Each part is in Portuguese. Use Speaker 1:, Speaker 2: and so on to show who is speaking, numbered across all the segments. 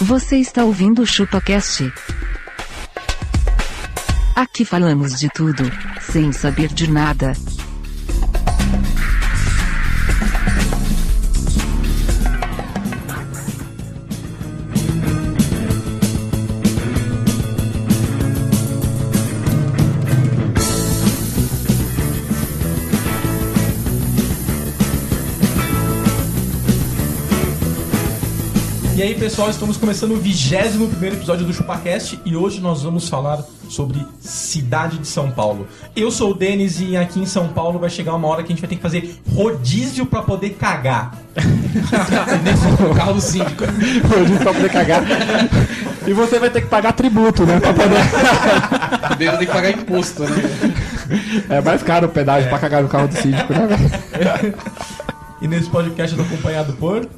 Speaker 1: Você está ouvindo o ChupaCast? Aqui falamos de tudo, sem saber de nada.
Speaker 2: E aí, pessoal, estamos começando o 21 episódio do ChupaCast e hoje nós vamos falar sobre cidade de São Paulo. Eu sou o Denis e aqui em São Paulo vai chegar uma hora que a gente vai ter que fazer rodízio pra poder cagar. Carlos síndico.
Speaker 3: Rodízio pra poder cagar. E você vai ter que pagar tributo, né? pra poder-
Speaker 4: Deus tem que pagar imposto, né?
Speaker 3: É mais caro o pedágio pra cagar no carro do síndico, né, velho?
Speaker 2: E nesse podcast eu tô acompanhado por.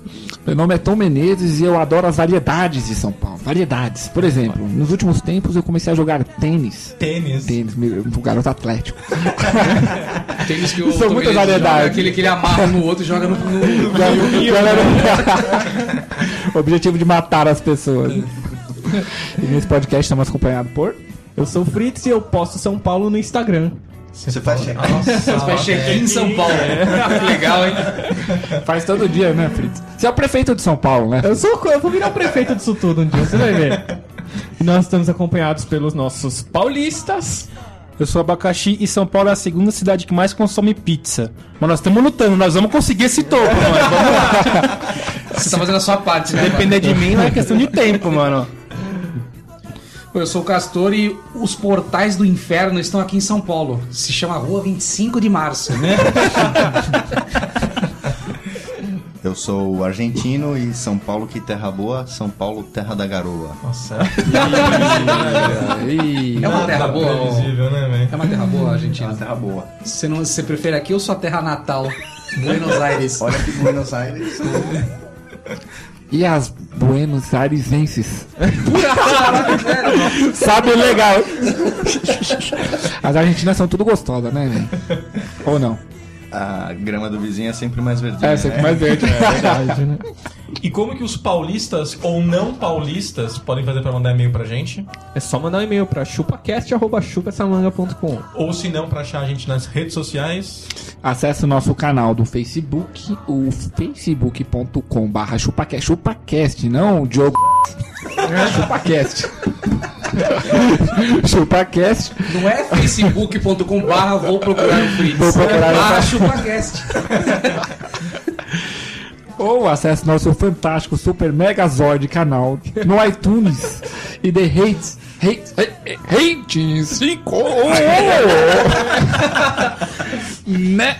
Speaker 3: Meu nome é Tom Menezes e eu adoro as variedades de São Paulo. Variedades. Por exemplo, nos últimos tempos eu comecei a jogar tênis.
Speaker 2: Tênis.
Speaker 3: Tênis, meu, um garoto atlético.
Speaker 4: Tem uns que o
Speaker 3: São
Speaker 4: Tom
Speaker 3: muitas
Speaker 4: Benedito
Speaker 3: variedades.
Speaker 4: joga, Aquele que ele amarra no outro e joga no. no-
Speaker 3: Galera- Objetivo de matar as pessoas. E nesse podcast estamos acompanhados por.
Speaker 5: Eu sou o Fritz e eu posto São Paulo no Instagram.
Speaker 2: Você faz check-in. Nossa,
Speaker 4: Vai chegar em São Paulo. Ah, Que legal, hein?
Speaker 3: Faz todo dia, né, Fritz? Você é o prefeito de São Paulo, né?
Speaker 5: Eu sou eu vou virar o prefeito disso tudo um dia, você vai ver. E nós estamos acompanhados pelos nossos paulistas.
Speaker 6: Eu sou abacaxi e São Paulo é a segunda cidade que mais consome pizza. Mas nós estamos lutando, nós vamos conseguir esse topo, mano. Vamos
Speaker 4: Você tá fazendo a sua parte, né?
Speaker 6: depender de mim, não é questão de tempo, mano.
Speaker 4: mano? Eu sou o Castor e os portais do inferno estão aqui em São Paulo. Se chama Rua 25 de Março, né?
Speaker 7: Eu sou argentino e São Paulo que terra boa, São Paulo terra da garoa.
Speaker 2: Nossa,
Speaker 3: E...
Speaker 4: É uma terra
Speaker 2: nada
Speaker 4: boa. ó.
Speaker 2: tá previsível, né,
Speaker 4: É
Speaker 2: velho?
Speaker 4: uma terra boa, Argentina.
Speaker 7: terra boa.
Speaker 4: Você, não, você prefere aqui ou sua terra natal? Buenos Aires.
Speaker 7: Olha que Buenos Aires.
Speaker 3: e as Buenos Airesenses. Sabe legal. As argentinas são tudo gostosas, né, velho? Ou não?
Speaker 7: A grama do vizinho é sempre mais verdinha.
Speaker 3: É, sempre
Speaker 7: né?
Speaker 3: mais verde.
Speaker 2: E como que os paulistas ou não paulistas podem fazer pra mandar e-mail pra gente?
Speaker 5: É só mandar um e-mail para chupacast.chupasamanga.com.
Speaker 2: Ou se não, pra achar a gente nas redes sociais.
Speaker 3: Acesse o nosso canal do Facebook, o facebook.com barra chupacast, chupacast, não Diogo É. chupacast. chupacast.
Speaker 4: Não é facebook.com barra vou procurar o Fritz.
Speaker 3: Vou procurar o-
Speaker 4: barra chupacast.
Speaker 3: Ou acesse nosso fantástico super megazord canal no iTunes e dê hates, hates, hates, cinco. né?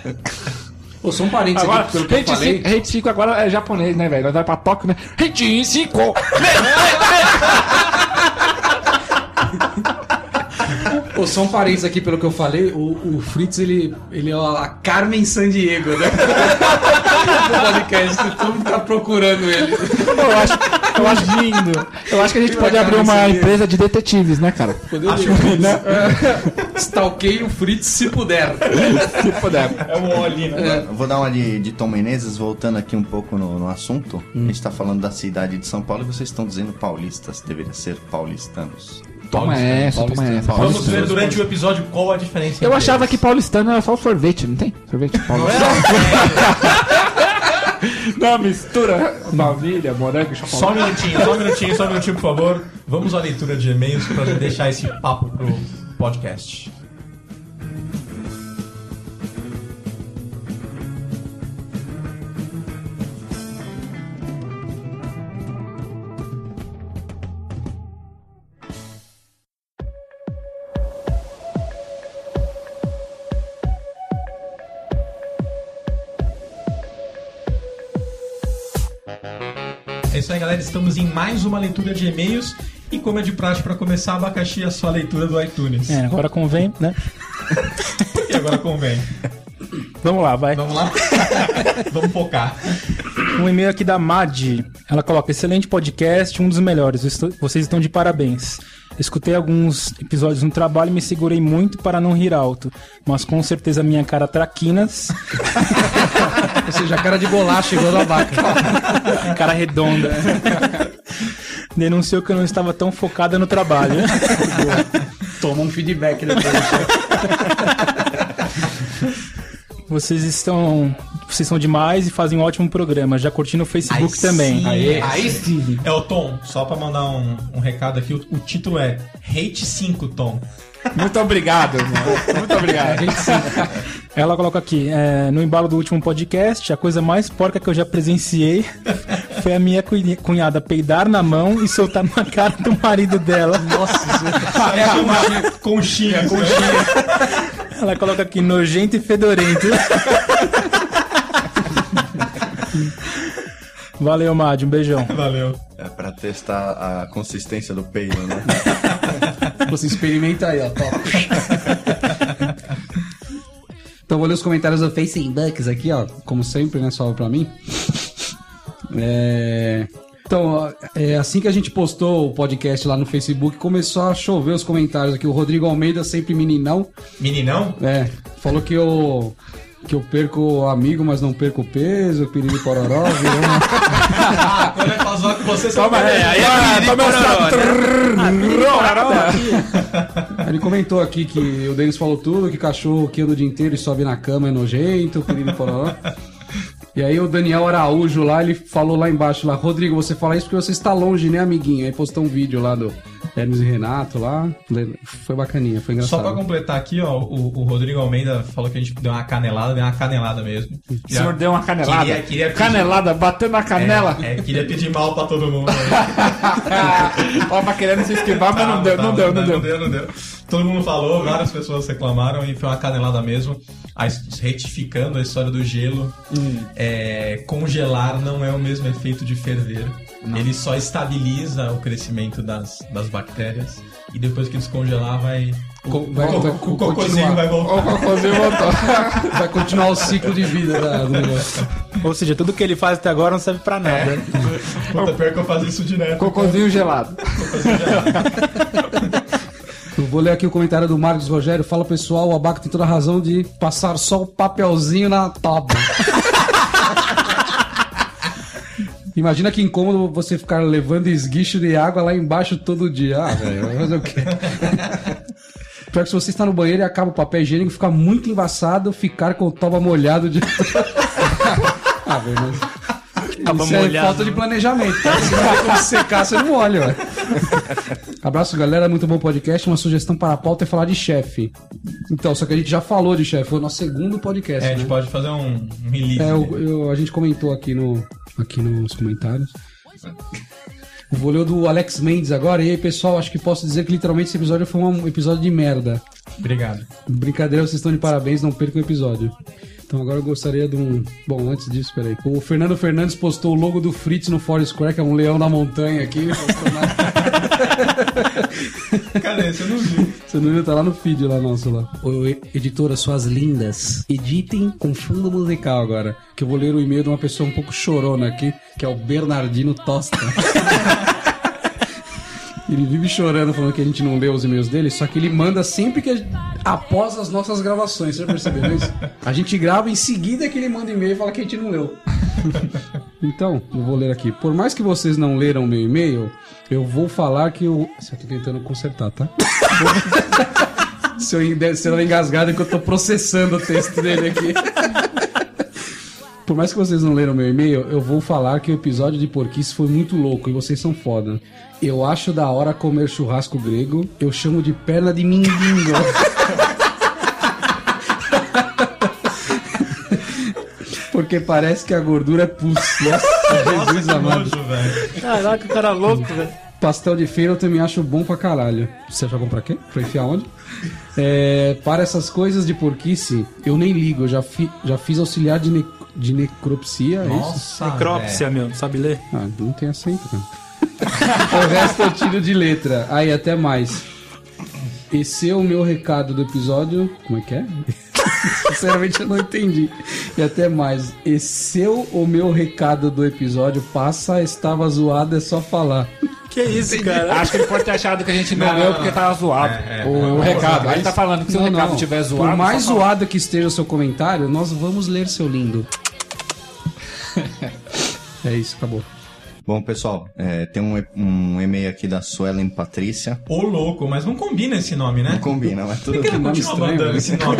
Speaker 4: Ô, só um parênteses
Speaker 3: Agora,
Speaker 4: aqui, pelo que eu
Speaker 3: hate
Speaker 4: falei.
Speaker 3: cinco, hate cinco agora é japonês, né, velho? Nós vai pra Tóquio, né? Hate cinco.
Speaker 4: Pô, só um parênteses aqui pelo que eu falei, o, o Fritz, ele, ele é a Carmen San Diego, né? Do podcast, todo mundo tá procurando ele.
Speaker 3: Eu acho, eu acho lindo. Eu acho que a gente
Speaker 4: Que
Speaker 3: pode
Speaker 4: bacana
Speaker 3: abrir uma
Speaker 4: esse dia.
Speaker 3: empresa de detetives, né, cara?
Speaker 4: Entendeu? É. Stalkeie o Fritz se puder.
Speaker 3: Se puder.
Speaker 2: É o Oli, né?
Speaker 7: Eu Vou dar uma de, de Tom Menezes, voltando aqui um pouco no, no assunto.
Speaker 3: Hum.
Speaker 7: A gente tá falando da cidade de São Paulo e vocês estão dizendo paulistas, deveria ser paulistanos.
Speaker 3: Toma essa, toma essa.
Speaker 2: Vamos
Speaker 3: paulistano.
Speaker 2: ver durante o episódio qual a diferença.
Speaker 3: Eu
Speaker 2: entre
Speaker 3: achava
Speaker 2: eles.
Speaker 3: que paulistano era só o sorvete, não tem? Sorvete paulistano. Não, mistura baunilha, morango, chocolate.
Speaker 2: Só um minutinho, só um minutinho, só um minutinho, por favor. Vamos à leitura de e-mails pra gente deixar esse papo pro podcast. É isso aí, galera. Estamos em mais uma leitura de e-mails. E como é de praxe pra começar, abacaxi é só a leitura do iTunes.
Speaker 6: É, agora convém, né?
Speaker 2: E agora convém.
Speaker 6: Vamos lá, vai.
Speaker 2: Vamos lá? Vamos focar.
Speaker 6: Um e-mail aqui da Mad. Ela coloca: excelente podcast, um dos melhores. Estou- Vocês estão de parabéns. Escutei alguns episódios no trabalho e me segurei muito para não rir alto. Mas com certeza minha cara traquinas,
Speaker 4: Ou seja, a cara de bolacha igual a da vaca.
Speaker 6: cara redonda, denunciou que eu não estava tão focada no trabalho.
Speaker 4: Toma um feedback depois.
Speaker 6: Vocês estão. Vocês são demais e fazem um ótimo programa. Já curti no Facebook também.
Speaker 2: Aí, sim. É o Tom, só pra mandar um, um recado aqui, o, o título é Hate 5, Tom.
Speaker 3: Muito obrigado, irmão. Muito obrigado.
Speaker 6: Ela coloca aqui, é, no embalo do último podcast, a coisa mais porca que eu já presenciei foi a minha cunha- cunhada peidar na mão e soltar na cara do marido dela.
Speaker 2: É uma conchinha, né? conchinha.
Speaker 6: Ela coloca aqui, nojento e fedorento. Valeu, Madi, um beijão.
Speaker 2: Valeu.
Speaker 7: É pra testar a consistência do peido, né?
Speaker 4: Você experimenta aí, ó. Top. então vou ler os comentários do Facebook aqui, ó. Como sempre, né? Só pra mim. É, Então, ó, é, assim que a gente postou o podcast lá no Facebook, começou a chover os comentários aqui. O Rodrigo Almeida, sempre meninão,
Speaker 2: Meninão?
Speaker 4: é, falou que eu, que eu perco o amigo, mas não perco o peso, piriri pororó, virou uma-
Speaker 2: Ah, quando ele fala zoar com você, você
Speaker 3: Toma
Speaker 2: não
Speaker 3: aí, aí é
Speaker 2: Tá
Speaker 3: toma um sapo.
Speaker 4: Ele comentou aqui que o Denis falou tudo, que cachorro que anda o dia inteiro e sobe na cama é nojento, piriri pororó. E aí o Daniel Araújo lá, ele falou lá embaixo lá, Rodrigo, você fala isso porque você está longe, né, amiguinho? Aí postou um vídeo lá do Hermes e Renato lá. Foi bacaninha, foi
Speaker 2: Só
Speaker 4: engraçado.
Speaker 2: pra completar aqui, ó, o, o Rodrigo Almeida falou que a gente deu uma canelada, deu uma canelada mesmo.
Speaker 3: O senhor deu uma canelada.
Speaker 2: Ah, Queria- queria pedir-
Speaker 3: Canelada, batendo na canela.
Speaker 2: É, é, queria pedir mal pra todo mundo. aí. É.
Speaker 3: Tava querendo se esquivar, Ah, mas
Speaker 2: Tá,
Speaker 3: não deu, não deu, não deu.
Speaker 2: não deu. Todo mundo falou, várias pessoas reclamaram e foi uma canelada mesmo. Aí, Retificando a história do gelo, é, congelar não é o mesmo efeito de ferver. Ele só estabiliza o crescimento das, das bactérias e depois que descongelar vai.
Speaker 4: Co- vai-
Speaker 2: o,
Speaker 4: vai-
Speaker 2: o
Speaker 4: co-
Speaker 2: cocôzinho
Speaker 4: continuar.
Speaker 2: vai voltar.
Speaker 3: O cocôzinho voltou.
Speaker 4: Vai continuar o ciclo de vida da, do negócio.
Speaker 6: Ou seja, tudo que ele faz até agora não serve pra nada.
Speaker 2: Puta, pior que eu faço isso direto.
Speaker 3: Cocôzinho gelado.
Speaker 4: Eu vou ler aqui o comentário do Marcos Rogério. Fala pessoal, o Abaco tem toda a razão de passar só o papelzinho na tábua. Imagina que incômodo você ficar levando esguicho de água lá embaixo todo dia. Ah, velho, vai fazer o quê? Pior que se você está no banheiro e acaba o papel higiênico, fica muito embaçado ficar com o toba molhado de. ah, velho. mas- Isso é
Speaker 6: molhado.
Speaker 4: falta de planejamento. Cara. Se não secar, você não olha, velho. Abraço, galera. Muito bom podcast. Uma sugestão para a pauta é falar de chefe. Então, só que a gente já falou de chefe. Foi o nosso segundo podcast.
Speaker 2: É, a
Speaker 4: né?
Speaker 2: gente pode fazer um, um release.
Speaker 4: É,
Speaker 2: dele.
Speaker 4: eu- eu- a gente comentou aqui, no, aqui nos comentários. Eu Vou ler o do Alex Mendes agora. E aí, pessoal, acho que posso dizer que literalmente esse episódio foi um episódio de merda.
Speaker 2: Obrigado.
Speaker 4: Brincadeira, vocês estão de parabéns, não percam o episódio. Então agora eu gostaria de um. Bom, antes disso, peraí. O Fernando Fernandes postou o logo do Fritz no Foursquare, que é um leão na montanha aqui. Ele postou na-
Speaker 2: Cadê? Você né, não viu.
Speaker 4: Você não viu? Tá lá no feed lá nosso lá. Ô, e- editora, suas lindas. Editem com fundo musical agora. Que eu vou ler o e-mail de uma pessoa um pouco chorona aqui, que é o Bernardino Tosta. Ele vive chorando, falando que a gente não lê os e-mails dele, só que ele manda sempre que. a- após as nossas gravações, você já percebeu isso? A gente grava em seguida que ele manda e-mail e fala que a gente não leu. Então, eu vou ler aqui. Por mais que vocês não leram meu e-mail, eu vou falar que eu. Você tá tentando consertar, tá? Se eu der se eu der engasgado é que eu tô processando o texto dele aqui. Por mais que vocês não leram meu e-mail, eu vou falar que o episódio de Porquice foi muito louco e vocês são foda. Eu acho da hora comer churrasco grego, eu chamo de perna de mindingo. Porque parece que a gordura é pus. Nossa, Jesus amado.
Speaker 2: Nojo, velho.
Speaker 6: Caraca, o cara louco, velho.
Speaker 4: Pastel de feira eu também acho bom pra caralho. Você vai comprar quê? Pra enfiar onde? É, para essas coisas de porquice, eu nem ligo. Eu já, fi- já fiz auxiliar de, ne- de necropsia, é isso?
Speaker 2: Nossa.
Speaker 6: Ah, Necrópsia, meu, não sabe ler?
Speaker 4: Ah, não tem acento, cara. o resto eu tiro de letra. Aí, até mais. Esse é o meu recado do episódio. Como é que é? Sinceramente, eu não entendi. E até mais. Esse é o meu recado do episódio. Passa, estava zoado, é só falar.
Speaker 6: Que isso, cara?
Speaker 3: Acho que ele pode ter achado que a gente não,
Speaker 2: Não,
Speaker 3: leu
Speaker 2: não,
Speaker 3: porque
Speaker 2: não.
Speaker 3: tava zoado.
Speaker 2: É, é.
Speaker 3: o, o recado. Aí ele tá falando que se o
Speaker 4: Não,
Speaker 3: recado
Speaker 4: não.
Speaker 3: tiver zoado.
Speaker 4: Por mais
Speaker 3: só
Speaker 4: zoado que esteja o seu comentário, nós vamos ler seu lindo. é isso, acabou.
Speaker 7: Bom, pessoal, é, tem um, e- um e-mail aqui da Suelen Patrícia.
Speaker 2: Ô louco, mas não combina esse nome, né?
Speaker 7: Não combina, mas tudo
Speaker 2: Por que
Speaker 7: bem.
Speaker 2: ela
Speaker 4: nome
Speaker 2: continua
Speaker 4: estranho,
Speaker 2: mandando
Speaker 4: né?
Speaker 2: esse nome?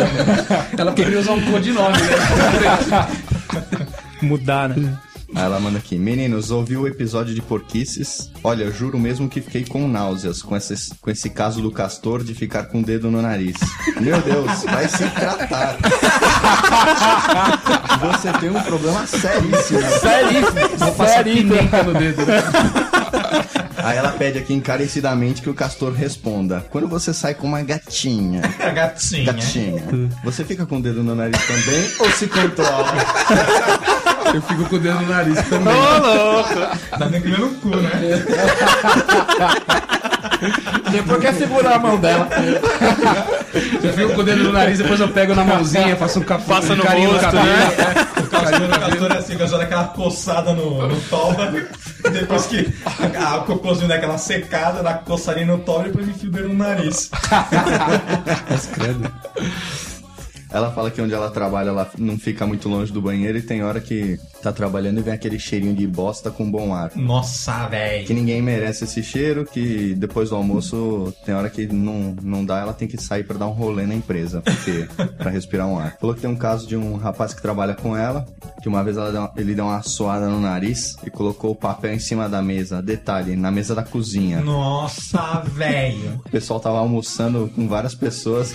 Speaker 4: Ela poderia usar um codinome, né?
Speaker 6: Mudar, né?
Speaker 7: Aí ela manda aqui. Meninos, ouvi o episódio de Porquices. Olha, juro mesmo que fiquei com náuseas com, essas, com esse caso do castor de ficar com o dedo no nariz. Meu Deus, vai se tratar. Você tem um problema seríssimo.
Speaker 4: Vou passar pimenta no dedo.
Speaker 7: né? Aí ela pede aqui encarecidamente que o castor responda. Quando você sai com uma gatinha,
Speaker 2: É Gatinha.
Speaker 7: gatinha, você fica com o dedo no nariz também ou se controla?
Speaker 4: Eu fico com o dedo no nariz também.
Speaker 2: Tá tranquilo no cu, né?
Speaker 3: Depois quer segurar a mão dela.
Speaker 4: Eu fico com o dedo no nariz, depois eu pego na mãozinha, faço um, café,
Speaker 8: Passa
Speaker 4: um
Speaker 8: no
Speaker 4: carinho
Speaker 8: rosto,
Speaker 4: no
Speaker 6: né?
Speaker 4: cabelo.
Speaker 2: O castor, o castor é assim, o castor é aquela coçada no, no toba. Depois que a, a- o cocôzinho dá aquela secada, dá coçadinha no toba e depois enfia o dedo no nariz.
Speaker 7: Ela fala que onde ela trabalha, ela não fica muito longe do banheiro e tem hora que tá trabalhando e vem aquele cheirinho de bosta com bom ar.
Speaker 2: Nossa,
Speaker 7: Que
Speaker 2: velho.
Speaker 7: ninguém merece esse cheiro, que depois do almoço tem hora que não, não dá, ela tem que sair pra dar um rolê na empresa, porque para respirar um ar. Falou que tem um caso de um rapaz que trabalha com ela, que uma vez ela deu uma- ele deu uma suada no nariz e colocou o papel em cima da mesa. Detalhe, na mesa da cozinha.
Speaker 2: Nossa, velho.
Speaker 7: O pessoal tava almoçando com várias pessoas.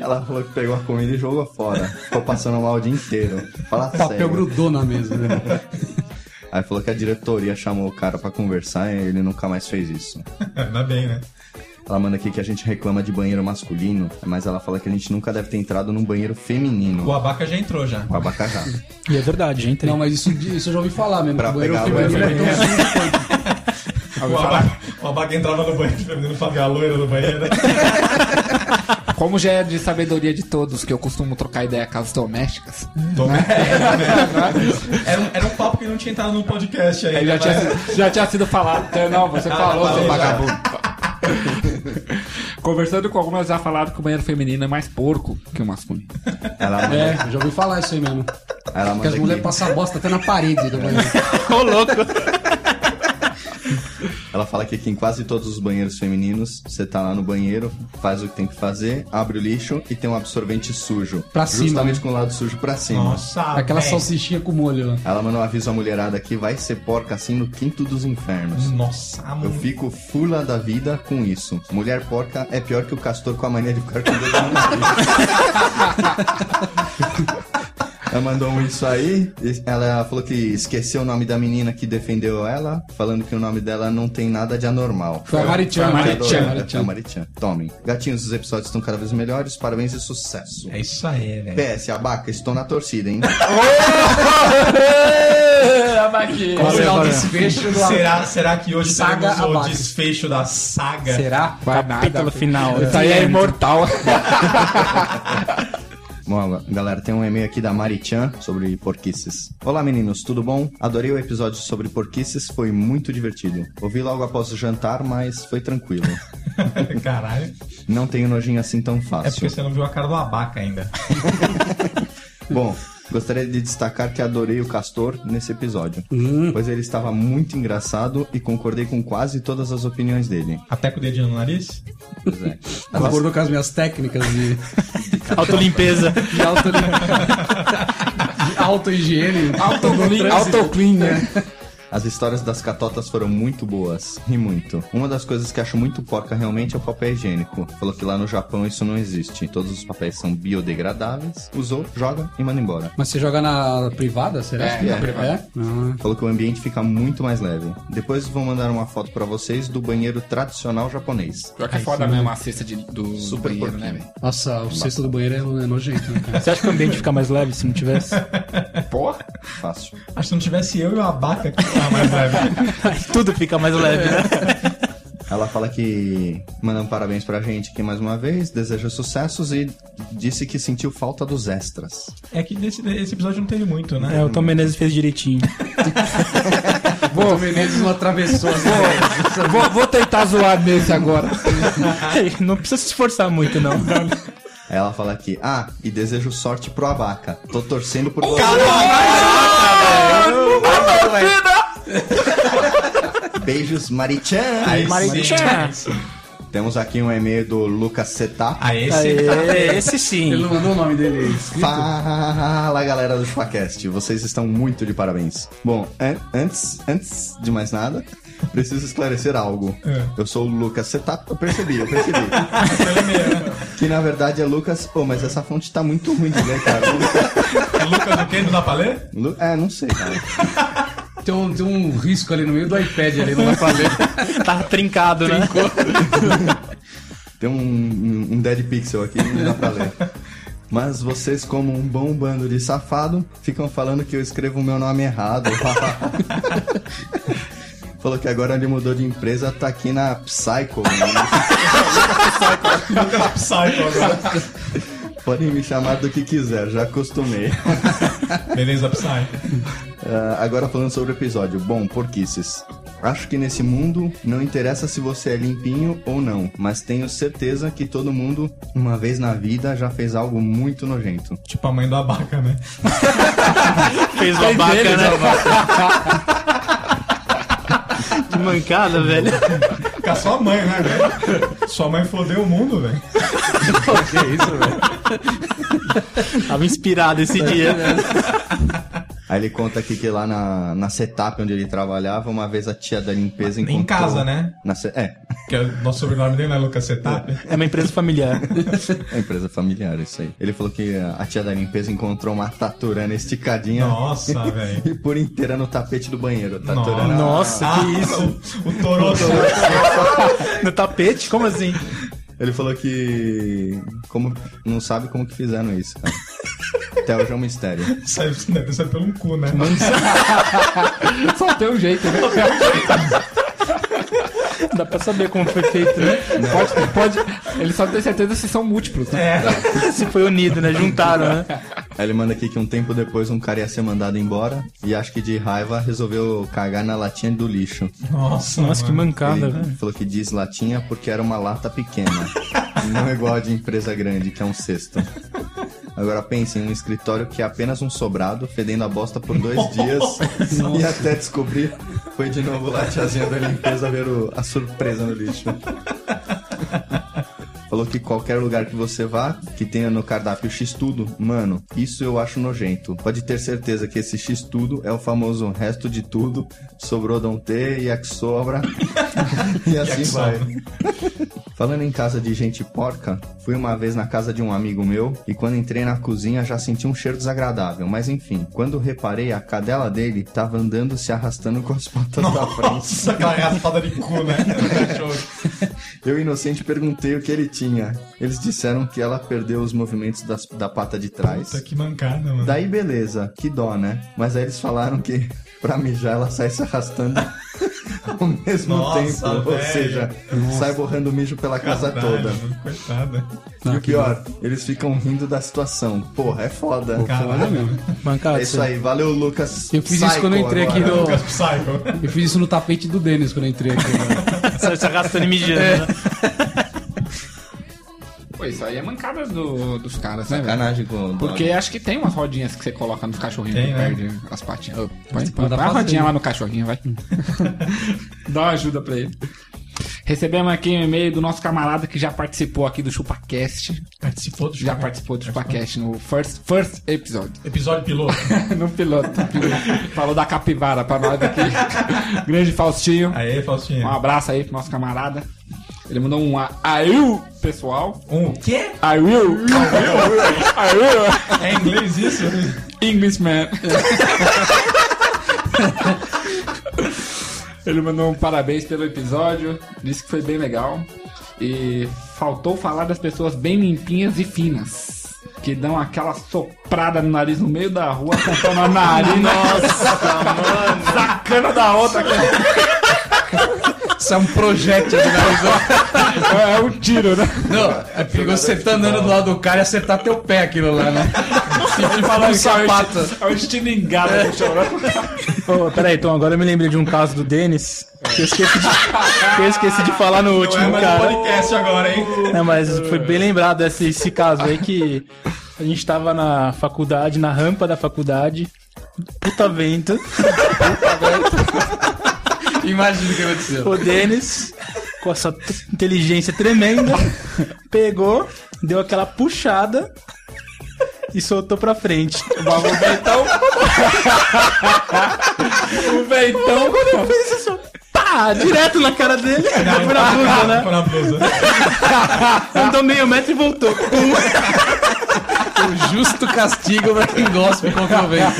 Speaker 7: Ela falou que pegou a comida e jogou fora. Ficou passando mal o dia inteiro. Fala
Speaker 4: O papel
Speaker 7: sério.
Speaker 4: grudou na mesa. Né?
Speaker 7: Aí falou que a diretoria chamou o cara pra conversar e ele nunca mais fez isso.
Speaker 2: Ainda bem, né?
Speaker 7: Ela manda aqui que a gente reclama de banheiro masculino, mas ela fala que a gente nunca deve ter entrado num banheiro
Speaker 2: O
Speaker 7: feminino.
Speaker 2: abaca já entrou já.
Speaker 7: O abacajá.
Speaker 6: E é verdade, gente.
Speaker 4: Não, mas isso, isso eu já ouvi falar mesmo.
Speaker 7: Pra
Speaker 4: que o banheiro
Speaker 7: pegar
Speaker 4: feminino
Speaker 7: leve.
Speaker 4: é tão sujo quanto.
Speaker 2: O abaca, o abaca entrava no banheiro feminino pra ver a loira do banheiro. né?
Speaker 3: Como já é de sabedoria de todos que eu costumo trocar ideia com as domésticas,
Speaker 2: Tomé. né? Era um, era um papo que não tinha entrado no podcast aí.
Speaker 3: aí já tinha, já tinha sido falado. Então, não, você falou,
Speaker 2: falei
Speaker 3: seu
Speaker 2: já.
Speaker 3: vagabundo. Conversando com algumas já falaram que o banheiro feminino é mais porco que o masculino.
Speaker 7: Ela manda,
Speaker 4: É, eu já ouvi falar isso aí mesmo.
Speaker 7: ela
Speaker 4: Porque
Speaker 7: manda
Speaker 4: as mulheres
Speaker 7: aqui,
Speaker 4: passam bosta até na parede do banheiro.
Speaker 8: Ô, louco.
Speaker 7: ela fala que aqui em quase todos os banheiros femininos, você tá lá no banheiro, faz o que tem que fazer, abre o lixo e tem um absorvente sujo.
Speaker 4: Pra cima,
Speaker 7: Justamente
Speaker 4: né?
Speaker 7: com o lado sujo pra cima.
Speaker 2: Nossa,
Speaker 4: Aquela
Speaker 2: véi.
Speaker 4: salsichinha com molho lá.
Speaker 7: Ela manda um aviso à mulherada que vai ser porca assim no quinto dos infernos.
Speaker 2: Nossa,
Speaker 7: Eu
Speaker 2: mano.
Speaker 7: fico fula da vida com isso. Mulher porca é pior que o castor com a mania de ficar com o dedo no nariz. Ela mandou um isso aí. e Ela falou que esqueceu o nome da menina que defendeu ela, falando que o nome dela não tem nada de anormal.
Speaker 4: Foi a Marichan.
Speaker 7: Foi a
Speaker 4: Marichan.
Speaker 7: Marichan. Marichan. Tomem. Gatinhos, os episódios estão cada vez melhores. Parabéns e sucesso.
Speaker 2: É isso aí, velho.
Speaker 7: PS, abaca, estou na torcida, hein?
Speaker 4: Qual é, será o um desfecho do
Speaker 2: Será, será que hoje
Speaker 4: Saga
Speaker 2: teremos o
Speaker 4: abaca.
Speaker 2: desfecho da saga?
Speaker 4: Será?
Speaker 3: Vai nada.
Speaker 6: Capítulo final.
Speaker 3: Isso aí é imortal.
Speaker 7: Bom, galera, tem um e-mail aqui da Marichan sobre porquices. Olá, meninos, tudo bom? Adorei o episódio sobre porquices, foi muito divertido. Ouvi logo após o jantar, mas foi tranquilo.
Speaker 2: Caralho.
Speaker 7: Não tenho nojinho assim tão
Speaker 2: É porque
Speaker 7: fácil.
Speaker 2: você não viu a cara do abaca ainda.
Speaker 7: Bom, gostaria de destacar que adorei o Castor nesse episódio, pois ele estava muito engraçado e concordei com quase todas as opiniões dele.
Speaker 2: Até com o dedinho no nariz?
Speaker 7: Pois é.
Speaker 4: Concordou Tá com as minhas técnicas de,
Speaker 8: Autolimpeza.
Speaker 4: de auto... de auto-higiene.
Speaker 3: Autoclean, autoclean, né?
Speaker 7: As histórias das catotas foram muito boas, ri muito. Uma das coisas que acho muito porca realmente é o papel higiênico. Falou que lá no Japão isso não existe. Todos os papéis são biodegradáveis, usou, joga e manda embora.
Speaker 4: Mas você joga na privada, será? Ah.
Speaker 3: É, na privada.
Speaker 4: Não.
Speaker 7: Falou que o ambiente fica muito mais leve. Depois vou mandar uma foto pra vocês do banheiro tradicional japonês.
Speaker 3: Pior que é foda mesmo a cesta de, do
Speaker 7: Super
Speaker 3: banheiro, né,
Speaker 7: porquinho.
Speaker 3: velho?
Speaker 4: Nossa, o cesto do banheiro é é nojento, né, cara?
Speaker 6: Você acha que o ambiente fica mais leve se não tivesse?
Speaker 3: Porra.
Speaker 7: Fácil.
Speaker 2: Acho que se não tivesse eu e o abaca aqui, tá mais leve.
Speaker 8: Tudo fica mais leve, né?
Speaker 7: Ela fala que manda um parabéns pra gente aqui mais uma vez, deseja sucessos e disse que sentiu falta dos extras.
Speaker 2: É que desse, esse episódio não teve muito, né?
Speaker 6: É, o Tom Menezes fez direitinho.
Speaker 4: O Menezes não atravessou né? as
Speaker 3: Vou, vou tentar zoar nesse agora.
Speaker 6: não precisa se esforçar muito, não.
Speaker 7: Aí ela fala aqui, ah, e desejo sorte pro abaca. Tô torcendo por você.
Speaker 2: Caralho!
Speaker 7: Beijos, Marichan.
Speaker 4: É,
Speaker 2: Aí
Speaker 8: Marichan.
Speaker 2: sim. É.
Speaker 7: Temos aqui um e-mail do Lucas Setá.
Speaker 2: Aí sim.
Speaker 6: é,
Speaker 8: Aê, esse sim.
Speaker 4: Ele não mandou o nome dele aí. escrito?
Speaker 7: Fala galera do Chupacast, vocês estão muito de parabéns. Bom, an- antes, antes de mais nada, preciso esclarecer algo.
Speaker 2: É.
Speaker 7: Eu sou o Lucas Setap, eu percebi, eu percebi.
Speaker 2: né?
Speaker 7: que na verdade é Lucas. Pô, mas essa fonte tá muito ruim de ler, cara.
Speaker 2: É Lucas do quê? Não dá pra ler?
Speaker 7: Lu- É, não sei, cara.
Speaker 4: Tem um, tem um risco ali no meio do iPad ali, não dá pra ler.
Speaker 8: Tá trincado, né?
Speaker 7: Tem um, um- um dead pixel aqui, não dá pra ler. Mas vocês, como um bom bando de safado, ficam falando que eu escrevo o meu nome errado. Falou que agora ele mudou de empresa, tá aqui na Psycho. né?
Speaker 2: Lucas é Psycho agora.
Speaker 7: Podem me chamar do que quiser, já acostumei.
Speaker 2: Beleza, é Psycho.
Speaker 7: Ah, agora falando sobre o episódio. Bom, porquices. Acho que nesse mundo não interessa se você é limpinho ou não, mas tenho certeza que todo mundo, uma vez na vida, já fez algo muito nojento.
Speaker 2: Tipo a mãe do abaca, né?
Speaker 8: Fez babaca, né? Que mancada, velho.
Speaker 2: Com a sua mãe, né, velho? Sua mãe fodeu o mundo, velho.
Speaker 8: Tava inspirado esse dia.
Speaker 7: Aí ele conta aqui que lá na, na setup onde ele trabalhava, uma vez a tia da limpeza encontrou...
Speaker 2: Em casa, né?
Speaker 7: Na se- É,
Speaker 2: Que é o nosso sobrenome dele, né, Lucas Setap?
Speaker 8: É uma empresa familiar.
Speaker 7: é empresa familiar, isso aí. Ele falou que a tia da limpeza encontrou uma taturana
Speaker 4: É.
Speaker 7: esticadinha
Speaker 2: Nossa, velho.
Speaker 7: e por inteira no tapete do banheiro. A Taturana...
Speaker 8: Nossa,
Speaker 2: Ah,
Speaker 8: que isso.
Speaker 2: O, o Toroto.
Speaker 8: No tapete? Como assim?
Speaker 7: Ele falou que... Como... Não sabe como que fizeram isso, cara. Até hoje é um mistério.
Speaker 2: Saiu deve sair pelo cu, né?
Speaker 3: Só tem um jeito, né?
Speaker 6: Dá pra saber como foi feito, né?
Speaker 3: Pode, pode. Ele só tem certeza se são múltiplos, né?
Speaker 2: É.
Speaker 8: Se foi unido, né? Juntaram, né?
Speaker 7: Aí ele manda aqui que um tempo depois um cara ia ser mandado embora e acho que de raiva resolveu cagar na latinha do lixo.
Speaker 2: Nossa,
Speaker 6: Nossa, que
Speaker 2: mano.
Speaker 6: mancada,
Speaker 7: Ele
Speaker 6: velho.
Speaker 7: falou que diz latinha porque era uma lata pequena. não é igual a de empresa grande, que é um cesto. Agora pense em um escritório que é apenas um sobrado, fedendo a bosta por dois dias e até descobrir. Foi de novo lá a tiazinha da limpeza ver o- a surpresa no lixo. Falou que qualquer lugar que você vá, que tenha no cardápio X-Tudo, mano, isso eu acho nojento. Pode ter certeza que esse X-Tudo é o famoso resto de tudo, sobrou não ter e a que sobra. e
Speaker 2: é
Speaker 7: assim vai. Falando em casa de gente porca, fui uma vez na casa de um amigo meu e quando entrei na cozinha já senti um cheiro desagradável, mas enfim, quando reparei a cadela dele tava andando se arrastando com as patas da frente.
Speaker 2: Nossa, aquela raspada de cu, né?
Speaker 7: Eu inocente perguntei o que ele tinha. Eles disseram que ela perdeu os movimentos das- da pata de trás.
Speaker 2: Puta, que Tá mancada, mano.
Speaker 7: Daí beleza, que dó, né? Mas aí eles falaram que pra mijar ela sai se arrastando ao mesmo
Speaker 2: Nossa,
Speaker 7: tempo. Ou
Speaker 2: velho.
Speaker 7: seja, sai borrando mijo pela casa
Speaker 2: Caralho,
Speaker 7: toda.
Speaker 2: mano, Coitada.
Speaker 7: e o pior, eles ficam rindo da situação. Porra, é foda.
Speaker 4: Olha mesmo.
Speaker 6: Mancada.
Speaker 7: É isso aí, valeu Lucas.
Speaker 4: Eu fiz isso
Speaker 7: Psycho
Speaker 4: quando eu entrei aqui
Speaker 7: agora.
Speaker 4: no.
Speaker 2: Lucas Psycho.
Speaker 4: Eu fiz isso no tapete do Denis quando eu entrei aqui. né?
Speaker 8: Saiu se arrastando e mijando, né?
Speaker 3: Pô, isso aí é mancada do- dos caras, né, velho?
Speaker 7: Sacanagem com
Speaker 3: Porque acho que tem umas rodinhas que você coloca nos cachorrinhos
Speaker 2: Tem,
Speaker 3: que
Speaker 2: né?
Speaker 3: perde as patinhas. Ô, Põe, põe,
Speaker 4: Manda
Speaker 3: põe a
Speaker 4: fazer.
Speaker 3: rodinha lá no cachorrinho, vai. Dá uma ajuda pra ele. Recebemos aqui um e-mail do nosso camarada que já participou aqui do ChupaCast.
Speaker 2: Participou do
Speaker 3: Já participou do ChupaCast no first, first episódio.
Speaker 2: Episódio piloto.
Speaker 3: no piloto. Falou da capivara pra nós aqui. Grande Faustinho.
Speaker 2: Aí, Faustinho.
Speaker 3: Um abraço aí pro nosso camarada. Ele mandou um a- aiu, pessoal.
Speaker 2: Um quê?
Speaker 3: Aiu. Aiu.
Speaker 2: É em inglês isso?
Speaker 4: É.
Speaker 3: Englishman. Ele mandou um parabéns pelo episódio, disse que foi bem legal. E faltou falar das pessoas bem limpinhas e finas. Que dão aquela soprada no nariz no meio da rua, apontando a narina. Nossa, mano. Sacana da outra.
Speaker 4: Isso é um projétil de nariz.
Speaker 3: É um tiro, né?
Speaker 4: Não, é perigoso você tá andando do lado do cara e acertar teu pé aquilo lá, né? Se
Speaker 3: É
Speaker 4: falar
Speaker 3: um
Speaker 4: um sapato.
Speaker 3: É um estilo engado.
Speaker 6: Ô, peraí, então agora eu me lembrei de um caso do Denis que eu esqueci de, que eu esqueci de falar no
Speaker 2: Não é
Speaker 6: último,
Speaker 2: mais um
Speaker 6: cara.
Speaker 2: podcast agora, hein?
Speaker 8: É,
Speaker 6: Não, mas foi bem lembrado esse, esse caso aí que a gente tava na faculdade, na rampa da faculdade.
Speaker 8: Puta vento.
Speaker 4: Imagina o que aconteceu.
Speaker 8: O Denis, com essa t- inteligência tremenda, pegou, deu aquela puxada e soltou pra frente.
Speaker 3: O ventão.
Speaker 8: Então, Pá! Direto na cara dele. Foi na blusa, né?
Speaker 2: Foi na blusa.
Speaker 8: Andou meio metro e voltou.
Speaker 4: O justo castigo pra quem gosta contra o vento.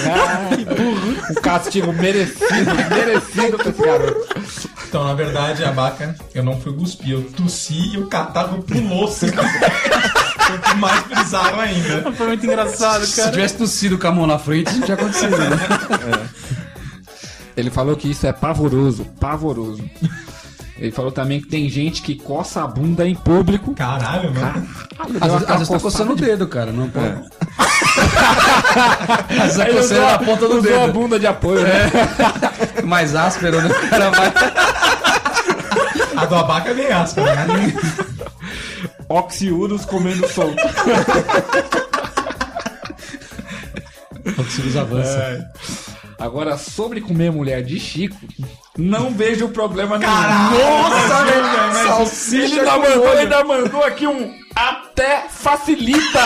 Speaker 3: Um castigo merecido, merecido pra esse garoto.
Speaker 2: Então, na verdade, a vaca, eu não fui cuspir, eu tossi e o catarro pulou. Foi o que mais bizarro ainda.
Speaker 8: Foi muito engraçado,
Speaker 4: Se
Speaker 8: cara.
Speaker 4: tivesse tossido com a mão na frente, isso não tinha acontecido, né?
Speaker 3: Ele falou que isso é pavoroso, pavoroso. Ele falou também que tem gente que coça a bunda em público.
Speaker 2: Caralho, mano.
Speaker 4: Às vezes, às vezes tá coçando o dedo, cara. Não pode. Às vezes tá a coceira na ponta do
Speaker 3: É. usou a
Speaker 4: dedo.
Speaker 3: bunda de apoio, né?
Speaker 4: Mais áspero, né? O cara vai.
Speaker 2: A do abaca é bem aspa, né?
Speaker 3: Oxiúros comendo solto.
Speaker 4: Oxílios avança.
Speaker 3: É. Agora, sobre comer mulher de Chico, não vejo problema nenhum.
Speaker 2: Nossa, velho.
Speaker 3: Ele ainda mandou, ele ainda mandou aqui um até facilita.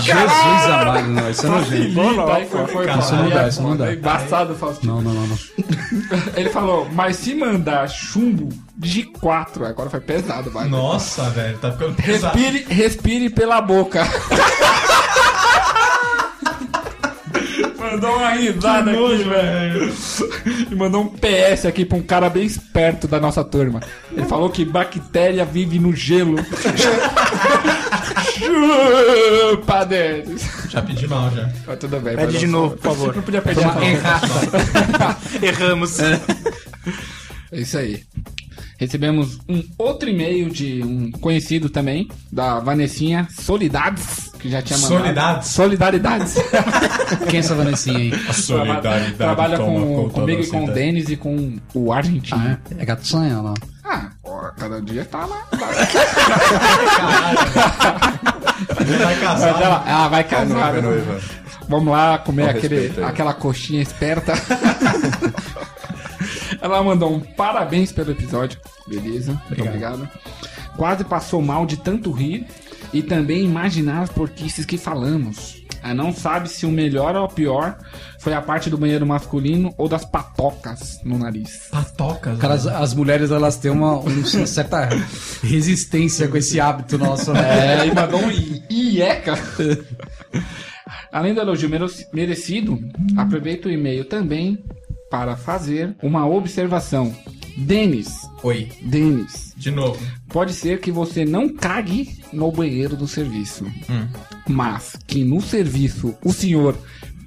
Speaker 4: Jesus amado, não. Isso é nojento.
Speaker 3: facilita. Aí foi, foi,
Speaker 2: Cara,
Speaker 4: isso não dá, isso não dá.
Speaker 3: Embaçado, Faustino.
Speaker 4: Não, não, não, não.
Speaker 3: Ele falou, mas se mandar chumbo de 4, agora foi pesado, vai.
Speaker 2: Nossa, velho, tá ficando pesado.
Speaker 3: Respire, respire pela boca. mandou uma risada aqui, velho. E mandou um PS aqui pra um cara bem esperto da nossa turma. Ele falou que bactéria vive no gelo. Chupa, Denis.
Speaker 2: Já pedi mal, já.
Speaker 3: Mas Tudo bem.
Speaker 8: Pede
Speaker 3: mas
Speaker 8: de
Speaker 3: não-
Speaker 8: novo, por favor.
Speaker 3: Não podia pedir de novo.
Speaker 4: é
Speaker 8: Erramos.
Speaker 3: É isso aí. Recebemos um outro e-mail de um conhecido também, da Vanessinha Solidades, que já tinha mandado.
Speaker 2: Solidades?
Speaker 3: Solidariedades.
Speaker 4: Quem é essa Vanessinha aí?
Speaker 2: Solidariedade
Speaker 3: Trabalha
Speaker 2: toma
Speaker 3: com,
Speaker 2: conta
Speaker 3: comigo
Speaker 2: da
Speaker 3: e com o
Speaker 2: cidade.
Speaker 3: Denis e com o argentino.
Speaker 4: Ah, é? É gatinha lá.
Speaker 3: Ah, ó, cada dia tá lá.
Speaker 2: Vai casar.
Speaker 3: Ela, ela vai casar.
Speaker 7: Noiva,
Speaker 3: né?
Speaker 7: noiva.
Speaker 3: Vamos lá comer
Speaker 7: Com
Speaker 3: aquele,
Speaker 7: respeito aí.
Speaker 3: aquela coxinha esperta. Ela mandou um parabéns pelo episódio. Beleza, muito obrigado. Quase passou mal de tanto rir e também imaginar as porquices que falamos. Ah, não sabe se o melhor ou o pior foi a parte do banheiro masculino ou das patocas no nariz.
Speaker 2: Patocas.
Speaker 4: Cara, as, as mulheres elas têm uma, uma certa resistência com esse hábito nosso, né?
Speaker 3: É, e mandou um i- ieca. Além do elogio mero- merecido, aproveito o e-mail também para fazer uma observação. Denis,
Speaker 2: Oi.
Speaker 3: Denis,
Speaker 2: De novo.
Speaker 3: pode ser que você não cague no banheiro do serviço, mas que no serviço o senhor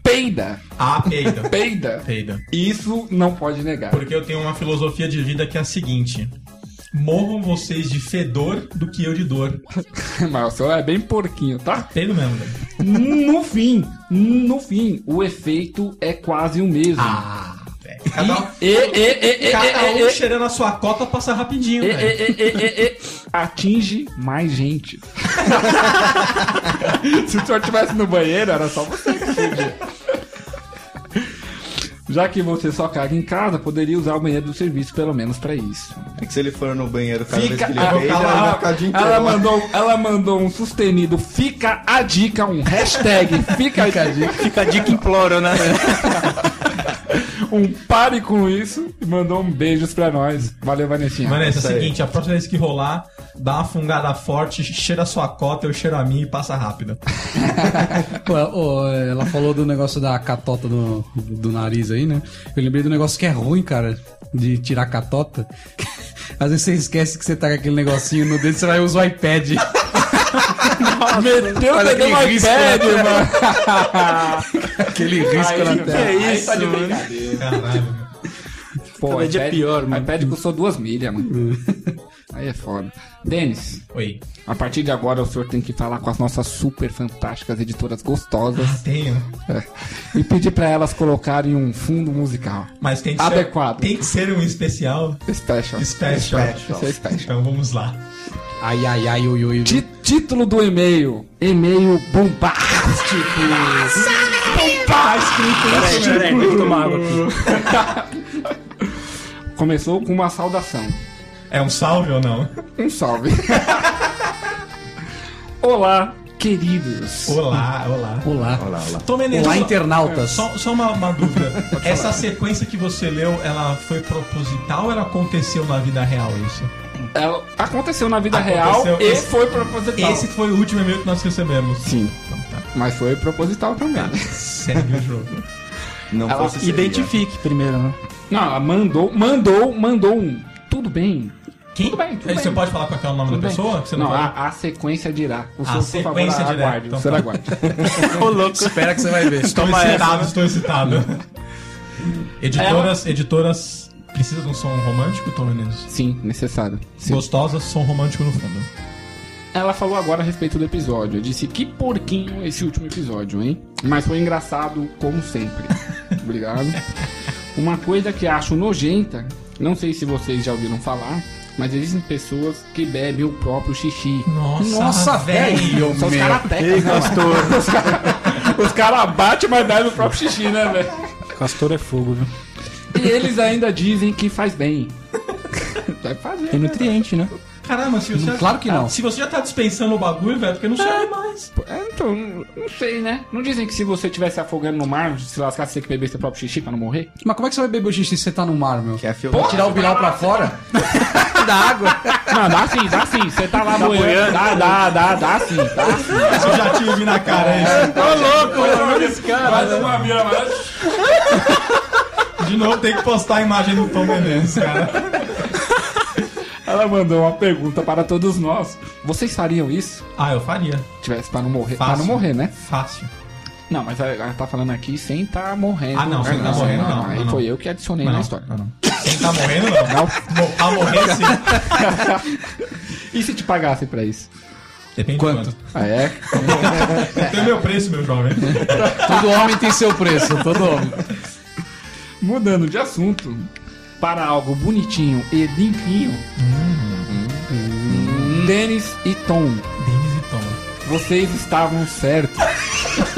Speaker 3: peida,
Speaker 2: Ah, peida.
Speaker 3: peida,
Speaker 2: Peida.
Speaker 3: isso não pode negar.
Speaker 2: Porque eu tenho uma filosofia de vida que é a seguinte. Morram vocês de fedor do que eu de dor.
Speaker 3: Mas o senhor é bem porquinho, tá?
Speaker 2: Peido mesmo, velho.
Speaker 3: no fim, no fim, o efeito é quase o mesmo.
Speaker 2: Ah, velho. Cada um,
Speaker 3: E, e, e, e,
Speaker 2: cada
Speaker 3: e,
Speaker 2: um
Speaker 3: e, e,
Speaker 2: cheirando a sua cota passa rapidinho,
Speaker 3: e,
Speaker 2: velho.
Speaker 3: e, e, e, e, atinge mais gente. Se o senhor estivesse no banheiro, era só você que atingia. Já que você só caga em casa, poderia usar o banheiro do serviço pelo menos pra isso.
Speaker 7: É que se ele for no banheiro cada vez
Speaker 3: Fica
Speaker 7: que ele
Speaker 3: a-
Speaker 7: peida, ele vai ficar o dia inteiro.
Speaker 3: ela,
Speaker 7: lá.
Speaker 3: mandou, ela mandou um sustenido fica a dica, um hashtag fica a dica,
Speaker 8: Fica a dica imploro, né?
Speaker 3: um pare com isso e mandou um beijos pra nós. Valeu, Vanessinha.
Speaker 2: Vanessa, é o
Speaker 7: isso aí.
Speaker 2: seguinte, a próxima vez que rolar, dá uma fungada forte, cheira a sua cota, eu cheiro a minha e passa rápida.
Speaker 4: Pô, é, ô, ela falou do negócio da catota do, do nariz aí, né? Eu lembrei do negócio que é ruim, cara, de tirar a catota. Às vezes você esquece que você tá com aquele negocinho no dedo, você vai usar o iPad.
Speaker 3: Ah, Meteu o
Speaker 4: Olha
Speaker 3: dedo no
Speaker 4: que risco, né?
Speaker 3: um iPad, mano.
Speaker 4: Aquele risco
Speaker 8: né?
Speaker 4: né? na
Speaker 3: que é
Speaker 4: tela.
Speaker 8: isso, mano?
Speaker 2: Caralho. meu.
Speaker 3: Pô,
Speaker 8: tá Cada dia é pior, mano.
Speaker 3: iPad custou duas milhas, mano. Aí é foda. Denis,
Speaker 2: Oi.
Speaker 3: a partir de agora o senhor tem que falar com as nossas super fantásticas editoras
Speaker 2: Ah,
Speaker 3: gostosas
Speaker 2: tenho.
Speaker 3: É. e pedir pra elas colocarem um fundo musical.
Speaker 2: Mas tem que
Speaker 3: Adequado.
Speaker 2: ser. Tem que ser um especial. Special.
Speaker 3: Special. Isso é special.
Speaker 2: Então vamos lá.
Speaker 4: Ai, ai, ai, ui, ui.
Speaker 3: Ti- título do e-mail. E-mail bombástico. Bombástico.
Speaker 6: Peraí, peraí, deixa eu tomar água aqui.
Speaker 3: Começou com uma saudação.
Speaker 2: É um salve ou não?
Speaker 3: Um salve. Olá, queridos.
Speaker 2: Olá, olá.
Speaker 4: Olá.
Speaker 7: Olha lá, olha lá.
Speaker 2: Tom Menezes,
Speaker 4: Olá,
Speaker 2: só-
Speaker 4: internautas.
Speaker 2: Só, um só uma, uma dúvida. Essa sequência que você leu, ela foi proposital ou ela aconteceu na vida real isso?
Speaker 3: Ela É, aconteceu na vida
Speaker 2: Aconteceu.
Speaker 3: real
Speaker 2: Esse-
Speaker 3: e foi proposital.
Speaker 2: Esse foi o último e-mail que nós recebemos.
Speaker 3: Sim,
Speaker 2: Então tá,
Speaker 3: mas foi proposital também.
Speaker 2: segue o jogo.
Speaker 7: Não
Speaker 3: Ela
Speaker 7: fosse seria.
Speaker 6: Identifique primeiro, né?
Speaker 3: Não, ela mandou, mandou, mandou um. Tudo bem.
Speaker 2: Quem?
Speaker 3: Tudo bem, tudo
Speaker 2: Aí você
Speaker 3: bem.
Speaker 2: pode falar com aquela nome
Speaker 3: Tudo
Speaker 2: da
Speaker 3: bem.
Speaker 2: pessoa? Que você não,
Speaker 3: não,
Speaker 2: fala?
Speaker 3: a, a sequência dirá. O
Speaker 2: A
Speaker 3: senhor,
Speaker 2: sequência dirá.
Speaker 3: aguarde.
Speaker 2: Então
Speaker 3: o senhor
Speaker 2: tá.
Speaker 3: aguarde.
Speaker 6: Ô, louco.
Speaker 4: Espera que você vai ver.
Speaker 2: Estou
Speaker 3: é
Speaker 2: excitado,
Speaker 3: né?
Speaker 2: estou excitado. editoras, editoras precisa de um som romântico, Tom Menezes?
Speaker 3: Sim, necessário. Sim.
Speaker 2: Gostosas, som romântico no fundo.
Speaker 3: Ela falou agora a respeito do episódio. Eu disse que porquinho esse último episódio, hein? Mas foi engraçado como sempre. Obrigado. Uma coisa que acho nojenta, não sei se vocês já ouviram falar, mas existem pessoas que bebem o próprio xixi.
Speaker 2: Nossa,
Speaker 4: Nossa, velho,
Speaker 3: São os
Speaker 4: meu.
Speaker 3: caratecas, né, mano? Os cara- Os caras batem, mas bebem o próprio xixi, né, velho?
Speaker 6: Castor é fogo, viu?
Speaker 3: E eles ainda dizem que faz bem. Vai fazer.
Speaker 6: Tem
Speaker 3: né?
Speaker 6: nutriente, né?
Speaker 2: Caramba, se você,
Speaker 4: Claro que não.
Speaker 2: se você já tá dispensando o bagulho, velho, porque não serve mais.
Speaker 3: É, então, não sei, né? Não dizem que se você estivesse afogando no mar, se lascasse, você que beber seu próprio xixi pra não morrer?
Speaker 4: Mas como é que você vai beber o xixi se você tá no mar, meu?
Speaker 7: Quer filtrar?
Speaker 4: Vai tirar o bilau pra fora? da água.
Speaker 3: Não, dá sim, dá sim. Você tá lá boiando. Dá, dá, dá, dá sim. Dá sim.
Speaker 2: Seu jatinho de na cara, é isso.
Speaker 3: Faz uma mira, mas...
Speaker 2: De novo, tem que postar a imagem do Tom Menezes, cara.
Speaker 3: Ela mandou uma pergunta para todos nós. Vocês fariam isso?
Speaker 2: Ah, eu faria.
Speaker 3: Tivesse pra não morrer. Pra
Speaker 2: Fácil.
Speaker 3: não morrer, né?
Speaker 2: Fácil.
Speaker 3: Não, mas ela ela tá falando aqui sem tá morrendo.
Speaker 2: Ah, não, sem tá morrendo, não,
Speaker 3: Aí
Speaker 2: não, não.
Speaker 3: foi eu que adicionei
Speaker 2: Mas
Speaker 3: na
Speaker 2: não,
Speaker 3: história.
Speaker 2: não, não. Quem tá morrendo, não. Mo- Tá morrendo, sim.
Speaker 3: E se te pagassem pra isso?
Speaker 2: Depende quanto. quanto.
Speaker 3: Ah, é?
Speaker 2: Tem meu preço, meu jovem.
Speaker 4: Todo homem tem seu preço, todo homem.
Speaker 3: Mudando de assunto para algo bonitinho e limpinho. Hum. Dennis e Tom,
Speaker 2: Denis e Tom.
Speaker 3: vocês estavam certos.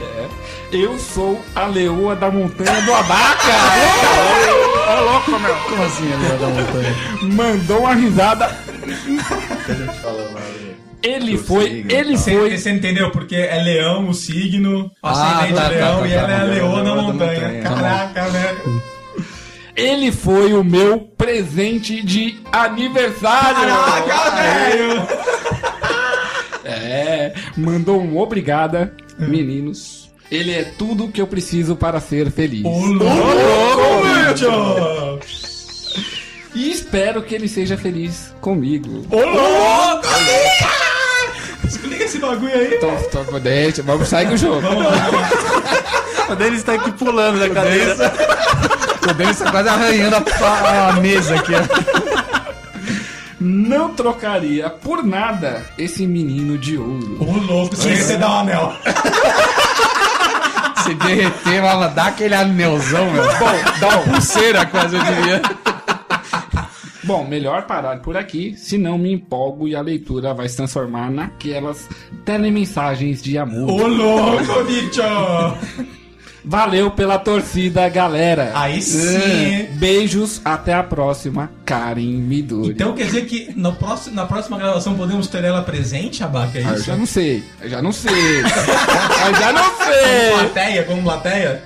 Speaker 3: É, Eu sou a leoa da montanha do Abaca! Ô louco, meu!
Speaker 4: Como assim, ali da montanha?
Speaker 3: Mandou uma risada. Ele foi,
Speaker 7: signo,
Speaker 3: ele
Speaker 2: Você,
Speaker 3: foi.
Speaker 2: você entendeu? Porque é leão o signo, o ascendente
Speaker 4: tá, tá,
Speaker 2: leão
Speaker 4: tá,
Speaker 2: e
Speaker 4: tá,
Speaker 2: ela é a
Speaker 7: tá,
Speaker 2: leoa na
Speaker 7: tá, tá,
Speaker 2: montanha.
Speaker 7: montanha.
Speaker 2: Caraca, velho.
Speaker 3: Ele foi o meu presente de aniversário.
Speaker 2: Caraca, velho.
Speaker 3: É, mandou um obrigada,
Speaker 2: É.
Speaker 3: meninos. Ele é tudo que eu preciso para ser feliz.
Speaker 2: Ô, louco, bicho.
Speaker 3: E espero que ele seja feliz comigo.
Speaker 2: Ô, louco, bicho. Explica esse bagulho aí.
Speaker 3: Tô, tô, Então, tá deixa, vamos sair do jogo.
Speaker 2: Vamos lá.
Speaker 8: O Denis tá aqui pulando da cadeira.
Speaker 4: O Denis tá quase arranhando a, a mesa aqui. ó.
Speaker 3: Não trocaria por nada esse menino de ouro.
Speaker 2: Ô, louco, chega que você dá um anel.
Speaker 4: Se derreter, vai lá, dá aquele anelzão, meu.
Speaker 3: Bom, dá um-
Speaker 4: Pulseira, quase, eu diria.
Speaker 3: Bom, melhor parar por aqui, senão me empolgo e a leitura vai se transformar naquelas telemensagens de amor.
Speaker 2: Ô, louco, bicho.
Speaker 3: Valeu pela torcida, galera. É.
Speaker 2: Aí sim.
Speaker 3: Beijos, até a próxima, Karen Midori.
Speaker 2: Então quer dizer que no próximo, na próxima gravação podemos ter ela presente, Abaca? É
Speaker 3: Ah, eu
Speaker 2: isso?
Speaker 3: já não sei, eu já não sei. eu já não sei.
Speaker 2: Plateia, como plateia?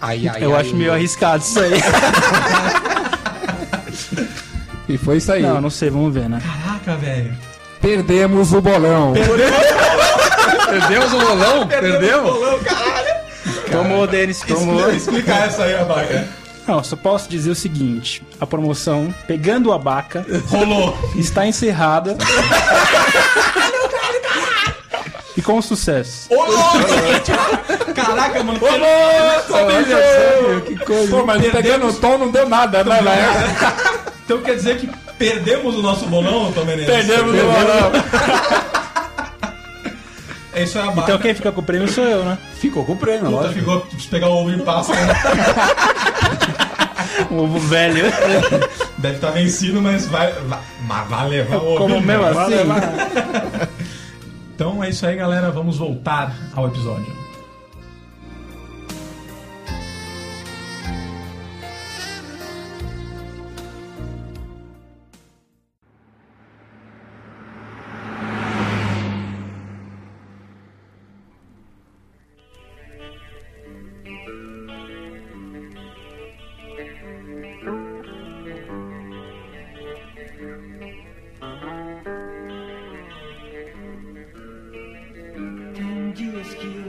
Speaker 4: Ai, ai,
Speaker 6: Eu
Speaker 4: ai,
Speaker 6: acho meio arriscado isso aí.
Speaker 3: E foi isso aí.
Speaker 6: Não, não sei, vamos ver, né?
Speaker 2: Caraca, velho.
Speaker 3: Perdemos o bolão.
Speaker 4: Perdemos o bolão? Perdeu?
Speaker 6: Tomou, Denis, tomou.
Speaker 2: Explica, explica essa aí, Abaca.
Speaker 6: Não, só posso dizer o seguinte: a promoção Pegando o Abaca
Speaker 2: Rolou.
Speaker 6: está encerrada. e com sucesso.
Speaker 2: Ô, louco! Caraca, mano. Ô,
Speaker 3: que coisa. Pô, mas pegando o tom não deu nada, né, velho?
Speaker 2: então quer dizer que perdemos o nosso bolão, Tom Menezes?
Speaker 3: Perdemos o bolão.
Speaker 2: É Isso é Abaca.
Speaker 6: Então quem fica com o prêmio sou eu, né?
Speaker 4: Ficou com o prêmio,
Speaker 2: Puta,
Speaker 4: lógico.
Speaker 2: ficou de pegar o ovo de Páscoa. né?
Speaker 6: O ovo velho.
Speaker 2: Deve estar vencido, mas vai, vai, mas vai levar o ovo.
Speaker 6: Como mesmo assim?
Speaker 2: Então é isso aí, galera. Vamos voltar ao episódio.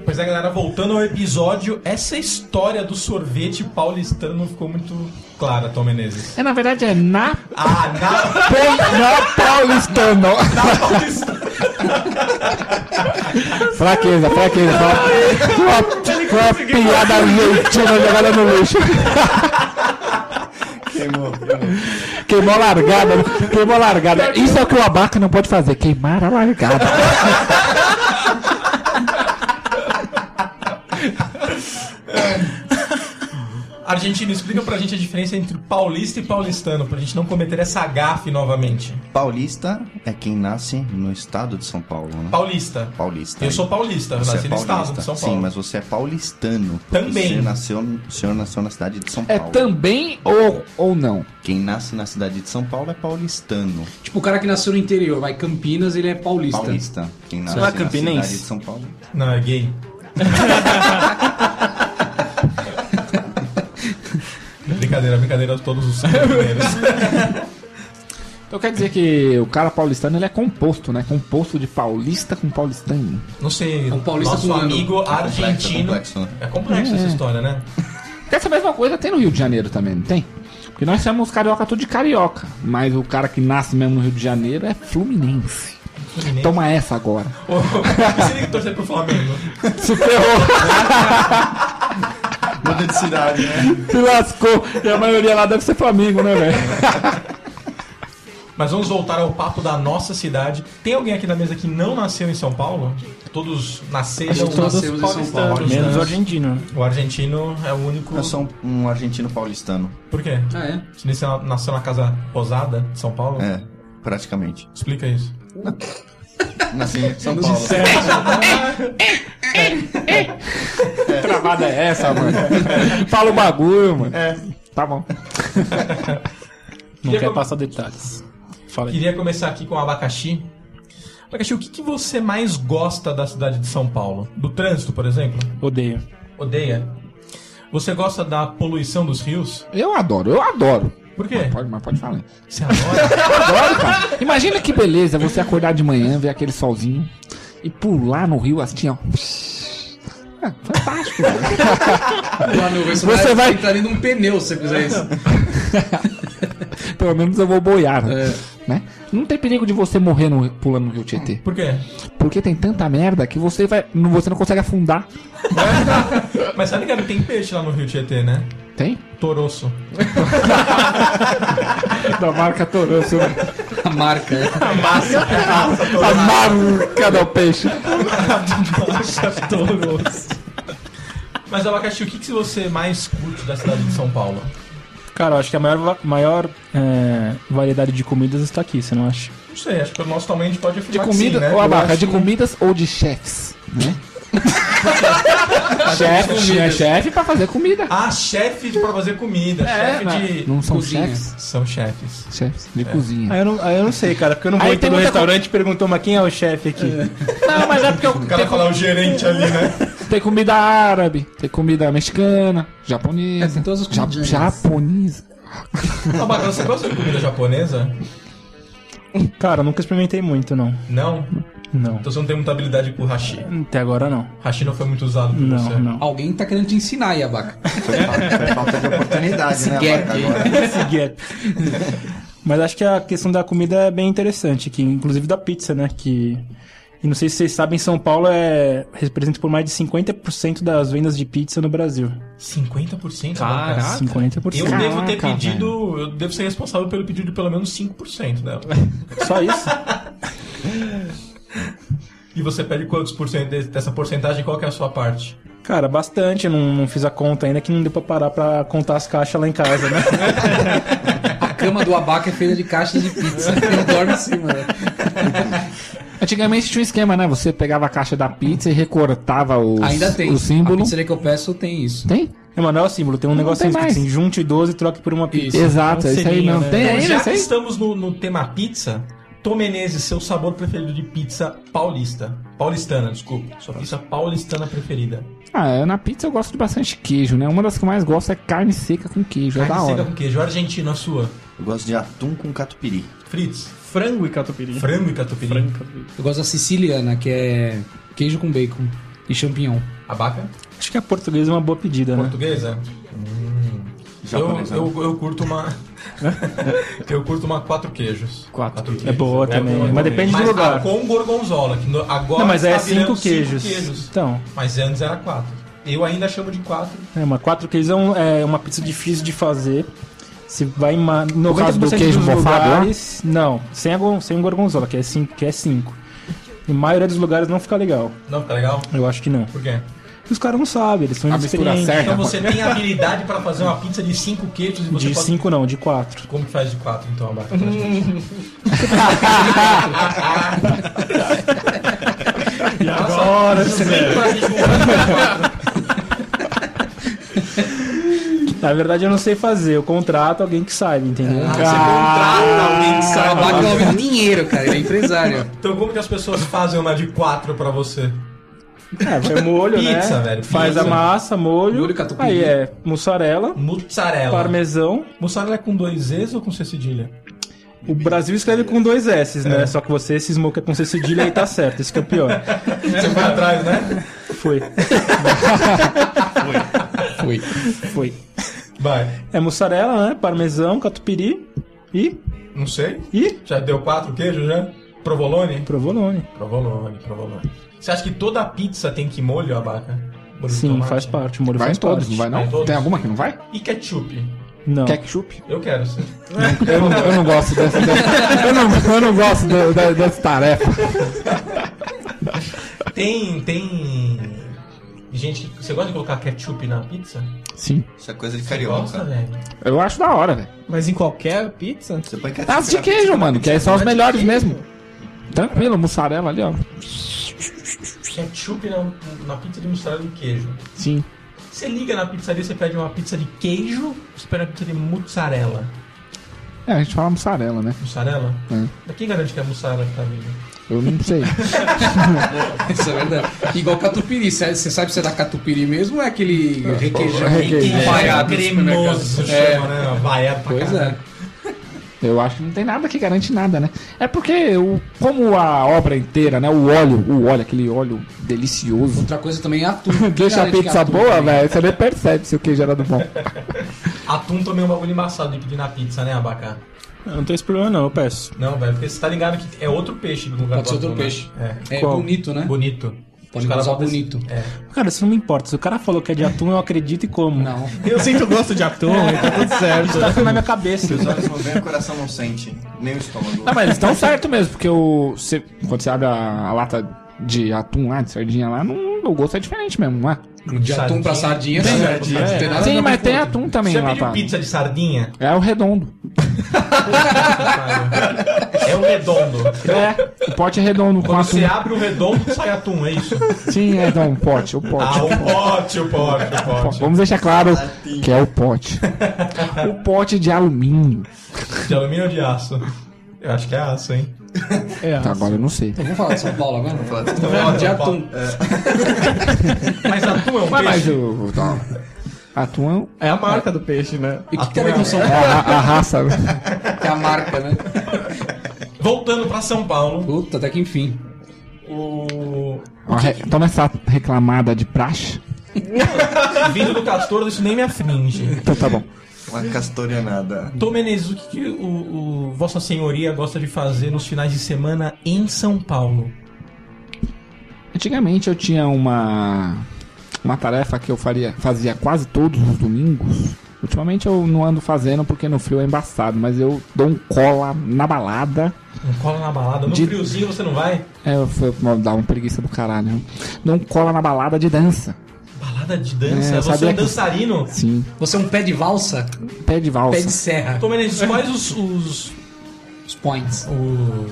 Speaker 2: Pois é, galera, voltando ao episódio, essa história do sorvete paulistano não ficou muito clara, Tom Menezes.
Speaker 5: É, na verdade, é na
Speaker 2: Ah, na,
Speaker 5: Na paulistano.
Speaker 2: na paulistana.
Speaker 5: Fraqueza, fraqueza. Foi uma, foi uma piada argentina jogada no lixo.
Speaker 7: Queimou, queimou.
Speaker 5: Queimou a largada. Queimou a largada. Isso é o que o abaca não pode fazer. Queimar a largada.
Speaker 2: Argentino, explica pra gente a diferença entre paulista e paulistano, pra gente não cometer essa gafe novamente.
Speaker 7: Paulista é quem nasce no estado de São Paulo, né?
Speaker 2: Paulista.
Speaker 7: Paulista.
Speaker 2: Eu sou paulista, eu
Speaker 7: Você
Speaker 2: nasci
Speaker 7: é
Speaker 2: no estado
Speaker 7: paulista.
Speaker 2: de São Paulo.
Speaker 7: Sim, mas você é paulistano. porque
Speaker 2: Também.
Speaker 7: Você nasceu, o senhor nasceu na cidade de São
Speaker 3: É
Speaker 7: Paulo.
Speaker 3: também ou, ou não?
Speaker 7: Quem nasce na cidade de São Paulo é paulistano.
Speaker 4: Tipo, o cara que nasceu no interior, vai Campinas, ele é paulista.
Speaker 7: Paulista. Quem nasce
Speaker 8: não é
Speaker 7: na
Speaker 8: campinense?
Speaker 7: cidade de São Paulo.
Speaker 2: Não, é gay. brincadeira, brincadeira a todos os brasileiros.
Speaker 3: Então quer dizer que o cara paulistano ele é composto, né? Composto de paulista com paulistano.
Speaker 2: Não sei,
Speaker 4: É um paulista
Speaker 2: nosso
Speaker 4: com ano.
Speaker 2: amigo argentino.
Speaker 7: É complexo, né?
Speaker 2: É complexa essa história, né?
Speaker 3: Essa mesma coisa tem no Rio de Janeiro também, não tem? Porque nós chamamos os carioca tudo de carioca, mas o cara que nasce mesmo no Rio de Janeiro é fluminense. Toma essa agora.
Speaker 2: Ô, Você tem que torcer pro Flamengo.
Speaker 3: Se ferrou,
Speaker 7: Muda de cidade, né?
Speaker 3: se lascou. E a maioria lá deve ser Flamengo, né, velho?
Speaker 2: Mas vamos voltar ao papo da nossa cidade. Tem alguém aqui na mesa que não nasceu em São Paulo? Todos nasceram
Speaker 4: Acho que todos nascemos em São
Speaker 2: paulistanos,
Speaker 4: Paulo.
Speaker 2: né?
Speaker 8: Menos o argentino. né?
Speaker 2: O argentino é o único.
Speaker 7: Eu sou um, um argentino paulistano.
Speaker 2: Por quê?
Speaker 4: Ah, é?
Speaker 2: Você nasceu na- nasceu na casa posada de São Paulo?
Speaker 7: É, praticamente.
Speaker 2: Explica isso.
Speaker 7: Nasci em São Paulo.
Speaker 3: Que travada é essa, mano? Fala o bagulho, mano. É. Tá bom.
Speaker 6: Não
Speaker 2: E
Speaker 6: quer
Speaker 2: agora-
Speaker 6: passar detalhes. Fala aí.
Speaker 2: Queria começar aqui com o abacaxi. Abacaxi, o que, que você mais gosta da cidade de São Paulo? Do trânsito, por exemplo?
Speaker 6: Odeio.
Speaker 2: Odeia? Você gosta da poluição dos rios?
Speaker 3: Eu adoro, eu adoro.
Speaker 2: Por quê?
Speaker 3: Ah, Pode, mas pode falar.
Speaker 2: Você adora?
Speaker 3: Adoro, cara. Imagina que beleza você acordar de manhã, ver aquele solzinho e pular no rio assim, ó. Ah, fantástico, velho.
Speaker 4: Lá no- "Ah, Você,
Speaker 3: Você vai-
Speaker 4: vai entrar dentro de um pneu se você fizer isso.
Speaker 3: Pelo menos eu vou boiar,
Speaker 4: É.
Speaker 3: né? Não tem perigo de você morrer no, pulando no rio Tietê.
Speaker 2: Por quê?
Speaker 3: Porque tem tanta merda que você vai. Não, você não consegue afundar.
Speaker 2: Mas tá ligado que tem peixe lá no Rio Tietê, né?
Speaker 3: Tem?
Speaker 2: Toroço.
Speaker 3: Da marca Toranço.
Speaker 4: A marca. né?
Speaker 3: A marca do peixe.
Speaker 2: Mas, abacaxi, o que, que você mais curte da cidade de São Paulo?
Speaker 6: Cara, eu acho que a maior, va- maior é, variedade de comidas está aqui, você não acha?
Speaker 2: Não sei, acho que o nosso tamanho a gente pode
Speaker 3: De
Speaker 2: afirmar que
Speaker 3: comida.
Speaker 2: sim, né?
Speaker 3: ou
Speaker 2: Eu
Speaker 3: abaca,
Speaker 2: acho
Speaker 3: de
Speaker 2: que-
Speaker 3: comidas ou de chefes, né? chefe, tinha chefe pra fazer comida.
Speaker 2: Ah, chefe de- pra fazer comida. chefe de...
Speaker 3: É, né? Não são
Speaker 4: Cozinha. É.
Speaker 3: chefes?
Speaker 2: São chefes.
Speaker 3: Chefes de cozinha.
Speaker 6: Aí eu não, aí eu não sei, cara, porque eu não
Speaker 3: Aí
Speaker 6: vou entrar
Speaker 3: tem
Speaker 6: no
Speaker 3: muita co-
Speaker 6: restaurante e perguntou, mas quem é o chefe aqui?
Speaker 3: Não, mas é porque eu-
Speaker 2: O cara falar o gerente ali, né?
Speaker 3: tem comida árabe, tem comida mexicana,
Speaker 4: É,
Speaker 3: japonesa.
Speaker 4: tem todas as
Speaker 3: ja-
Speaker 4: comidinhas.
Speaker 3: japonesa.
Speaker 2: Abaca, você gosta de comida japonesa?
Speaker 6: Cara, eu nunca experimentei muito, não.
Speaker 2: Não?
Speaker 6: Não.
Speaker 2: Então você não tem muita habilidade com hashi.
Speaker 6: Até agora
Speaker 3: Tá
Speaker 6: não.
Speaker 2: Hashi não foi muito usado por você.
Speaker 6: Não, não.
Speaker 4: Alguém tá querendo te ensinar aí, abaca.
Speaker 7: Foi falta, foi falta de oportunidade, né?
Speaker 4: gap
Speaker 7: Abaca,
Speaker 4: aí.
Speaker 7: agora.
Speaker 6: Esse gap. Mas acho que a questão da comida é bem interessante, que inclusive da pizza, né? Que. E não sei se vocês sabem, São Paulo é representa por mais de 50% das vendas de pizza no Brasil.
Speaker 2: 50%?
Speaker 5: Caraca.
Speaker 2: Abaca?
Speaker 6: 50%.
Speaker 2: Eu devo ter
Speaker 3: Caraca,
Speaker 2: pedido... Eu devo ser responsável pelo pedido de pelo menos 5% dela.
Speaker 6: Só isso?
Speaker 2: E você pede quantos por cento de- dessa porcentagem? Qual que é a sua parte?
Speaker 6: Cara, bastante. Eu não, não fiz a conta ainda que não deu pra parar pra contar as caixas lá em casa, né?
Speaker 4: A cama do abaca é feita de caixas de pizza. Ele dorme em cima. né?
Speaker 3: Antigamente tinha um esquema, né? Você pegava a caixa da pizza e recortava o,
Speaker 4: Ainda tem.
Speaker 3: o
Speaker 4: A
Speaker 3: símbolo.
Speaker 4: pizzaria que eu peço tem isso.
Speaker 3: Tem?
Speaker 6: É, mano, é o símbolo. Tem um
Speaker 3: Não
Speaker 6: negocinho
Speaker 3: tem
Speaker 6: que
Speaker 3: mais.
Speaker 6: assim, junte 12 e troque por uma pizza.
Speaker 3: Exato,
Speaker 6: É um
Speaker 3: é isso aí
Speaker 6: selinho,
Speaker 3: mesmo.
Speaker 6: né?
Speaker 3: Tem
Speaker 2: Então,
Speaker 3: ainda é
Speaker 2: já
Speaker 3: isso
Speaker 2: que
Speaker 3: aí?
Speaker 2: estamos no, no tema pizza, Tom Menezes, seu sabor preferido de pizza paulista. Paulistana, desculpa. Sua pizza paulistana preferida.
Speaker 3: Ah, é, na pizza eu gosto de bastante queijo, né? Uma das que eu mais gosto é carne seca com queijo. é da
Speaker 2: Carne
Speaker 3: hora.
Speaker 2: seca com queijo. Argentina, a sua.
Speaker 7: Eu gosto de atum com catupiry.
Speaker 2: Fritz.
Speaker 5: Frango e catupiry.
Speaker 2: Frango e catupiry.
Speaker 5: Frango e catupiry.
Speaker 4: Eu gosto da siciliana, que é queijo com bacon.
Speaker 6: E champignon.
Speaker 2: Abaca?
Speaker 6: Acho que a portuguesa é uma boa pedida, né? Hum,
Speaker 2: Portuguesa? Eu,
Speaker 7: Japonesa.
Speaker 2: eu, eu curto uma. eu curto uma quatro queijos.
Speaker 6: Quatro
Speaker 2: queijos.
Speaker 6: É boa também, mas depende do
Speaker 2: mas
Speaker 6: lugar.
Speaker 2: tá Com gorgonzola, que no- agora
Speaker 6: Não, mas aí é
Speaker 2: tá virando
Speaker 6: cinco queijos. Então,
Speaker 2: Mas antes era quatro. Eu ainda chamo de quatro.
Speaker 6: é uma quatro queijos é um- é uma pizza difícil de fazer. Você vai em ma- 90%
Speaker 8: causa do
Speaker 3: um
Speaker 8: queijo
Speaker 6: dos
Speaker 8: mofado lá?
Speaker 6: lugares. Não, sem, a, gon- sem o gorgonzola, que é cinco, que é cinco. Em maioria dos lugares não fica legal.
Speaker 2: Não, tá legal?
Speaker 6: Eu acho que não.
Speaker 2: Por quê?
Speaker 6: E os caras não sabem, eles são
Speaker 3: A mistura
Speaker 6: inexperientes.
Speaker 3: certa.
Speaker 2: Então você tem habilidade pra fazer uma pizza de cinco queijos e você
Speaker 6: De
Speaker 2: pode.
Speaker 6: cinco Hum, não, de quatro.
Speaker 2: Como que faz de quatro então, Abaca? pra gente?
Speaker 6: E agora, Na verdade, eu não sei fazer. Eu contrato alguém que saiba, entendeu?
Speaker 2: Ah,
Speaker 4: Contrata alguém que saiba. Lá que é dinheiro, cara. Ele é empresário.
Speaker 2: Então como que as pessoas fazem uma de quatro pra você?
Speaker 6: É, é molho, né?
Speaker 2: Pizza, velho,
Speaker 6: Faz
Speaker 2: pizza.
Speaker 6: a massa, molho.
Speaker 4: Molho, catupiry.
Speaker 6: aí é mussarela,
Speaker 2: Mussarela.
Speaker 6: parmesão.
Speaker 2: Mussarela é com dois E's ou com C cedilha?
Speaker 6: O Brasil escreve com dois S's, né? Só que você cismou que é com C cedilha e tá certo. Isso que é o pior.
Speaker 2: Você foi atrás, né?
Speaker 6: Foi,
Speaker 4: Foi.
Speaker 6: foi.
Speaker 2: Vai.
Speaker 6: É mussarela, né? Parmesão, catupiry e...
Speaker 2: Não sei.
Speaker 6: e...
Speaker 2: Já deu quatro queijos, já? Provolone?
Speaker 6: provolone.
Speaker 2: Hum, Provolone, provolone. Você acha que toda pizza tem que molho, abaca? Molho de
Speaker 6: Sim,
Speaker 2: tomate?
Speaker 6: faz parte. O molho
Speaker 3: Vai em
Speaker 6: faz
Speaker 3: todos,
Speaker 6: parte.
Speaker 3: não vai
Speaker 2: Vai em
Speaker 3: não?
Speaker 2: todos.
Speaker 3: Tem alguma que não vai?
Speaker 2: E ketchup?
Speaker 6: Não.
Speaker 3: Ketchup?
Speaker 2: Eu quero, sim.
Speaker 3: Eu não, eu não gosto dessa, dessa- eu, não, eu não gosto de- de- dessa tarefa.
Speaker 2: Tem, tem... Gente, que- você gosta de colocar ketchup na pizza?
Speaker 3: Sim.
Speaker 7: Isso é coisa de
Speaker 2: Gosta,
Speaker 7: carioca.
Speaker 2: velho.
Speaker 3: Eu acho da hora, velho.
Speaker 5: Mas em qualquer pizza?
Speaker 7: Você põe ketchup
Speaker 3: As de
Speaker 7: na
Speaker 3: Ah, queijo,
Speaker 7: pizza,
Speaker 3: mano,
Speaker 7: na
Speaker 3: que aí são os
Speaker 7: pizza,
Speaker 3: melhores mesmo. Tranquilo, mussarela ali, ó.
Speaker 2: Ketchup na, na pizza de mussarela de queijo.
Speaker 3: Sim.
Speaker 2: Você liga na pizzaria, você pede uma pizza de queijo, você pede uma pizza de mussarela.
Speaker 3: É, a gente fala mussarela, né?
Speaker 2: Mussarela?
Speaker 4: Hum.
Speaker 2: Mas quem garante que é a mussarela que tá vindo?
Speaker 3: Eu não sei.
Speaker 4: Isso é verdade. Igual catupiry. Você você sabe se é da catupiry mesmo ou é aquele requeijão
Speaker 2: é,
Speaker 3: requeijão.
Speaker 4: empalhado no
Speaker 2: cremoso,
Speaker 4: supermercado? É,
Speaker 2: chama, né? Vaiado pra
Speaker 4: Pois
Speaker 2: caralho.
Speaker 4: é.
Speaker 3: Eu acho que não tem nada que garante nada, né? É porque, o, como a obra inteira, né? O óleo, o óleo, aquele óleo delicioso.
Speaker 4: Outra coisa também é atum.
Speaker 3: Deixa a
Speaker 4: Garante que
Speaker 3: pizza
Speaker 4: atum
Speaker 3: boa,
Speaker 4: também.
Speaker 3: velho. Você nem percebe se o queijo era do bom.
Speaker 2: Atum também é um bagulho embaçado de pedir na pizza, né, abacá?
Speaker 6: Eu não tenho esse problema, não. Eu peço.
Speaker 2: Não, velho, porque você tá ligado que é outro peixe no lugar
Speaker 4: Pode ser
Speaker 2: do
Speaker 4: outro
Speaker 2: atum, né?
Speaker 4: peixe.
Speaker 2: É.
Speaker 4: É
Speaker 6: Qual?
Speaker 4: bonito, né?
Speaker 2: Bonito.
Speaker 4: Pode
Speaker 2: Os caras
Speaker 4: usar
Speaker 2: botam
Speaker 4: bonito.
Speaker 2: esse- É.
Speaker 6: Cara, isso não me importa. Se o cara falou que é de atum, eu acredito e como.
Speaker 4: Não.
Speaker 5: Eu sinto gosto de atum, então tudo certo.
Speaker 6: Tá na minha cabeça.
Speaker 7: Os olhos não veem, o coração não sente. Nem o estômago.
Speaker 3: Não, mas eles estão certo mesmo, porque o, você- quando você abre a, a lata de atum lá, de sardinha lá, não, o gosto é diferente mesmo, não é?
Speaker 4: De atum pra sardinha. Tem sardinha. Não tem nada a
Speaker 3: Sim,
Speaker 4: ver
Speaker 3: mas
Speaker 4: com
Speaker 3: tem
Speaker 4: outro.
Speaker 3: atum também
Speaker 2: Você
Speaker 3: lá,
Speaker 2: é. pediu
Speaker 3: tá?
Speaker 2: pizza de sardinha?
Speaker 3: É o redondo.
Speaker 2: é o redondo.
Speaker 4: um
Speaker 3: É, o pote é redondo com
Speaker 2: Quando
Speaker 3: atum.
Speaker 2: você abre o redondo, sai atum, é isso?
Speaker 3: Sim, é então, o pote, o pote.
Speaker 2: Ah, o pote, o pote, um o pote.
Speaker 3: Vamos deixar claro que é o pote. O pote de alumínio.
Speaker 2: De alumínio ou de aço? Eu acho que é aço, hein? É,
Speaker 3: Tá, agora eu não sei.
Speaker 4: Vamos falar de São Paulo agora? Vamos falar de São
Speaker 2: Paulo.
Speaker 4: De atum.
Speaker 2: Mas atum é um
Speaker 3: Mas, mas
Speaker 2: peixe?
Speaker 3: o. tá. Atum é um-
Speaker 5: É a marca do peixe, né?
Speaker 4: E o que tem a ver com São Paulo?
Speaker 3: é a, a raça. né?
Speaker 4: Que é a marca, né?
Speaker 2: Voltando pra São Paulo,
Speaker 4: Puta, até que enfim.
Speaker 2: o...
Speaker 3: Ó, re- então Toma essa reclamada de praxe.
Speaker 2: vindo do Castor, isso nem me aflige.
Speaker 3: Então tá bom.
Speaker 7: Uma castorianada.
Speaker 2: Tom Menezes, o que, que o, o Vossa Senhoria gosta de fazer nos finais de semana em São Paulo?
Speaker 3: Antigamente eu tinha uma uma tarefa que eu faria, fazia quase todos os domingos. Ultimamente eu não ando fazendo porque no frio é embaçado, mas eu dou um cola na balada.
Speaker 2: Não Um cola na balada. No
Speaker 3: De-
Speaker 2: friozinho você não vai?
Speaker 3: É, eu fui dar uma preguiça do caralho. né? Dou um cola na balada de dança.
Speaker 2: Balada de dança?
Speaker 3: É,
Speaker 2: você é
Speaker 3: sabia
Speaker 2: um
Speaker 3: que-
Speaker 2: dançarino?
Speaker 3: Sim,
Speaker 4: Você é um pé de valsa?
Speaker 3: pé de
Speaker 4: Pé de
Speaker 3: valsa.
Speaker 4: serra.
Speaker 2: Tom Menezes, quais os, os,
Speaker 4: Os points.
Speaker 2: os,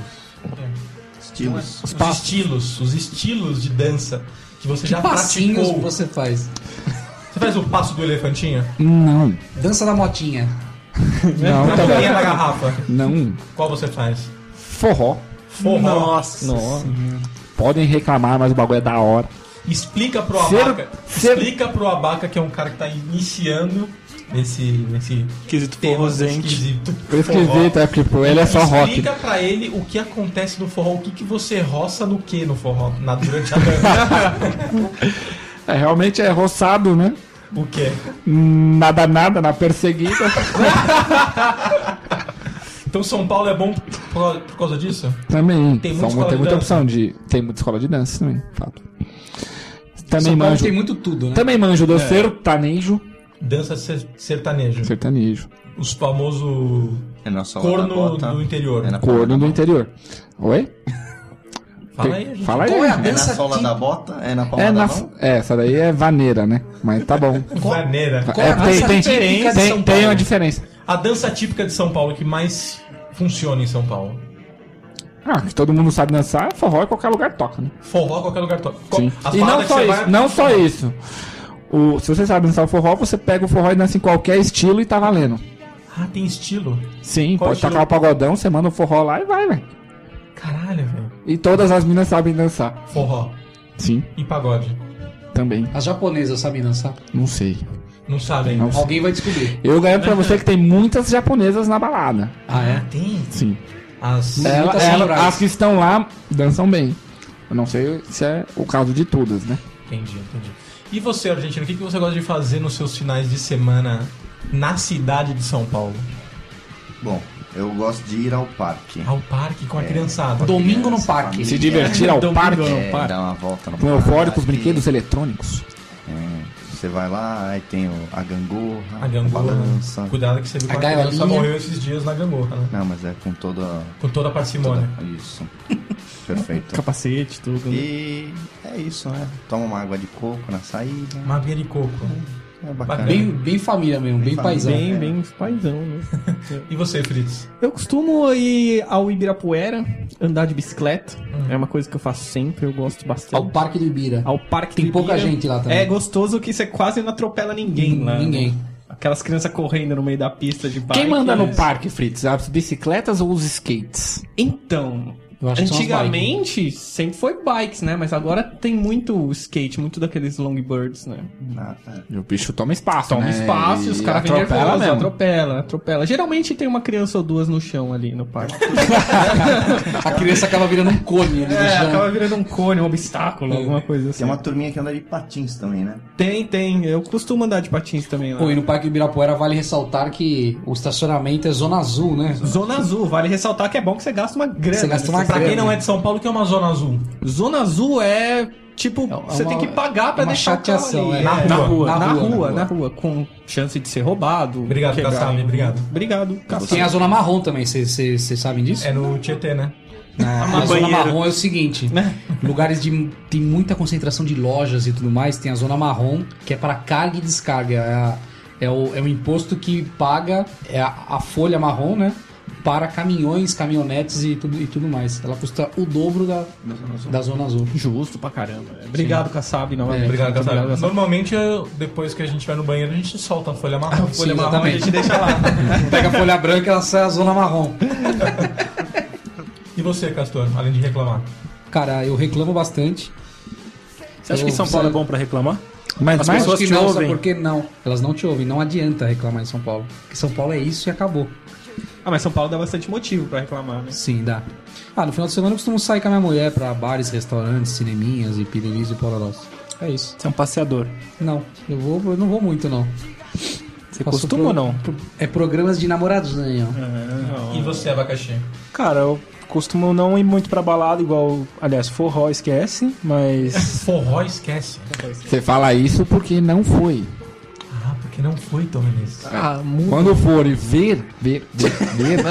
Speaker 7: Estilos.
Speaker 2: os estilos, os estilos de dança que você já
Speaker 4: Passinhos
Speaker 2: praticou?
Speaker 4: que você faz.
Speaker 2: Você faz o passo do elefantinho?
Speaker 3: Não,
Speaker 4: Dança da motinha.
Speaker 3: não,
Speaker 2: Na
Speaker 3: também.
Speaker 2: bolinha da garrafa.
Speaker 3: Não.
Speaker 2: Qual você faz?
Speaker 3: Forró.
Speaker 2: Forró. Nossa.
Speaker 3: Podem reclamar, mas o bagulho é da hora.
Speaker 2: Explica pro
Speaker 3: Ser-
Speaker 2: Abaca.
Speaker 3: ser-
Speaker 2: Explica pro Abaca, que é um cara que tá iniciando nesse, nesse
Speaker 8: Quesito
Speaker 2: tema
Speaker 8: forrozente.
Speaker 2: esquisito.
Speaker 5: Eu esqueci, tá? Porque
Speaker 3: Tipo,
Speaker 5: pra ele é só rock.
Speaker 2: Explica pra ele o que acontece no forró, o que, que você roça no que no forró, na, durante a dança.
Speaker 3: É, realmente é roçado, né?
Speaker 2: o que?
Speaker 3: Nada, nada, na perseguida.
Speaker 2: Então São Paulo é bom por, por causa disso?
Speaker 3: Também.
Speaker 2: Tem
Speaker 3: Tem,
Speaker 2: muita escola
Speaker 3: tem
Speaker 2: de
Speaker 3: muita
Speaker 2: dança.
Speaker 3: opção de. Tem muita escola de dança também, fato. Também
Speaker 4: São Paulo
Speaker 3: manjo.
Speaker 4: tem muito tudo, né?
Speaker 3: Também manjo doceiro, tanejo,
Speaker 2: Dança ser- sertanejo.
Speaker 3: sertanejo.
Speaker 2: Os famosos
Speaker 7: É na sola da
Speaker 2: corno
Speaker 7: bota.
Speaker 2: do interior.
Speaker 7: É na,
Speaker 3: Corno do interior. Oi?
Speaker 2: Fala aí, gente.
Speaker 3: Fala aí.
Speaker 4: Qual é a
Speaker 7: é na
Speaker 4: dança
Speaker 7: sola
Speaker 4: que...
Speaker 7: da bota? É na palma
Speaker 3: É,
Speaker 7: da
Speaker 3: na,
Speaker 7: mão?
Speaker 3: é, essa daí é vaneira, né? Mas tá bom.
Speaker 2: Vaneira.
Speaker 4: Qual é
Speaker 3: É,
Speaker 4: a dança
Speaker 3: tem, tem,
Speaker 4: típica
Speaker 3: tem,
Speaker 4: de São
Speaker 3: tem,
Speaker 4: Paulo?
Speaker 3: uma diferença.
Speaker 2: A dança típica de São Paulo é que mais funciona em São Paulo.
Speaker 3: Ah, que todo mundo sabe dançar, forró em qualquer lugar toca, né?
Speaker 2: Forró, qualquer lugar toca. Co-
Speaker 3: Sim.
Speaker 2: As
Speaker 3: E
Speaker 2: paradas
Speaker 3: não
Speaker 2: que
Speaker 3: só
Speaker 2: você
Speaker 3: isso,
Speaker 2: vai-
Speaker 3: não só isso. O, se você sabe dançar o forró, você pega o forró e dança em qualquer estilo e tá valendo.
Speaker 2: Ah, tem estilo.
Speaker 3: Sim,
Speaker 2: Qual
Speaker 3: pode
Speaker 2: estilo?
Speaker 3: tocar o pagodão, você manda o forró lá e vai, velho.
Speaker 2: Caralho, velho.
Speaker 3: E todas as minas sabem dançar.
Speaker 2: Forró
Speaker 3: Sim,
Speaker 2: e pagode.
Speaker 3: também.
Speaker 4: As japonesas sabem dançar?
Speaker 3: Não sei.
Speaker 2: Não sabe ainda.
Speaker 3: Não sei.
Speaker 4: Alguém vai descobrir.
Speaker 3: Eu garanto pra você que tem muitas japonesas na balada.
Speaker 4: Ah, é?
Speaker 2: Tem.
Speaker 3: Sim.
Speaker 2: As...
Speaker 3: Ela,
Speaker 4: Muitas
Speaker 3: ela-
Speaker 4: samurais.
Speaker 3: as que estão lá dançam bem. Eu não sei se é o caso de todas, né?
Speaker 2: Entendi, entendi. E você, argentino, o que que você gosta de fazer nos seus finais de semana na cidade de São Paulo?
Speaker 7: Bom, eu gosto de ir ao parque.
Speaker 2: Ao parque
Speaker 4: É.
Speaker 2: com a criançada.
Speaker 4: Domingo no parque.
Speaker 3: Se divertir ao parque.
Speaker 7: É, dar uma volta no
Speaker 3: Com eufóricos
Speaker 7: parque.
Speaker 3: brinquedos eletrônicos.
Speaker 7: Você vai lá, aí tem o- a gangorra,
Speaker 2: A gangorra. né?
Speaker 7: balança.
Speaker 2: Cuidado que você viu
Speaker 4: A
Speaker 2: que uma criança
Speaker 4: gaiolinha.
Speaker 2: morreu esses dias na gangorra, né?
Speaker 7: Não, mas é com toda.
Speaker 2: Com toda a parcimônia.
Speaker 7: toda- Isso. Perfeito.
Speaker 5: Capacete, tudo. né?
Speaker 7: E é isso, né? Toma uma água de coco na saída.
Speaker 2: Uma aguinha de coco.
Speaker 7: É bacana.
Speaker 4: Bem, bem família mesmo, bem,
Speaker 7: Bem
Speaker 4: paisão.
Speaker 7: família.
Speaker 5: Bem, bem paizão, né?
Speaker 2: E você, Fritz?
Speaker 5: Eu costumo ir ao Ibirapuera, andar de bicicleta. É uma coisa que eu faço sempre, eu gosto bastante.
Speaker 4: Ao Parque do Ibira.
Speaker 5: Ao parque
Speaker 4: Tem
Speaker 5: do
Speaker 4: pouca
Speaker 5: Ibira.
Speaker 4: gente lá também.
Speaker 5: É gostoso que você quase não atropela ninguém lá. né?
Speaker 4: Ninguém.
Speaker 5: Aquelas crianças correndo no meio da pista de bike.
Speaker 3: Quem manda no
Speaker 5: né?
Speaker 3: parque, Fritz? As bicicletas ou os skates?
Speaker 5: Então,
Speaker 4: Eu acho que são as
Speaker 5: antigamente sempre foi bikes, né? Mas agora tem muito skate, muito daqueles longboards, né?
Speaker 7: Ah, tá.
Speaker 3: E o bicho toma espaço,
Speaker 5: Toma
Speaker 3: né?
Speaker 5: espaço e os caras vêm
Speaker 3: atropela
Speaker 5: nervosos,
Speaker 3: mesmo.
Speaker 5: atropela, atropela. Geralmente tem uma criança ou duas no chão ali no parque.
Speaker 4: A criança acaba virando um cone ali no
Speaker 5: É,
Speaker 4: chão.
Speaker 5: acaba virando um cone, um obstáculo, alguma coisa assim.
Speaker 7: Tem uma turminha que anda de patins também, né?
Speaker 5: Tem, tem. Eu costumo andar de patins também lá.
Speaker 4: Pô, e no Parque do Ibirapuera vale ressaltar que o estacionamento é zona azul, né?
Speaker 5: Zona Azul, vale ressaltar que é bom que você gasta uma grana.
Speaker 4: Você gasta uma
Speaker 5: Pra
Speaker 2: Pra quem
Speaker 4: grana.
Speaker 2: não é de São Paulo, o que é uma zona azul?
Speaker 5: quem- Zona Azul é tipo,
Speaker 4: uma-
Speaker 5: você tem que pagar pra
Speaker 4: uma
Speaker 5: deixar o carro
Speaker 4: chateação,
Speaker 5: ali.
Speaker 4: é.
Speaker 5: Na,
Speaker 2: Na
Speaker 5: rua,
Speaker 4: rua,
Speaker 5: na,
Speaker 4: na
Speaker 5: rua,
Speaker 4: rua,
Speaker 5: na rua, com chance de ser roubado.
Speaker 2: Obrigado,
Speaker 5: quebrado.
Speaker 2: Kassab, obrigado.
Speaker 5: Obrigado, Kassab.
Speaker 4: Tem a zona marrom também, vocês sabem disso?
Speaker 2: É no Tietê, né?
Speaker 4: A, a zona
Speaker 8: banheiro.
Speaker 4: marrom é o seguinte:
Speaker 5: Né?
Speaker 4: lugares de tem muita concentração de lojas e tudo mais, tem a zona marrom, que é para carga e descarga. É, a- é o, é o imposto que paga é a, a folha marrom, né? Para caminhões, caminhonetes e tudo, e tudo mais. Ela custa o dobro da, da Zona Azul.
Speaker 5: Justo pra caramba. né? É, Obrigado, Kassab, novamente.
Speaker 2: Obrigado,
Speaker 5: Muito
Speaker 2: Kassab.
Speaker 5: Kassab.
Speaker 2: Normalmente, eu- depois que a gente vai no banheiro, a gente solta a folha
Speaker 5: Ah,
Speaker 2: marrom.
Speaker 4: Sim, exatamente.
Speaker 5: Deixa lá.
Speaker 4: Pega a folha branca, ela sai a Zona Marrom.
Speaker 2: E você, Castor, além de reclamar?
Speaker 4: Cara, eu reclamo bastante.
Speaker 8: Você acha que São Paulo é bom pra reclamar?
Speaker 3: Mas,
Speaker 8: As
Speaker 3: mas-
Speaker 8: pessoas-
Speaker 4: Acho que
Speaker 8: te
Speaker 4: não,
Speaker 8: ouvem.
Speaker 4: sabe por que não? Elas não te ouvem, não adianta reclamar em São Paulo. Porque São Paulo é isso e acabou.
Speaker 5: Ah, mas São Paulo dá bastante motivo pra reclamar, né?
Speaker 4: Sim, dá. Ah, no final de semana eu costumo sair com a minha mulher pra bares, restaurantes, cineminhas e piriris e pororós. É isso.
Speaker 8: Você é um passeador.
Speaker 4: Não, eu vou, eu não vou muito não.
Speaker 8: Você
Speaker 4: Faço
Speaker 8: costuma
Speaker 4: pro-
Speaker 8: ou não? É.
Speaker 4: pro- É programas de né, namoradinho.
Speaker 2: E você, abacaxi?
Speaker 8: Cara, eu costumo não ir muito pra balada, igual, aliás, forró esquece, mas.
Speaker 2: Forró esquece.
Speaker 3: você fala isso porque não foi.
Speaker 2: Ah, porque não foi, Tom Menezes.
Speaker 3: Ah, Quando for e ver, ver, ver, ver,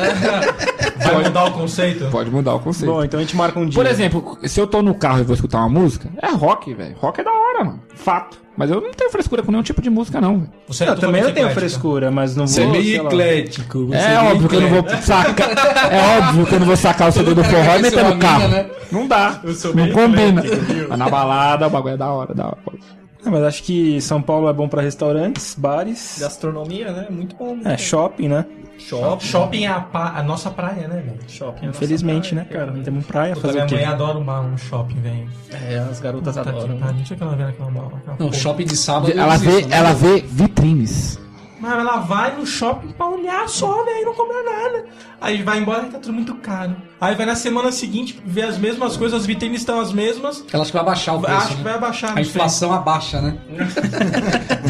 Speaker 2: Vai mudar o conceito?
Speaker 3: pode mudar o conceito.
Speaker 8: Bom, então a gente marca um dia.
Speaker 3: Por exemplo, se eu tô no carro e vou escutar uma música, é rock, velho. Rock é da hora, mano. Fato. Mas eu não tenho frescura com nenhum tipo de música, não. velho.
Speaker 2: Você é
Speaker 8: eu também
Speaker 2: totalmente
Speaker 8: não tenho
Speaker 2: eclética.
Speaker 8: frescura, mas não vou.
Speaker 3: Você é meio
Speaker 8: sei lá.
Speaker 3: É óbvio que eu não vou sacar. É óbvio que eu não vou sacar o CD do forró e meter
Speaker 4: é
Speaker 3: no carro.
Speaker 6: né?
Speaker 4: né?
Speaker 3: Não dá. Não combina.
Speaker 5: Tá
Speaker 3: Mas na balada, o bagulho é da hora, da hora.
Speaker 8: É, mas acho que São Paulo é bom pra restaurantes, bares,
Speaker 5: Gastronomia, né? Muito bom.
Speaker 8: é, shopping, né?
Speaker 2: Shopping. Shopping é a, pa- a nossa praia, né, velho?
Speaker 5: Shopping.
Speaker 8: Infelizmente, né, cara? Não temos praia
Speaker 2: Puta,
Speaker 8: fazer
Speaker 2: minha
Speaker 8: o quê?
Speaker 2: mãe adora um, bar- um shopping, velho.
Speaker 5: É, as garotas
Speaker 8: né?
Speaker 2: Puta que
Speaker 5: adoram.
Speaker 2: pariu. Deixa eu ver aquela bala.
Speaker 5: né?
Speaker 4: Não, shopping de sábado. eu
Speaker 3: Ela
Speaker 4: desisto,
Speaker 3: vê,
Speaker 4: né?
Speaker 3: ela vê vitrines.
Speaker 2: Mano, ela vai no shopping pra olhar só, velho, não compra nada. Aí vai embora e tá tudo muito caro. Aí vai na semana seguinte, vê as mesmas coisas, as vitrines estão as mesmas.
Speaker 4: Ela acha que vai baixar o preço.
Speaker 2: Acho que
Speaker 4: né?
Speaker 2: vai abaixar.
Speaker 4: A inflação abaixa, né?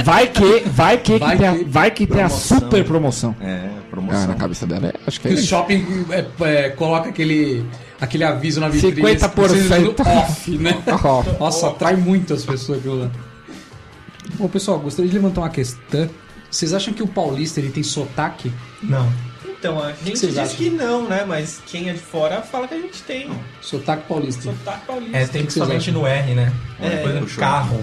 Speaker 5: Vai que, vai que,
Speaker 4: Vai
Speaker 5: que, tem,
Speaker 4: que-
Speaker 5: a, vai que tem a
Speaker 7: Promoção.
Speaker 5: super promoção.
Speaker 7: É,
Speaker 3: Ah,
Speaker 7: promoção.
Speaker 3: na cabeça dela, é, acho que é
Speaker 4: Que o
Speaker 3: isso.
Speaker 4: shopping é, é, coloca aquele, aquele aviso na vitrine.
Speaker 3: 50%
Speaker 4: off, né? Nossa, atrai muito as pessoas aquilo lá. Bom, pessoal, gostaria de levantar uma questão. Vocês acham que o paulista ele tem sotaque?
Speaker 2: Não.
Speaker 9: Então, a gente
Speaker 4: vocês
Speaker 9: diz
Speaker 4: acham?
Speaker 9: que não, né? Mas quem é de fora fala que a gente tem. Tá
Speaker 4: Sotaque paulista.
Speaker 9: Sotaque paulista.
Speaker 2: É, tem principalmente no R, né?
Speaker 7: É,
Speaker 2: Por exemplo,
Speaker 7: puxou.
Speaker 2: carro,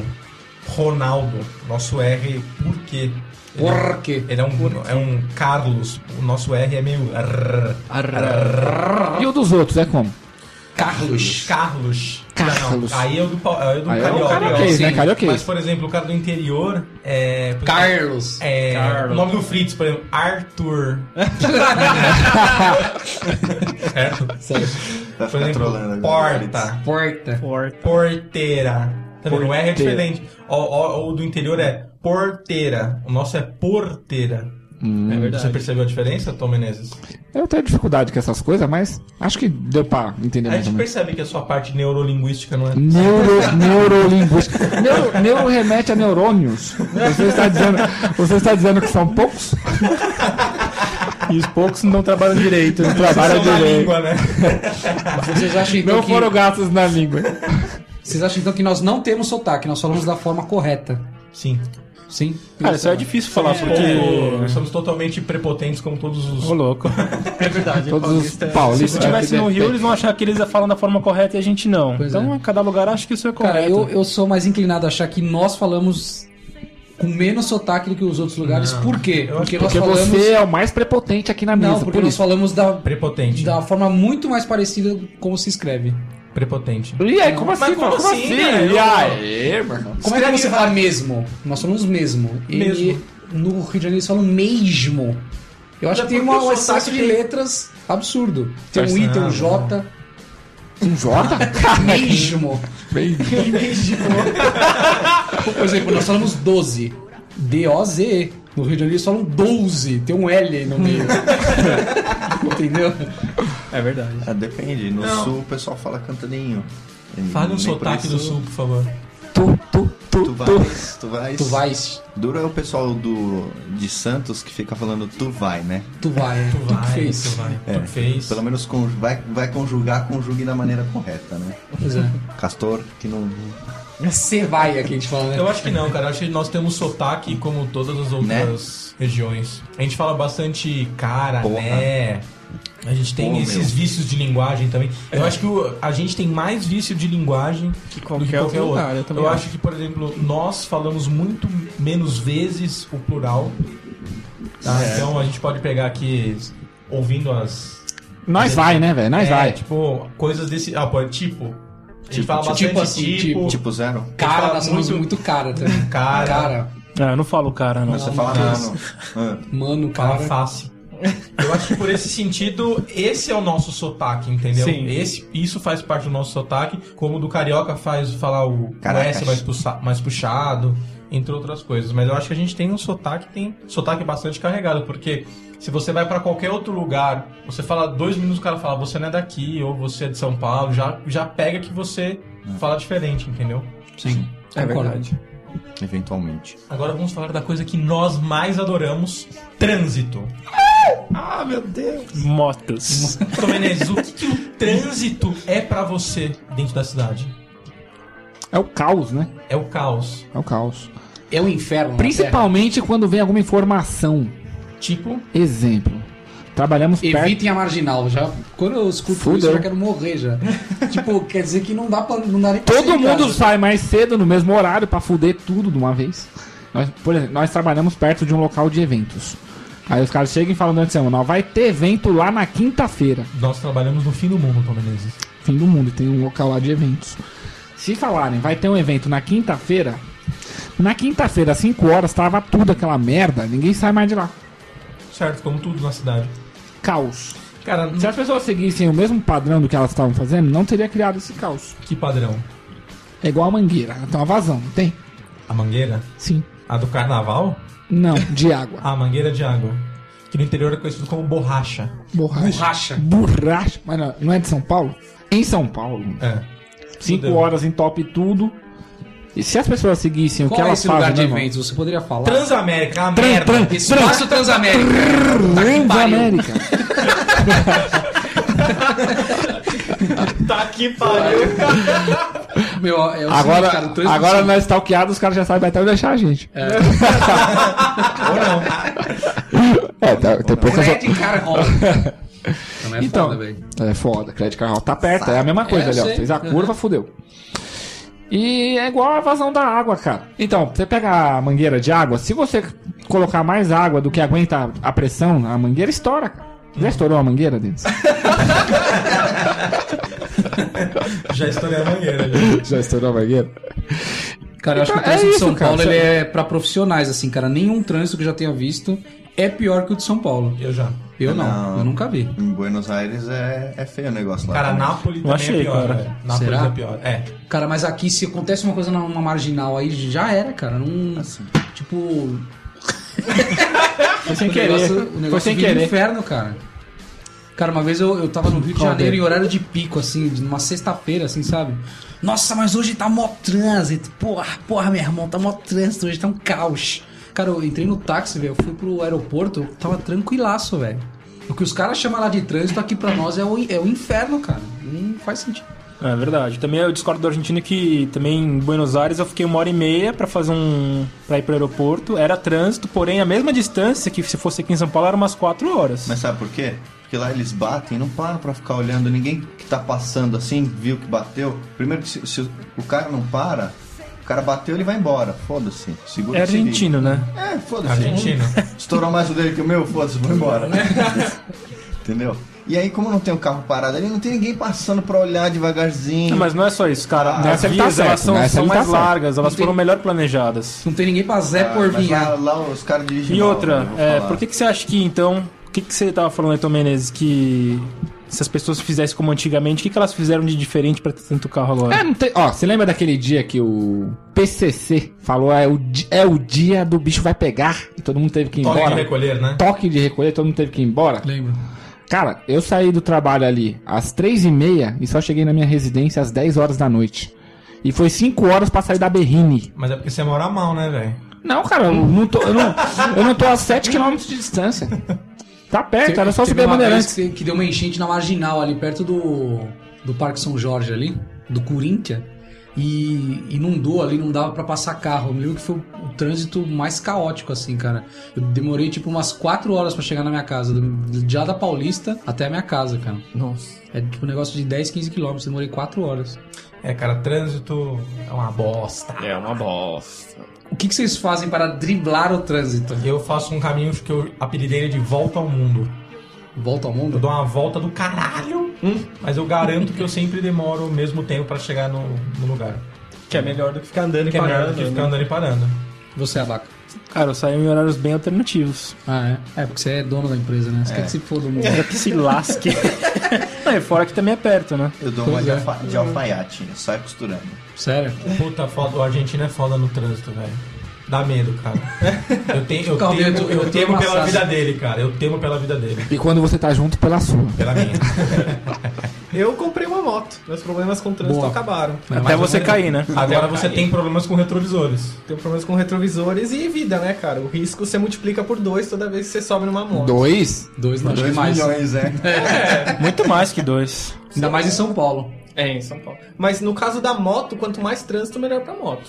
Speaker 2: Ronaldo, nosso R, por quê? Ele é um-
Speaker 4: Por quê?
Speaker 2: Ele é um, é um Carlos, o nosso R é meio. rrr.
Speaker 5: E o dos outros, é como?
Speaker 4: Carlos.
Speaker 2: Carlos.
Speaker 5: Carlos.
Speaker 2: Não, aí é o do, pau- aí é o do
Speaker 3: Aí é o
Speaker 2: carioca.
Speaker 5: Carioquês,
Speaker 4: sim.
Speaker 5: né?
Speaker 2: Mas,
Speaker 5: Carioquês.
Speaker 2: por exemplo, o cara do interior é. por exemplo,
Speaker 4: Carlos.
Speaker 2: é,
Speaker 9: Carlos.
Speaker 2: O nome do Fritz, por exemplo, Arthur. certo?
Speaker 4: Sério.
Speaker 7: Vai
Speaker 2: Por
Speaker 7: ficar trolando né?
Speaker 2: exemplo,
Speaker 7: agora.
Speaker 2: porta,
Speaker 4: Porta.
Speaker 2: porteira. Tá vendo? O R é diferente. O, o- o do interior é porteira. O nosso é porteira.
Speaker 7: Hum.
Speaker 9: É
Speaker 2: Você
Speaker 9: verdade.
Speaker 2: percebeu a diferença, Tom Menezes?
Speaker 5: Eu tenho dificuldade com essas coisas, mas acho que deu pra entender
Speaker 2: A
Speaker 5: mais ou
Speaker 2: gente
Speaker 5: menos.
Speaker 2: percebe que a sua parte neurolinguística não é.
Speaker 5: Neuro, neurolinguística. Neuro, neuro remete a neurônios. Você está, dizendo, você está dizendo que são poucos?
Speaker 6: E os poucos não trabalham direito. né?
Speaker 5: Não trabalha
Speaker 2: São na
Speaker 5: direito.
Speaker 2: língua, né?
Speaker 4: Vocês acham, então,
Speaker 5: Não
Speaker 4: que,
Speaker 5: foram gastos na língua.
Speaker 4: vocês acham então que nós não temos sotaque, nós falamos da forma correta.
Speaker 2: Sim.
Speaker 4: Sim.
Speaker 6: Cara, isso é difícil falar, porque.
Speaker 2: Nós somos totalmente prepotentes como todos os.
Speaker 5: Ô, louco.
Speaker 9: É verdade.
Speaker 5: Todos os
Speaker 9: paulista é-
Speaker 6: Se
Speaker 5: paulistas.
Speaker 6: estivesse no
Speaker 8: é.
Speaker 6: Rio, eles vão achar que eles falam da forma correta e a gente não.
Speaker 4: Pois
Speaker 6: então,
Speaker 4: é.
Speaker 6: a cada lugar acha que isso é correto.
Speaker 4: Cara, eu, eu sou mais inclinado a achar que nós falamos com menos sotaque do que os outros lugares. Por quê?
Speaker 2: Eu acho
Speaker 4: Porque nós
Speaker 5: Porque
Speaker 4: falamos.
Speaker 5: você é o mais prepotente aqui na mesa.
Speaker 4: Não, porque
Speaker 5: por
Speaker 4: nós
Speaker 5: isso.
Speaker 4: falamos da,
Speaker 2: Prepotente.
Speaker 4: da forma muito mais parecida como se escreve.
Speaker 2: Prepotente.
Speaker 5: E aí, como assim?
Speaker 2: Mas
Speaker 5: mano?
Speaker 2: como
Speaker 5: Como
Speaker 2: assim,
Speaker 5: assim?
Speaker 2: velho?
Speaker 5: E aí, mano?
Speaker 4: Como é que você fala mesmo? Nós falamos mesmo. E
Speaker 2: Mesmo.
Speaker 4: no Rio de Janeiro eles falam mesmo. Eu acho
Speaker 2: É
Speaker 4: que tem
Speaker 2: porque
Speaker 4: uma- um
Speaker 2: o sotaque
Speaker 4: excesso de
Speaker 2: tem-
Speaker 4: letras absurdo. Tem um
Speaker 2: Parece-
Speaker 4: I, tem
Speaker 2: Ah,
Speaker 4: um J,
Speaker 5: Um J?
Speaker 4: mesmo.
Speaker 5: Bem-
Speaker 4: Por exemplo, nós falamos 12. D-O-Z-E. No Rio de Janeiro eles falam 12. Tem um L aí no meio. Entendeu?
Speaker 9: É verdade.
Speaker 7: Ah, depende. No
Speaker 2: Não.
Speaker 7: sul o pessoal fala cantaninho. E
Speaker 2: Fale um
Speaker 7: nem
Speaker 2: sotaque
Speaker 7: por
Speaker 2: do
Speaker 7: isso
Speaker 2: sul, por favor.
Speaker 5: Tu, tu, tu,
Speaker 7: Tu vais, tu vais.
Speaker 4: Tu vais.
Speaker 7: Duro é o pessoal do, de Santos que fica falando tu vai, né?
Speaker 4: Tu vai. é.
Speaker 2: Tu
Speaker 4: Tu
Speaker 2: vai,
Speaker 4: que fez.
Speaker 2: tu vai.
Speaker 7: É.
Speaker 2: Tu fez.
Speaker 7: Pelo menos con- vai, vai conjugar, conjugue da maneira correta, né?
Speaker 4: Pois é.
Speaker 7: Castor, que não.
Speaker 4: Você vai é que a gente fala, né?
Speaker 2: Eu acho que não, cara. Eu acho que nós temos sotaque como todas as outras regiões. A gente fala bastante cara,
Speaker 7: Porra.
Speaker 2: né? A gente tem
Speaker 7: Pô,
Speaker 2: esses
Speaker 7: meu.
Speaker 2: vícios de linguagem também. Eu acho que o- a gente tem mais vício de linguagem
Speaker 5: Que
Speaker 2: do que qualquer outro.
Speaker 5: lugar, eu também
Speaker 2: acho que, por exemplo, nós falamos muito menos vezes o plural. tá? Então a gente pode pegar aqui, ouvindo as
Speaker 5: Nós vai, né, velho? Nós
Speaker 2: É,
Speaker 5: vai.
Speaker 2: Tipo, coisas desse. Ah, pô, tipo. A gente fala
Speaker 4: tipo,
Speaker 2: bastante tipo,
Speaker 4: tipo assim,
Speaker 2: tipo,
Speaker 7: Tipo zero?
Speaker 4: Cara,
Speaker 2: fala
Speaker 4: nós somos
Speaker 2: muito-
Speaker 4: muito cara também.
Speaker 2: Cara.
Speaker 6: Ah, eu não falo, cara, não.
Speaker 7: Mas você
Speaker 4: não,
Speaker 7: fala
Speaker 4: mas-
Speaker 7: mano. Ah,
Speaker 4: Mano,
Speaker 2: cara
Speaker 4: cara.
Speaker 2: face. Eu acho que por esse sentido, esse é o nosso sotaque, entendeu?
Speaker 9: Sim.
Speaker 2: Esse, isso faz parte do nosso sotaque, como o do carioca faz falar o, o
Speaker 7: Caracas.
Speaker 2: S mais, puxa- mais puxado, entre outras coisas. Mas eu acho que a gente tem um sotaque, tem sotaque bastante carregado, porque se você vai pra qualquer outro lugar, você fala dois minutos, o cara fala, você não é daqui, ou você é de São Paulo, já, já pega que você fala diferente, entendeu?
Speaker 4: Sim.
Speaker 5: É
Speaker 4: Concordo.
Speaker 5: verdade.
Speaker 7: eventualmente.
Speaker 2: Agora vamos falar da coisa que nós mais adoramos: trânsito.
Speaker 7: Ah, meu Deus!
Speaker 6: Motos.
Speaker 2: Tom Menezes, o que, que o trânsito é pra você dentro da cidade?
Speaker 5: É o caos, né?
Speaker 2: É o caos.
Speaker 5: É o caos.
Speaker 4: É o inferno. na
Speaker 5: Principalmente quando vem alguma informação.
Speaker 2: Tipo,
Speaker 5: Exemplo. Trabalhamos
Speaker 4: Terra.
Speaker 5: perto.
Speaker 4: Evitem a marginal. Já, quando eu escuto isso,
Speaker 5: Fudeu.
Speaker 4: eu já quero morrer já. tipo, quer dizer que não dá pra. Não dá nem pra sair
Speaker 5: Todo
Speaker 4: de
Speaker 5: mundo
Speaker 4: casa.
Speaker 5: sai mais cedo no mesmo horário pra fuder tudo de uma vez. Nós, por exemplo, nós trabalhamos perto de um local de eventos. Aí os caras chegam e falam durante a semana, ó, vai ter evento lá na é quinta-feira.
Speaker 2: nós trabalhamos no fim do mundo, Tom Menezes.
Speaker 5: Fim do mundo, tem um local lá de eventos. Se falarem, vai ter um evento na quinta-feira, na quinta-feira, às 5 horas, tava tudo aquela merda, ninguém sai mais de lá.
Speaker 2: Certo, como tudo na cidade.
Speaker 5: Caos.
Speaker 2: Cara,
Speaker 5: Se as pessoas seguissem o mesmo padrão do que elas estavam fazendo, não teria criado esse caos.
Speaker 2: que padrão?
Speaker 5: É igual a mangueira, tem uma vazão, não tem?
Speaker 2: A mangueira?
Speaker 5: Sim.
Speaker 2: A do carnaval? Ah,
Speaker 3: Não, de água.
Speaker 2: A mangueira de água. Que no interior é conhecido como borracha.
Speaker 3: Borracha.
Speaker 2: Borracha.
Speaker 3: Borracha. Mas não, não é de São Paulo? Em São Paulo.
Speaker 2: É.
Speaker 3: cinco
Speaker 2: Fudeu.
Speaker 3: horas em top tudo. E se as pessoas seguissem o
Speaker 4: Qual
Speaker 3: que
Speaker 4: é
Speaker 3: elas
Speaker 4: esse
Speaker 3: fazem,
Speaker 4: lugar de
Speaker 3: né, irmão?
Speaker 4: eventos? Você poderia falar?
Speaker 2: Transamérica, a merda.
Speaker 4: Espaço Transamérica. Puta que pariu.
Speaker 3: Transamérica.
Speaker 2: Tá que pariu, cara.
Speaker 4: Meu, é o
Speaker 3: Agora,
Speaker 4: seguinte, cara, o trânsito- é um
Speaker 3: agora nós stalkeados, os caras já sabem até onde achar a gente. É, tá, tem poucas.
Speaker 4: Fred Carhol. Não é
Speaker 3: Então,
Speaker 4: foda, velho.
Speaker 3: é foda, crédito carro tá perto, é a mesma coisa
Speaker 4: É, eu
Speaker 3: ali, ó.
Speaker 4: sei.
Speaker 3: Fez a curva, fudeu. E é igual a vazão da água, cara. Então, você pega a mangueira de água, se você colocar mais água do que aguenta a pressão, a mangueira estoura, cara. Já estourou a mangueira, Denis?
Speaker 2: Já estourei a mangueira. já.
Speaker 3: Já estourou a mangueira?
Speaker 4: Cara, eu acho que o
Speaker 3: Então, é
Speaker 4: trânsito de
Speaker 3: isso,
Speaker 4: São
Speaker 3: cara,
Speaker 4: Paulo
Speaker 3: sabe?
Speaker 4: ele é pra profissionais, assim, cara. Nenhum trânsito que eu já tenha visto é pior que o de São Paulo.
Speaker 2: Eu já.
Speaker 4: Eu não,
Speaker 7: Não.
Speaker 4: eu nunca vi.
Speaker 7: Em Buenos Aires é, é feio o negócio lá.
Speaker 2: Cara,
Speaker 7: também.
Speaker 2: Nápoles também
Speaker 6: achei,
Speaker 2: é pior.
Speaker 6: cara.
Speaker 2: velho. Nápoles
Speaker 4: Será?
Speaker 2: é pior. É.
Speaker 4: Cara, mas aqui se acontece uma coisa na, na marginal aí, já era, cara. Não. Tipo.
Speaker 3: Foi sem
Speaker 4: o
Speaker 3: querer.
Speaker 4: negócio- o
Speaker 3: Foi
Speaker 4: negócio
Speaker 3: sem
Speaker 4: vira um
Speaker 3: querer.
Speaker 4: inferno, cara. Cara, uma vez eu, eu tava no Rio de Janeiro em horário de pico, assim, de- numa sexta-feira, assim, sabe? Nossa, mas hoje tá mó trânsito. Porra, porra, meu irmão, tá mó trânsito, hoje tá um caos. Cara, eu entrei no táxi, velho, eu fui pro aeroporto, eu tava tranquilaço, velho. O que os caras chamam lá de trânsito aqui pra nós é o, é o inferno, cara. Não faz sentido.
Speaker 6: É verdade. Também eu discordo da Argentina que também em Buenos Aires eu fiquei uma hora e meia pra fazer um para ir pro aeroporto. Era trânsito, porém a mesma distância que se fosse aqui em São Paulo era umas quatro horas.
Speaker 7: tá? Mas sabe por quê? Porque lá eles batem, não param pra ficar olhando. Ninguém que tá passando assim viu que bateu. Primeiro, que se, se o cara não para, o cara bateu, ele vai embora. Foda-se. Segura
Speaker 6: É
Speaker 7: que se liga.
Speaker 6: argentino, né?
Speaker 7: É, foda-se.
Speaker 2: Argentina.
Speaker 7: Estourou mais o dele que o meu, foda-se, vou embora.
Speaker 4: Né?
Speaker 7: Entendeu? E aí, como não tem um carro parado ali, não tem ninguém passando pra olhar devagarzinho.
Speaker 6: Não, mas não é só isso, cara.
Speaker 7: Ah,
Speaker 6: As
Speaker 3: nessa ele tá
Speaker 6: vias
Speaker 3: certo,
Speaker 6: elas são,
Speaker 3: nessa
Speaker 6: são
Speaker 3: ele tá
Speaker 6: mais
Speaker 3: certo.
Speaker 6: largas, elas
Speaker 4: Não tem-
Speaker 6: foram melhor planejadas.
Speaker 4: Não tem ninguém pra Zé
Speaker 7: Ah,
Speaker 4: por
Speaker 7: mas lá,
Speaker 4: vinhar.
Speaker 7: lá os caras dirigem.
Speaker 6: E
Speaker 7: mal,
Speaker 6: outra,
Speaker 7: né? Eu vou
Speaker 6: é,
Speaker 7: falar.
Speaker 6: por que, que você acha que então. O que, que você tava falando aí, Tom Menezes, que se as pessoas fizessem como antigamente, o que, que elas fizeram de diferente pra ter tanto carro agora?
Speaker 3: É, não tem. Ó, você lembra daquele dia que o PCC falou é o, di- é o dia do bicho vai pegar e todo mundo teve que ir
Speaker 2: Toque de
Speaker 3: embora?
Speaker 2: recolher, né?
Speaker 3: Toque de recolher, todo mundo teve que ir embora?
Speaker 4: Lembro.
Speaker 3: Cara, eu saí do trabalho ali às três e meia e só cheguei na minha residência às 10 horas da noite. E foi cinco horas pra sair da Berrine.
Speaker 2: Mas é porque você mora mal, né, velho?
Speaker 3: Não, cara, eu não tô, eu não, eu não tô a 7 km de distância. Tá perto, era só
Speaker 4: Teve
Speaker 3: subir a
Speaker 4: uma vez
Speaker 3: Bandeirantes.
Speaker 4: Que, que deu uma enchente na marginal ali perto do, do Parque São Jorge ali, do Corinthians. E inundou ali, não dava pra passar carro. Eu me lembro que foi o trânsito mais caótico, assim, cara. Eu demorei tipo umas 4 horas pra chegar na minha casa, do- já da Paulista até a minha casa, cara.
Speaker 3: Nossa.
Speaker 4: É tipo um negócio de 10, 15 quilômetros, demorei 4 horas.
Speaker 2: É, cara, trânsito é uma bosta.
Speaker 10: É uma bosta.
Speaker 4: O que, que vocês fazem para driblar o trânsito?
Speaker 2: Eu faço um caminho que eu apelidei de volta ao mundo.
Speaker 4: Volta ao
Speaker 2: Eu
Speaker 4: mundo?
Speaker 2: dou uma volta do caralho,
Speaker 10: Hum?
Speaker 2: mas eu garanto que eu sempre demoro o mesmo tempo pra chegar no, no lugar.
Speaker 10: Que é melhor do que ficar andando e
Speaker 2: Que é melhor do
Speaker 10: parando.
Speaker 2: que ficar
Speaker 10: né?
Speaker 2: andando e parando.
Speaker 4: Você é abaca.
Speaker 6: Cara, eu saí em horários bem alternativos.
Speaker 4: Ah, é? É, porque você é dono da empresa, né? Você quer que se foda o mundo.
Speaker 6: Era que se lasque. não, e fora que também é perto, né?
Speaker 7: Eu dou
Speaker 4: é.
Speaker 7: uma de, alfa- de alfaiate, sai costurando.
Speaker 4: Sério?
Speaker 2: Puta foda, o argentino é foda no trânsito, velho. Dá medo, cara. Eu, tenho, eu,
Speaker 4: Calma, eu
Speaker 2: temo,
Speaker 4: tô- eu
Speaker 2: eu
Speaker 4: tô
Speaker 2: temo pela
Speaker 4: amassado.
Speaker 2: vida dele, cara. Eu temo pela vida dele.
Speaker 3: E quando você tá junto, pela sua.
Speaker 2: Pela minha.
Speaker 10: Eu comprei uma moto. Meus problemas com o trânsito
Speaker 4: Boa.
Speaker 10: acabaram.
Speaker 6: Até você cair, né?
Speaker 2: Agora você tem problemas com retrovisores.
Speaker 10: Tenho problemas com retrovisores e vida, né, cara? O risco você multiplica por dois toda vez que você sobe numa moto.
Speaker 3: Dois?
Speaker 4: Dois, não, acho que
Speaker 7: Dois
Speaker 4: mais.
Speaker 7: milhões, é.
Speaker 6: Muito mais que dois.
Speaker 4: Ainda mais em São Paulo.
Speaker 10: É, em São Paulo. Mas no caso da moto, quanto mais trânsito, melhor pra moto.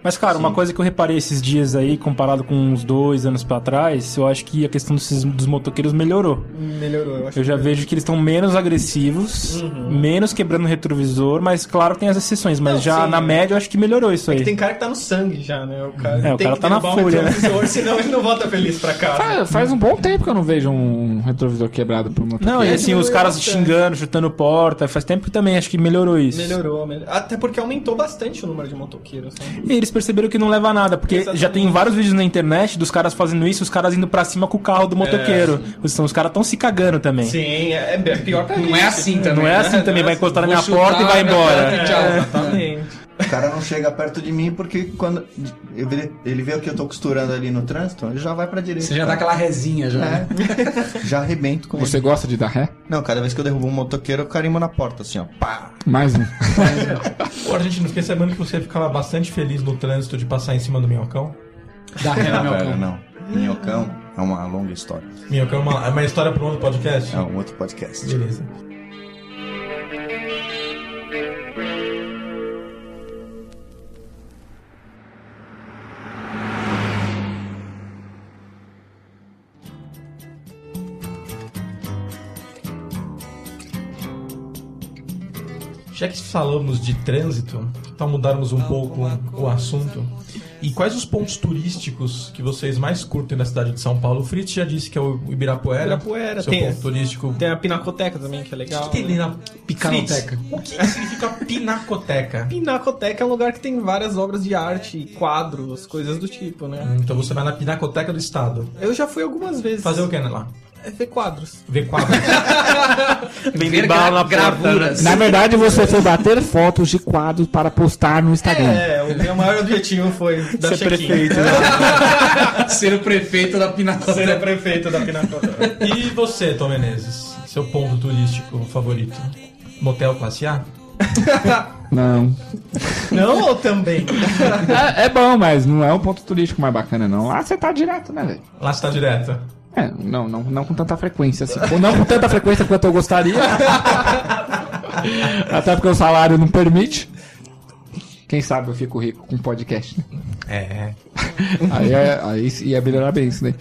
Speaker 6: Mas, cara, uma coisa que eu reparei esses dias aí, comparado com uns dois anos pra trás, eu acho que a questão desses- dos motoqueiros melhorou.
Speaker 10: Melhorou, eu acho. é. Uhum.
Speaker 6: Eu já vejo que eles estão menos agressivos, menos quebrando o retrovisor, mas claro tem as exceções, mas
Speaker 10: Não,
Speaker 6: já
Speaker 10: sim.
Speaker 6: na média eu acho que melhorou isso aí.
Speaker 10: Tem cara que tá no sangue já, né? O cara
Speaker 6: É, o
Speaker 10: tem
Speaker 6: cara
Speaker 10: que
Speaker 6: tá na
Speaker 10: derrubar um
Speaker 6: fúria, né?
Speaker 10: retrovisor, senão ele não volta feliz pra casa.
Speaker 3: Faz, faz um bom tempo que eu não vejo um retrovisor quebrado por motoqueiro.
Speaker 6: Não, e
Speaker 10: é
Speaker 6: assim, os
Speaker 10: Melhorou
Speaker 6: caras
Speaker 10: bastante.
Speaker 6: xingando, chutando porta, faz tempo que também acho que melhorou isso.
Speaker 10: Melhorou, melhorou. Até porque aumentou bastante o número de motoqueiros. Né?
Speaker 6: E eles perceberam que não leva a nada, porque
Speaker 10: Exatamente.
Speaker 6: já tem vários vídeos na internet dos caras fazendo isso, os caras indo pra cima com o carro
Speaker 10: É.
Speaker 6: do motoqueiro. Então os caras estão se cagando também.
Speaker 10: Sim, é, é pior pra
Speaker 4: Não é assim também.
Speaker 6: Não é
Speaker 4: né?
Speaker 6: assim também, vai encostar
Speaker 4: Vou
Speaker 6: na minha
Speaker 4: chutar
Speaker 6: porta e vai
Speaker 4: na
Speaker 6: embora. É.
Speaker 4: minha porta e tchau.
Speaker 10: Exatamente.
Speaker 7: O cara não chega perto de mim porque quando ele ele vê o que eu tô costurando ali no trânsito, ele já vai pra direita.
Speaker 4: Você já tá dá aquela rezinha já. né?
Speaker 7: É. já arrebento com
Speaker 3: Você
Speaker 7: ele.
Speaker 3: gosta de dar ré?
Speaker 7: Não, cada vez que eu derrubo um motoqueiro, eu carimbo na porta, assim, ó. Pá!
Speaker 3: Mais um.
Speaker 9: Pô, a gente não fiquei sabendo que você ficava bastante feliz no trânsito de passar em cima do minhocão.
Speaker 6: É.
Speaker 4: Dá ré É no
Speaker 7: Não,
Speaker 4: meu
Speaker 7: velho,
Speaker 4: cão.
Speaker 7: não. Minhocão é uma longa história.
Speaker 9: Minhocão é uma, é uma história para um outro podcast?
Speaker 7: É um outro podcast.
Speaker 9: Beleza. Já que falamos de trânsito, então mudarmos um pouco o assunto. E quais os pontos turísticos que vocês mais curtem na cidade de São Paulo? O Fritz já disse que é o Ibirapuera.
Speaker 2: Ibirapuera,
Speaker 9: seu
Speaker 2: tem-
Speaker 9: ponto turístico
Speaker 2: Tem a Pinacoteca também, que é
Speaker 9: o
Speaker 2: legal.
Speaker 9: que tem
Speaker 2: né?
Speaker 9: na
Speaker 4: Picanoteca.
Speaker 9: Fritz, O que que significa pinacoteca?
Speaker 2: Pinacoteca é um lugar que tem várias obras de arte, quadros, coisas do tipo, né?
Speaker 9: Então você vai na pinacoteca do estado.
Speaker 2: Eu já fui algumas vezes.
Speaker 9: Fazer o que né, lá?
Speaker 2: É ver quadros.
Speaker 9: Ver quadros.
Speaker 4: Ver gra gravuras.
Speaker 6: né?
Speaker 3: Na verdade, você foi bater fotos de quadros para postar no Instagram.
Speaker 2: É, o meu maior objetivo foi dar
Speaker 6: Ser
Speaker 2: check-in.
Speaker 6: prefeito.
Speaker 4: Ser o prefeito da
Speaker 2: Ser o
Speaker 4: Pinacoteca.
Speaker 2: prefeito da Pinacoteca.
Speaker 9: e você, Tom Menezes? Seu ponto turístico favorito? Motel classe A?
Speaker 3: Não.
Speaker 2: Não ou também?
Speaker 3: É, é bom, mas não é o ponto turístico mais bacana, não. Lá você tá direto, né, velho?
Speaker 9: Lá está direto.
Speaker 3: É, não, não, não com tanta frequência assim. Ou não com tanta frequência quanto eu gostaria. Até porque o salário não permite. Quem sabe eu fico rico com podcast, né?
Speaker 9: É.
Speaker 3: Aí, é- aí ia melhorar bem isso daí.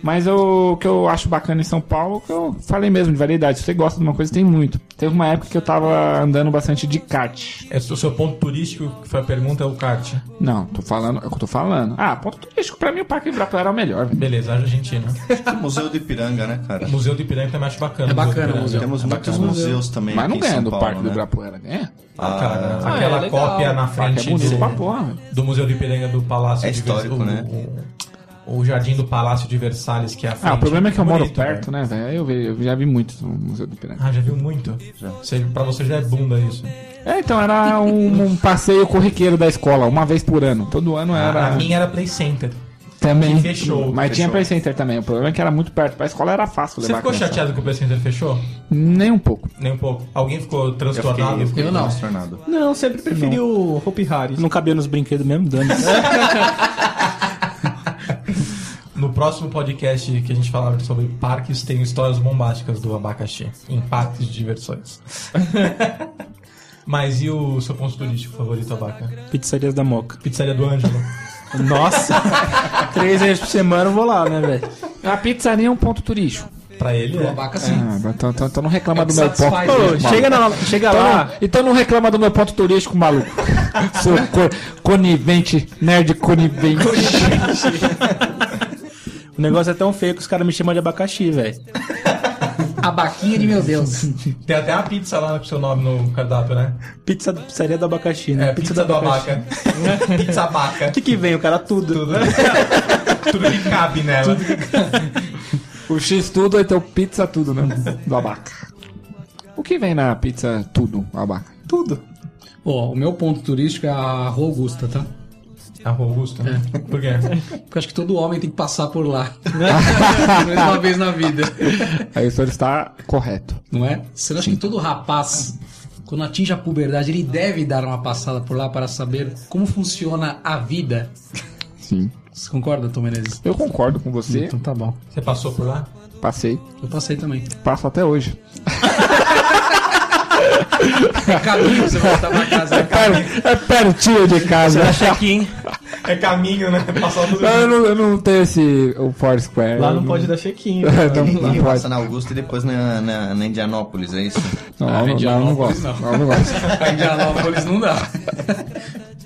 Speaker 3: Mas eu- o que eu acho bacana em São Paulo, é o que eu falei mesmo, de variedade. Se você gosta de uma coisa, tem muito. Teve uma época que eu tava andando bastante de kart.
Speaker 9: Esse é o seu ponto turístico, que foi a pergunta, é o kart.
Speaker 3: Não, tô falando, é o que eu tô falano. Ah, ponto turístico, pra mim o Parque Ibirapuera é o melhor. velho.
Speaker 9: Beleza, Argentina.
Speaker 7: Ah, Museu do Ipiranga, né, cara?
Speaker 9: Museu do Ipiranga também acho bacana.
Speaker 4: É bacana
Speaker 9: do
Speaker 4: o museu.
Speaker 7: Temos muitos museus também
Speaker 3: Mas não
Speaker 7: aqui em
Speaker 3: ganha
Speaker 7: São
Speaker 3: do
Speaker 7: Paulo,
Speaker 3: Parque do
Speaker 7: né?
Speaker 3: Ibirapuera, ganha?
Speaker 9: Ah, cara,
Speaker 7: Ah,
Speaker 9: aquela
Speaker 2: é legal.
Speaker 9: cópia na
Speaker 3: O Parque é
Speaker 9: frente
Speaker 3: bonito pra
Speaker 9: do,
Speaker 3: porra, velho.
Speaker 9: do Museu do Ipiranga do Palácio
Speaker 7: É
Speaker 9: de
Speaker 7: histórico,
Speaker 9: Vers- o-
Speaker 7: né?
Speaker 9: O, o jardim do Palácio de Versalhes, que é a frente.
Speaker 3: Ah, o problema é que eu moro
Speaker 9: Bonito, velho.
Speaker 3: perto, né, velho? Aí Eu, vi- eu já vi muito no Museu do Ipiranga.
Speaker 9: Ah, já viu muito? Já. pra você já é bunda isso.
Speaker 3: É, então, era um, um passeio corriqueiro da escola, uma vez por ano. Todo ano
Speaker 9: Pra
Speaker 3: era.
Speaker 9: mim era Play Center.
Speaker 3: também.
Speaker 9: que fechou,
Speaker 3: Mas
Speaker 7: fechou.
Speaker 3: tinha Play Center também. O problema é que era muito perto. Pra escola era fácil
Speaker 9: Você
Speaker 3: levar.
Speaker 9: ficou
Speaker 3: a criança.
Speaker 9: chateado que o Play Center fechou?
Speaker 3: Nem um pouco.
Speaker 9: Nem um pouco. Alguém ficou transtornado?
Speaker 7: Eu fiquei,
Speaker 4: Eu não.
Speaker 7: transtornado.
Speaker 2: Não, sempre preferi o Hopi Hari.
Speaker 6: Não cabia nos brinquedos mesmo, dane
Speaker 9: No próximo podcast que a gente falar sobre parques, tem histórias bombásticas do abacaxi. Em parques de diversões. Mas e o seu ponto turístico favorito, abaca?
Speaker 6: Pizzarias da Moca.
Speaker 9: Pizzaria do Ângelo.
Speaker 6: Nossa! Três vezes por semana eu vou lá, né, velho?
Speaker 3: A pizzaria é um ponto turístico.
Speaker 9: Pra ele é.
Speaker 4: Vaca sim.
Speaker 3: Ah, então, então- então não reclama
Speaker 4: É o
Speaker 3: do
Speaker 4: que
Speaker 3: meu ponto
Speaker 4: satisfaz,
Speaker 3: turístico.
Speaker 6: Ô,
Speaker 3: maluco.
Speaker 6: chega, na- chega
Speaker 3: Então
Speaker 6: lá.
Speaker 3: não, então não reclama do meu ponto turístico, maluco. Seu co- conivente, nerd conivente.
Speaker 6: O negócio é tão feio que os caras me chamam de abacaxi, velho. É.
Speaker 4: A baquinha de meu Deus.
Speaker 9: Tem até uma pizza lá com seu nome no cardápio, né?
Speaker 6: Pizza seria do abacaxi, né?
Speaker 9: É, pizza, do abaca. pizza abaca.
Speaker 6: O que que vem? O cara tudo.
Speaker 9: Tudo, né? Tudo que cabe nela.
Speaker 3: O X tudo, então pizza tudo, né? Do abaca. O que vem na pizza tudo, abaca?
Speaker 6: Tudo.
Speaker 4: Ó, o meu ponto turístico é a Rua Augusta, tá? É.
Speaker 9: A Rua Augusta? Por quê?
Speaker 4: Porque acho que todo homem tem que passar por lá. Pelo menos uma vez na vida.
Speaker 3: Aí o senhor está correto.
Speaker 4: Não é? Você não acha que todo rapaz, quando atinge a puberdade, ele deve dar uma passada por lá para saber como funciona a vida?
Speaker 3: Sim.
Speaker 4: Você concorda, Tom Menezes?
Speaker 3: Eu concordo com você.
Speaker 4: Então tá bom.
Speaker 9: Você passou por lá?
Speaker 3: Passei.
Speaker 4: Eu passei também.
Speaker 3: Passo até hoje.
Speaker 4: É caminho você voltar pra casa. né?
Speaker 3: É pertinho de casa.
Speaker 6: Check-in.
Speaker 9: É caminho, né? Passar tudo.
Speaker 3: Eu não, eu não tenho esse o Foursquare.
Speaker 2: Lá
Speaker 3: Eu
Speaker 2: não pode dar check-in.
Speaker 3: não, não
Speaker 7: E
Speaker 3: pode.
Speaker 7: passa na Augusta e depois na, na, na Indianópolis, é isso?
Speaker 3: Não, não, não, eu Ah, não gosto. Não, eu não gosto.
Speaker 4: Pra Indianópolis não dá.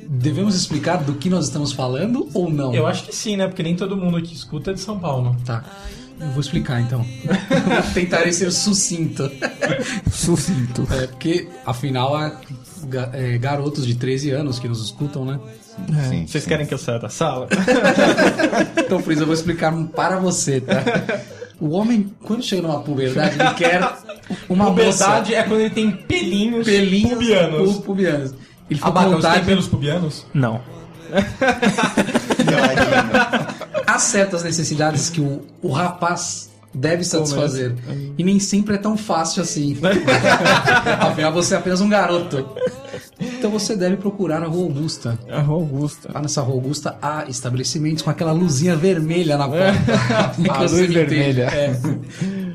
Speaker 4: Devemos explicar do que nós estamos falando ou não?
Speaker 9: Eu acho que sim, né? Porque nem todo mundo que escuta é de São Paulo.
Speaker 4: Tá. Eu vou explicar então. Tentarei ser sucinto.
Speaker 3: Sucinto.
Speaker 4: É, porque afinal há ga- é, garotos de 13 anos que nos escutam, né?
Speaker 7: Sim.
Speaker 2: Vocês querem que é eu saia da sala?
Speaker 4: Então, Fris, eu vou explicar para você, tá? O homem, quando chega numa puberdade, ele quer uma
Speaker 9: Puberdade
Speaker 4: moça.
Speaker 9: é quando ele tem pelinhos
Speaker 4: Pelinhos
Speaker 9: pubianos.
Speaker 4: pu- pubianos. Ele
Speaker 2: A
Speaker 4: ficou com
Speaker 2: batalha tem
Speaker 4: vontade.
Speaker 2: pelos pubianos?
Speaker 6: Não.
Speaker 7: é
Speaker 4: As certas necessidades que o, o rapaz deve satisfazer. E nem sempre é tão fácil assim. Afinal, você é apenas um garoto. Então você deve procurar na Rua Augusta.
Speaker 6: A Rua Augusta.
Speaker 4: Lá nessa Rua Augusta há estabelecimentos com aquela luzinha vermelha na porta. Que
Speaker 5: A
Speaker 4: você
Speaker 5: luz
Speaker 4: não entende.
Speaker 5: vermelha.
Speaker 4: É.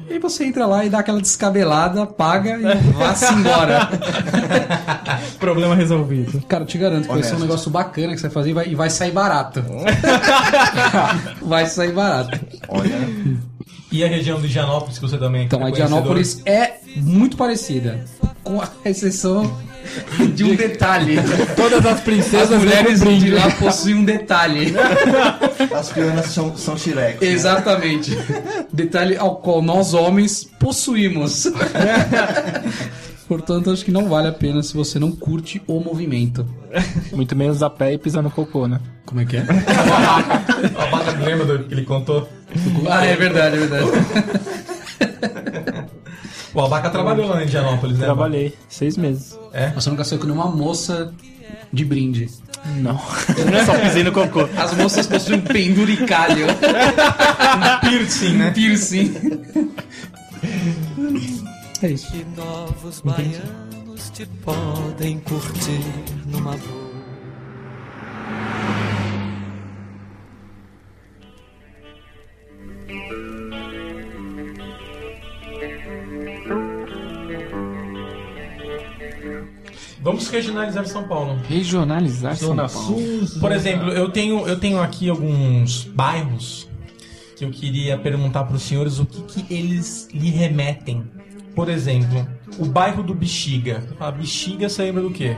Speaker 4: E aí você entra lá e dá aquela descabelada, paga e vá-se embora.
Speaker 6: Problema resolvido.
Speaker 4: Cara, eu te garanto que vai ser um negócio bacana que você vai fazer e vai, e vai sair barato. vai sair barato.
Speaker 2: E a região de Higienópolis, que você também
Speaker 4: Então, a
Speaker 2: é
Speaker 4: Indianópolis é muito parecida, com a exceção de um detalhe.
Speaker 5: Todas as
Speaker 4: As
Speaker 5: princesas
Speaker 3: é
Speaker 4: mulheres
Speaker 5: levam
Speaker 4: de
Speaker 5: brinde.
Speaker 4: lá possuem um detalhe.
Speaker 7: As pianas são, são xirex.
Speaker 4: Exatamente. Detalhe ao qual nós homens possuímos. Portanto, acho que não vale a pena se você não curte o movimento.
Speaker 6: Muito menos a pé e pisar no cocô, né?
Speaker 4: Como é que é?
Speaker 2: conhecedora. A Baga lembra do que ele contou?
Speaker 4: Ah, é verdade, é verdade.
Speaker 2: O Abaca trabalhou lá em Indianópolis, né?
Speaker 6: Trabalhei seis meses.
Speaker 4: Você nunca saiu com nenhuma moça de brinde.
Speaker 6: Não.
Speaker 8: Só pisei no cocô.
Speaker 4: As moças possuem um penduricalho,
Speaker 2: mano? Piercing,
Speaker 4: um
Speaker 2: né?
Speaker 4: piercing.
Speaker 6: É isso.
Speaker 11: novos baianos te podem curtir numa boa.
Speaker 2: Vamos regionalizar São Paulo.
Speaker 5: Regionalizar São
Speaker 6: Zona
Speaker 5: Paulo.
Speaker 2: Por exemplo, eu tenho, eu tenho aqui alguns bairros que eu queria perguntar para os senhores o que, que eles lhe remetem. Por exemplo, o bairro do Bexiga. A Bexiga você lembra do quê?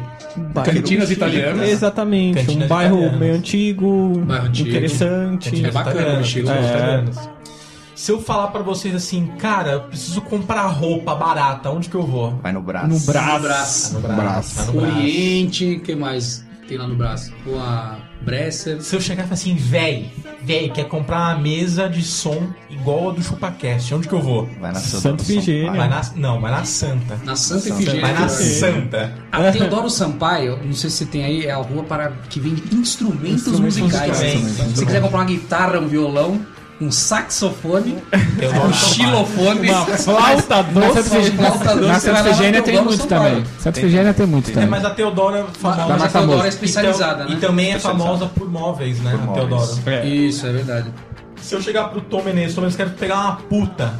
Speaker 4: Cantinas italianas.
Speaker 8: Exatamente.
Speaker 2: Cantina
Speaker 8: um bairro
Speaker 2: italiana.
Speaker 8: meio antigo,
Speaker 4: Bairro antigo.
Speaker 8: interessante.
Speaker 4: É bacana,
Speaker 2: Italianas,
Speaker 4: Bexiga,
Speaker 2: italianas.
Speaker 8: é.
Speaker 2: italianas. Se eu falar para vocês assim, cara, eu preciso comprar roupa barata, onde que eu vou?
Speaker 7: Vai no braço.
Speaker 6: No braço.
Speaker 4: Brás.
Speaker 2: No braço. Tá no braço.
Speaker 4: Oriente, o que mais tem lá no braço? Com a Bresser.
Speaker 2: Se eu chegar e falar assim, véi, véi, quer comprar uma mesa de som igual a do ChupaCast, onde que eu vou?
Speaker 7: Vai na Santa
Speaker 8: Santo
Speaker 7: do São
Speaker 8: Figênio.
Speaker 7: Paulo.
Speaker 2: Vai na, não, vai na Santa.
Speaker 4: Na Santa
Speaker 7: Santa.
Speaker 4: Efigênia.
Speaker 2: Vai na
Speaker 4: Brasil.
Speaker 2: Santa.
Speaker 4: A Teodoro Sampaio, não sei se tem aí, é a rua para que vende instrumentos, musicais.
Speaker 2: musicais.
Speaker 4: Se você quiser comprar uma guitarra, um violão, um saxofone, um
Speaker 2: Teodoro é
Speaker 4: xilofone,
Speaker 8: Uma flauta
Speaker 5: Na
Speaker 8: doce.
Speaker 5: Santa Efigênia-
Speaker 4: flauta doce, você
Speaker 5: na
Speaker 4: vai lá
Speaker 5: Santa Efigênia
Speaker 4: no
Speaker 5: tem
Speaker 4: Teodoro
Speaker 5: muito
Speaker 4: Sampaio.
Speaker 5: também. Santa Efigênia tem muito
Speaker 2: É,
Speaker 5: também.
Speaker 2: mas a Teodora é famosa.
Speaker 4: mas a Teodora
Speaker 2: E
Speaker 4: é
Speaker 2: tam-
Speaker 4: especializada,
Speaker 2: E
Speaker 4: né?
Speaker 2: também é famosa por móveis, né?
Speaker 7: Por
Speaker 2: a
Speaker 7: móveis.
Speaker 2: Teodora.
Speaker 4: Isso, é verdade.
Speaker 2: Se eu chegar pro Tom Menezes, Tom Menezes, quero pegar uma puta.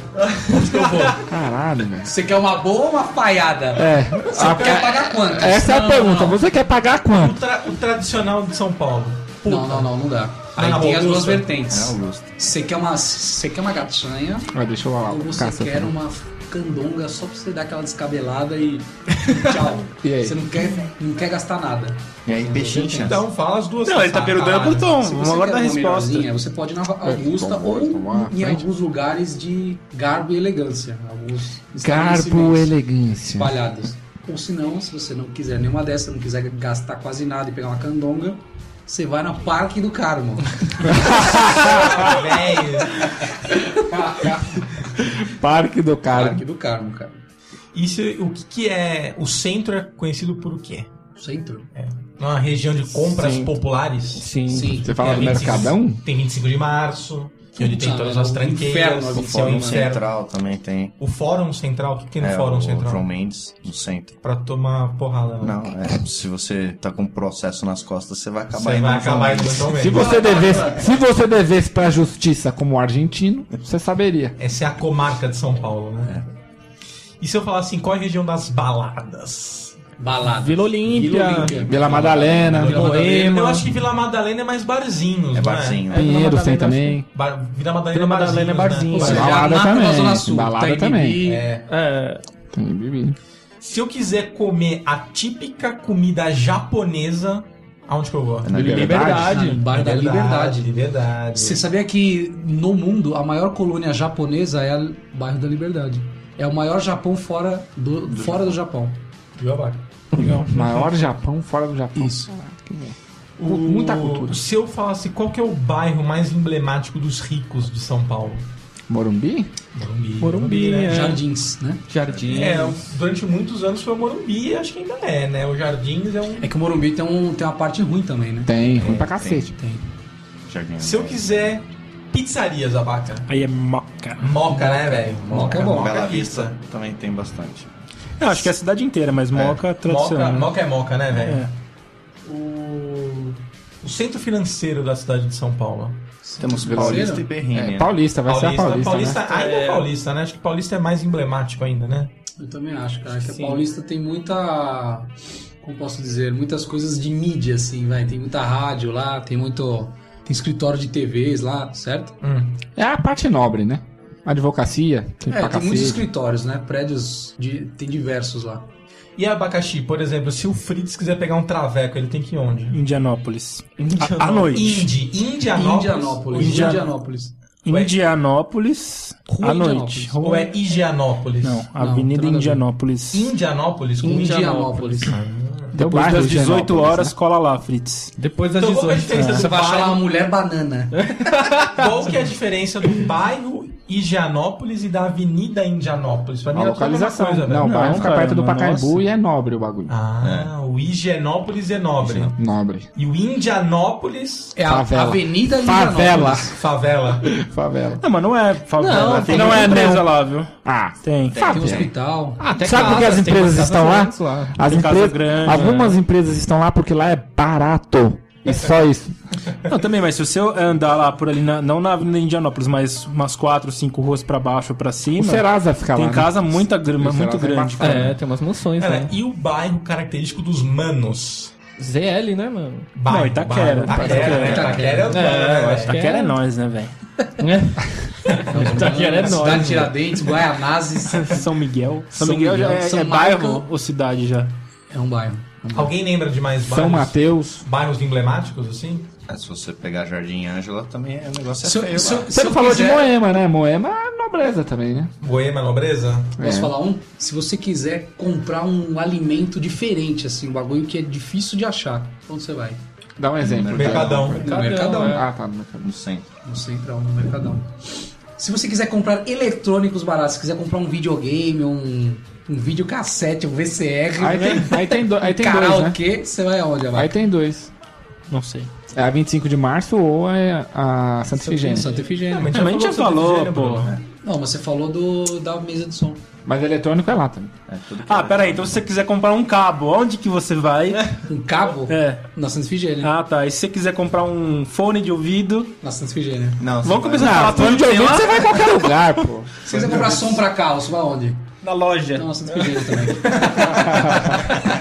Speaker 2: Onde que eu vou?
Speaker 5: Caralho, velho.
Speaker 4: Você quer uma boa ou uma falhada?
Speaker 5: É.
Speaker 4: Você
Speaker 5: a-
Speaker 4: quer pagar quanto?
Speaker 5: Essa é a
Speaker 4: Ah, Não,
Speaker 5: pergunta.
Speaker 4: não, não.
Speaker 5: Você quer pagar quanto?
Speaker 2: O, tra- o tradicional de São Paulo. Puta.
Speaker 4: Não, não, não, não dá.
Speaker 2: Não,
Speaker 4: Aí
Speaker 2: não,
Speaker 4: tem as duas
Speaker 2: Augusta.
Speaker 7: É
Speaker 4: vertentes.
Speaker 7: Augusto.
Speaker 4: Você quer uma, você quer uma gatinha
Speaker 5: Ah, deixa eu lá.
Speaker 4: ou um você
Speaker 5: Caça,
Speaker 4: quer um uma candonga só pra você dar aquela descabelada e tchau.
Speaker 5: E aí?
Speaker 4: Você não quer, não quer gastar nada.
Speaker 7: E aí, pechincha.
Speaker 2: Então fala as duas.
Speaker 8: Não, ele tá perguntando pro Tom.
Speaker 4: Ah, Se
Speaker 8: Vamos
Speaker 4: você
Speaker 8: agora
Speaker 4: quer
Speaker 8: dar a
Speaker 4: uma
Speaker 8: resposta.
Speaker 4: melhorzinha, você pode ir na Augusta
Speaker 5: vamos,
Speaker 4: ou
Speaker 5: vamos lá,
Speaker 4: em
Speaker 5: frente.
Speaker 4: alguns lugares de garbo e elegância. Alguns
Speaker 5: Garbo
Speaker 4: estabelecimentos
Speaker 5: elegância.
Speaker 4: espalhados. Ou se não, se você não quiser nenhuma dessas, não quiser gastar quase nada e pegar uma candonga, você vai na Parque do Carmo.
Speaker 2: Ah, velho.
Speaker 5: Parque do cara.
Speaker 4: Parque do Carmo, cara.
Speaker 2: Isso, o que, que é. O centro é conhecido por o quê?
Speaker 4: Centro?
Speaker 2: É Uma região de compras
Speaker 5: Centro.
Speaker 2: populares?
Speaker 5: Sim.
Speaker 4: Sim.
Speaker 5: Você fala
Speaker 2: É,
Speaker 5: do
Speaker 2: 25
Speaker 5: Mercadão?
Speaker 2: Tem 25 de março, que onde tem
Speaker 4: Puta,
Speaker 2: todas
Speaker 4: é
Speaker 2: as
Speaker 4: um
Speaker 2: tranqueiras.
Speaker 4: inferno,
Speaker 7: O
Speaker 2: esse é um
Speaker 7: Fórum
Speaker 2: inferno.
Speaker 7: Central também tem.
Speaker 2: O Fórum Central? O que que tem no
Speaker 7: É,
Speaker 2: Fórum
Speaker 7: o
Speaker 2: Central?
Speaker 7: João Mendes, no centro.
Speaker 2: Pra tomar porrada. né?
Speaker 7: Não, é, se você tá com um processo nas costas, você vai acabar
Speaker 2: Você vai
Speaker 7: no João
Speaker 2: acabar indo
Speaker 7: Mendes.
Speaker 2: no João
Speaker 5: Se
Speaker 2: Mendes.
Speaker 5: você devesse, se você devesse pra justiça como argentino, você saberia.
Speaker 2: Essa é a comarca de São Paulo, né? E se eu falar assim, qual é a região das baladas?
Speaker 4: Balada.
Speaker 8: Vila Olímpia.
Speaker 4: Vila Olímpia.
Speaker 5: Vila Madalena,
Speaker 4: Vila Madalena.
Speaker 2: Eu acho que Vila Madalena é mais barzinhos,
Speaker 7: É
Speaker 2: né?
Speaker 7: barzinho. né?
Speaker 5: Pinheiros tem
Speaker 8: Madalena,
Speaker 5: também.
Speaker 2: Ba- Vila Madalena
Speaker 8: Vila Madalena é barzinho.
Speaker 4: Ou
Speaker 2: Né?
Speaker 4: seja,
Speaker 2: Barzinho.
Speaker 5: Balada
Speaker 4: a nata da
Speaker 5: também,
Speaker 4: Zona Sul. tá
Speaker 5: balada
Speaker 4: Taimibi,
Speaker 5: também.
Speaker 2: É.
Speaker 8: É,
Speaker 5: Tem bebida.
Speaker 2: Se eu quiser comer a típica comida japonesa, aonde que eu vou?
Speaker 5: é
Speaker 7: Na
Speaker 5: Liberdade.
Speaker 4: no
Speaker 8: É
Speaker 4: Bar da É Liberdade.
Speaker 2: Liberdade.
Speaker 4: Você sabia que no mundo a maior colônia japonesa é o bairro da Liberdade? É o maior Japão fora do, fora do Japão.
Speaker 2: Viu, Abaca?
Speaker 5: Maior Japão fora do Japão.
Speaker 4: Isso.
Speaker 2: O-
Speaker 5: Muita cultura.
Speaker 2: Se eu falasse qual que é o bairro mais emblemático dos ricos de São Paulo?
Speaker 3: Morumbi?
Speaker 2: Morumbi.
Speaker 6: Morumbi, é.
Speaker 4: Jardins, né?
Speaker 3: Jardim.
Speaker 2: É, durante muitos anos foi o Morumbi e acho que ainda é, né? O Jardins é um.
Speaker 4: É que o Morumbi tem, um, tem uma parte ruim também, né?
Speaker 3: Tem, ruim pra cacete.
Speaker 7: Jardim.
Speaker 2: Se eu quiser pizzarias, abaca.
Speaker 6: Aí é moca.
Speaker 2: Moca, né, velho? Moca é bom.
Speaker 7: Bela
Speaker 2: Moca é
Speaker 7: Vista
Speaker 2: pizza.
Speaker 7: também tem bastante.
Speaker 6: Não, acho que é a cidade inteira, mas moca é
Speaker 2: Moca,
Speaker 6: tradicional.
Speaker 2: moca é moca, né, velho?
Speaker 6: É.
Speaker 2: O... o centro financeiro da cidade de São Paulo.
Speaker 7: Temos Paulista e Berrini.
Speaker 3: É, Paulista, vai ser a Paulista. né?
Speaker 2: ainda é Paulista, né? Acho que Paulista é mais emblemático ainda, né?
Speaker 4: Eu também acho, cara, que a Paulista tem muita. Como posso dizer? Muitas coisas de mídia, assim, vai. Tem muita rádio lá, tem muito. Tem escritório de TVs lá, certo?
Speaker 3: É a parte nobre, né? Advocacia, tem
Speaker 4: É,
Speaker 3: pra
Speaker 4: tem muitos
Speaker 3: cacete.
Speaker 4: escritórios, né? Prédios de. tem diversos lá.
Speaker 2: E abacaxi, por exemplo, se o Fritz quiser pegar um traveco, ele tem que ir onde?
Speaker 6: Indianópolis. À à noite.
Speaker 2: Indy, Indianópolis.
Speaker 4: Indianópolis.
Speaker 6: Índia-
Speaker 4: Indianópolis.
Speaker 2: Ué.
Speaker 6: Indianópolis.
Speaker 4: Rua
Speaker 6: À noite.
Speaker 4: Indianópolis.
Speaker 2: Ou
Speaker 6: Rua-
Speaker 2: é Higienópolis?
Speaker 6: Não,
Speaker 4: tem
Speaker 6: Avenida
Speaker 4: nada a ver.
Speaker 6: Indianópolis.
Speaker 2: Indianópolis? com
Speaker 4: Indianópolis.
Speaker 3: Tem o
Speaker 6: Depois
Speaker 3: bairro
Speaker 6: das
Speaker 3: de
Speaker 6: 18
Speaker 3: Higienópolis,
Speaker 6: horas,
Speaker 3: né?
Speaker 6: cola lá, Fritz.
Speaker 5: Depois das
Speaker 2: Então qual que é a
Speaker 5: 18.
Speaker 2: diferença
Speaker 4: Você
Speaker 2: do
Speaker 4: vai achar lá uma
Speaker 2: bairro?
Speaker 4: mulher banana.
Speaker 2: Qual que é a diferença do bairro Higienópolis e da Avenida Indianópolis? Pra mim
Speaker 3: A
Speaker 2: é tudo a mesma
Speaker 3: localização.
Speaker 2: coisa, velho.
Speaker 3: não, o
Speaker 6: Não,
Speaker 3: bairro fica
Speaker 6: cara,
Speaker 3: perto do
Speaker 6: mas
Speaker 3: Pacaembu
Speaker 6: nossa.
Speaker 3: e é nobre o bagulho.
Speaker 2: Ah, o Higienópolis é nobre.
Speaker 3: Nobre.
Speaker 2: E o Indianópolis,
Speaker 4: É a
Speaker 3: Favela.
Speaker 4: Avenida Indianópolis.
Speaker 3: Favela.
Speaker 2: favela.
Speaker 3: Favela.
Speaker 6: Não, mas não é favela.
Speaker 4: Não,
Speaker 6: Não,
Speaker 4: tem
Speaker 6: é
Speaker 4: muito
Speaker 6: mesa lá, viu?
Speaker 3: Ah,
Speaker 6: Tem.
Speaker 4: Tem um hospital.
Speaker 3: Sabe por que as empresas estão lá? As
Speaker 6: Tem
Speaker 3: empresas,
Speaker 6: casa grande,
Speaker 3: algumas empresas estão lá porque lá é barato. É só isso.
Speaker 6: Não, também, mas se você andar lá por ali, na- não na Avenida Indianópolis, mas umas 4, 5 ruas pra baixo ou pra
Speaker 3: O
Speaker 6: cima,
Speaker 3: Serasa fica lá.
Speaker 6: tem
Speaker 3: né?
Speaker 6: casa muita, gr-
Speaker 3: O Serasa
Speaker 6: muito
Speaker 3: é
Speaker 6: grande.
Speaker 3: embaçado, né?
Speaker 5: É, tem umas moções,
Speaker 2: Cara,
Speaker 5: né?
Speaker 2: e o bairro característico dos manos?
Speaker 5: ZL, né, mano?
Speaker 2: Bairro,
Speaker 6: Não, Itaquera.
Speaker 2: bairro. Itaquera, né?
Speaker 4: Itaquera.
Speaker 2: Itaquera é o dono,
Speaker 5: É,
Speaker 2: né,
Speaker 5: eu acho
Speaker 2: velho?
Speaker 5: que
Speaker 6: Taquera é
Speaker 5: é.
Speaker 6: nós, né, velho?
Speaker 5: Itaquera é
Speaker 4: Cidade
Speaker 5: nóis,
Speaker 4: Tiradentes, Guaianazes.
Speaker 6: São Miguel. São,
Speaker 4: São
Speaker 6: Miguel já
Speaker 4: Miguel,
Speaker 6: é,
Speaker 4: São
Speaker 6: é
Speaker 4: Marco.
Speaker 6: bairro ou cidade já?
Speaker 4: É um bairro.
Speaker 2: Alguém lembra de mais
Speaker 3: São
Speaker 2: bairros?
Speaker 3: Mateus.
Speaker 2: Bairros emblemáticos, assim?
Speaker 7: É, se você pegar Jardim Ângela, também é um negócio é
Speaker 4: Se eu-
Speaker 7: feio.
Speaker 4: se eu-
Speaker 7: lá.
Speaker 4: se
Speaker 3: Você
Speaker 4: eu
Speaker 3: não falou de
Speaker 4: quiser-
Speaker 3: Moema, né? Moema é nobreza também, né?
Speaker 2: Boema, Nobreza?
Speaker 4: Posso
Speaker 3: É.
Speaker 4: falar um? Se você quiser comprar um alimento diferente, assim, um bagulho que é difícil de achar, onde você vai?
Speaker 3: Dá um exemplo.
Speaker 2: Mercadão.
Speaker 4: No Mercadão, É.
Speaker 3: Ah, tá. no Mercadão.
Speaker 7: No centro.
Speaker 4: não sei pra onde, no Mercadão. Se você quiser comprar eletrônicos baratos, se quiser comprar um videogame, um, um videocassete, um VCR,
Speaker 3: Aí tem, aí tem, do- aí tem dois, né?
Speaker 4: karaokê, você vai aonde,
Speaker 3: Aí
Speaker 4: vai?
Speaker 3: tem dois.
Speaker 6: Não sei.
Speaker 3: É a 25 de março ou é a Santa Efigênia.
Speaker 4: Santa Efigênia.
Speaker 2: Mas
Speaker 6: Não, mas a gente já falou,
Speaker 2: Santa
Speaker 6: pô.
Speaker 2: Efigênia, Bruno.
Speaker 4: Não, mas você falou do, da mesa de som.
Speaker 3: Mas eletrônico é lá também.
Speaker 7: É, tudo que
Speaker 6: Ah, peraí, então se você quiser comprar um cabo, onde que você vai?
Speaker 4: Um cabo?
Speaker 6: É.
Speaker 4: Na Santa Efigênia.
Speaker 6: Ah, tá. E se você quiser comprar um fone de ouvido,
Speaker 2: Ah.
Speaker 4: Na Santa Efigênia.
Speaker 7: Não,
Speaker 6: vamos
Speaker 7: você
Speaker 6: começar a falar tudo de ouvido,
Speaker 3: Você vai em qualquer lugar, pô.
Speaker 4: Se quiser comprar som pra carro, você vai aonde?
Speaker 6: na loja.
Speaker 3: É.
Speaker 4: Não, na Santa Efigênia também.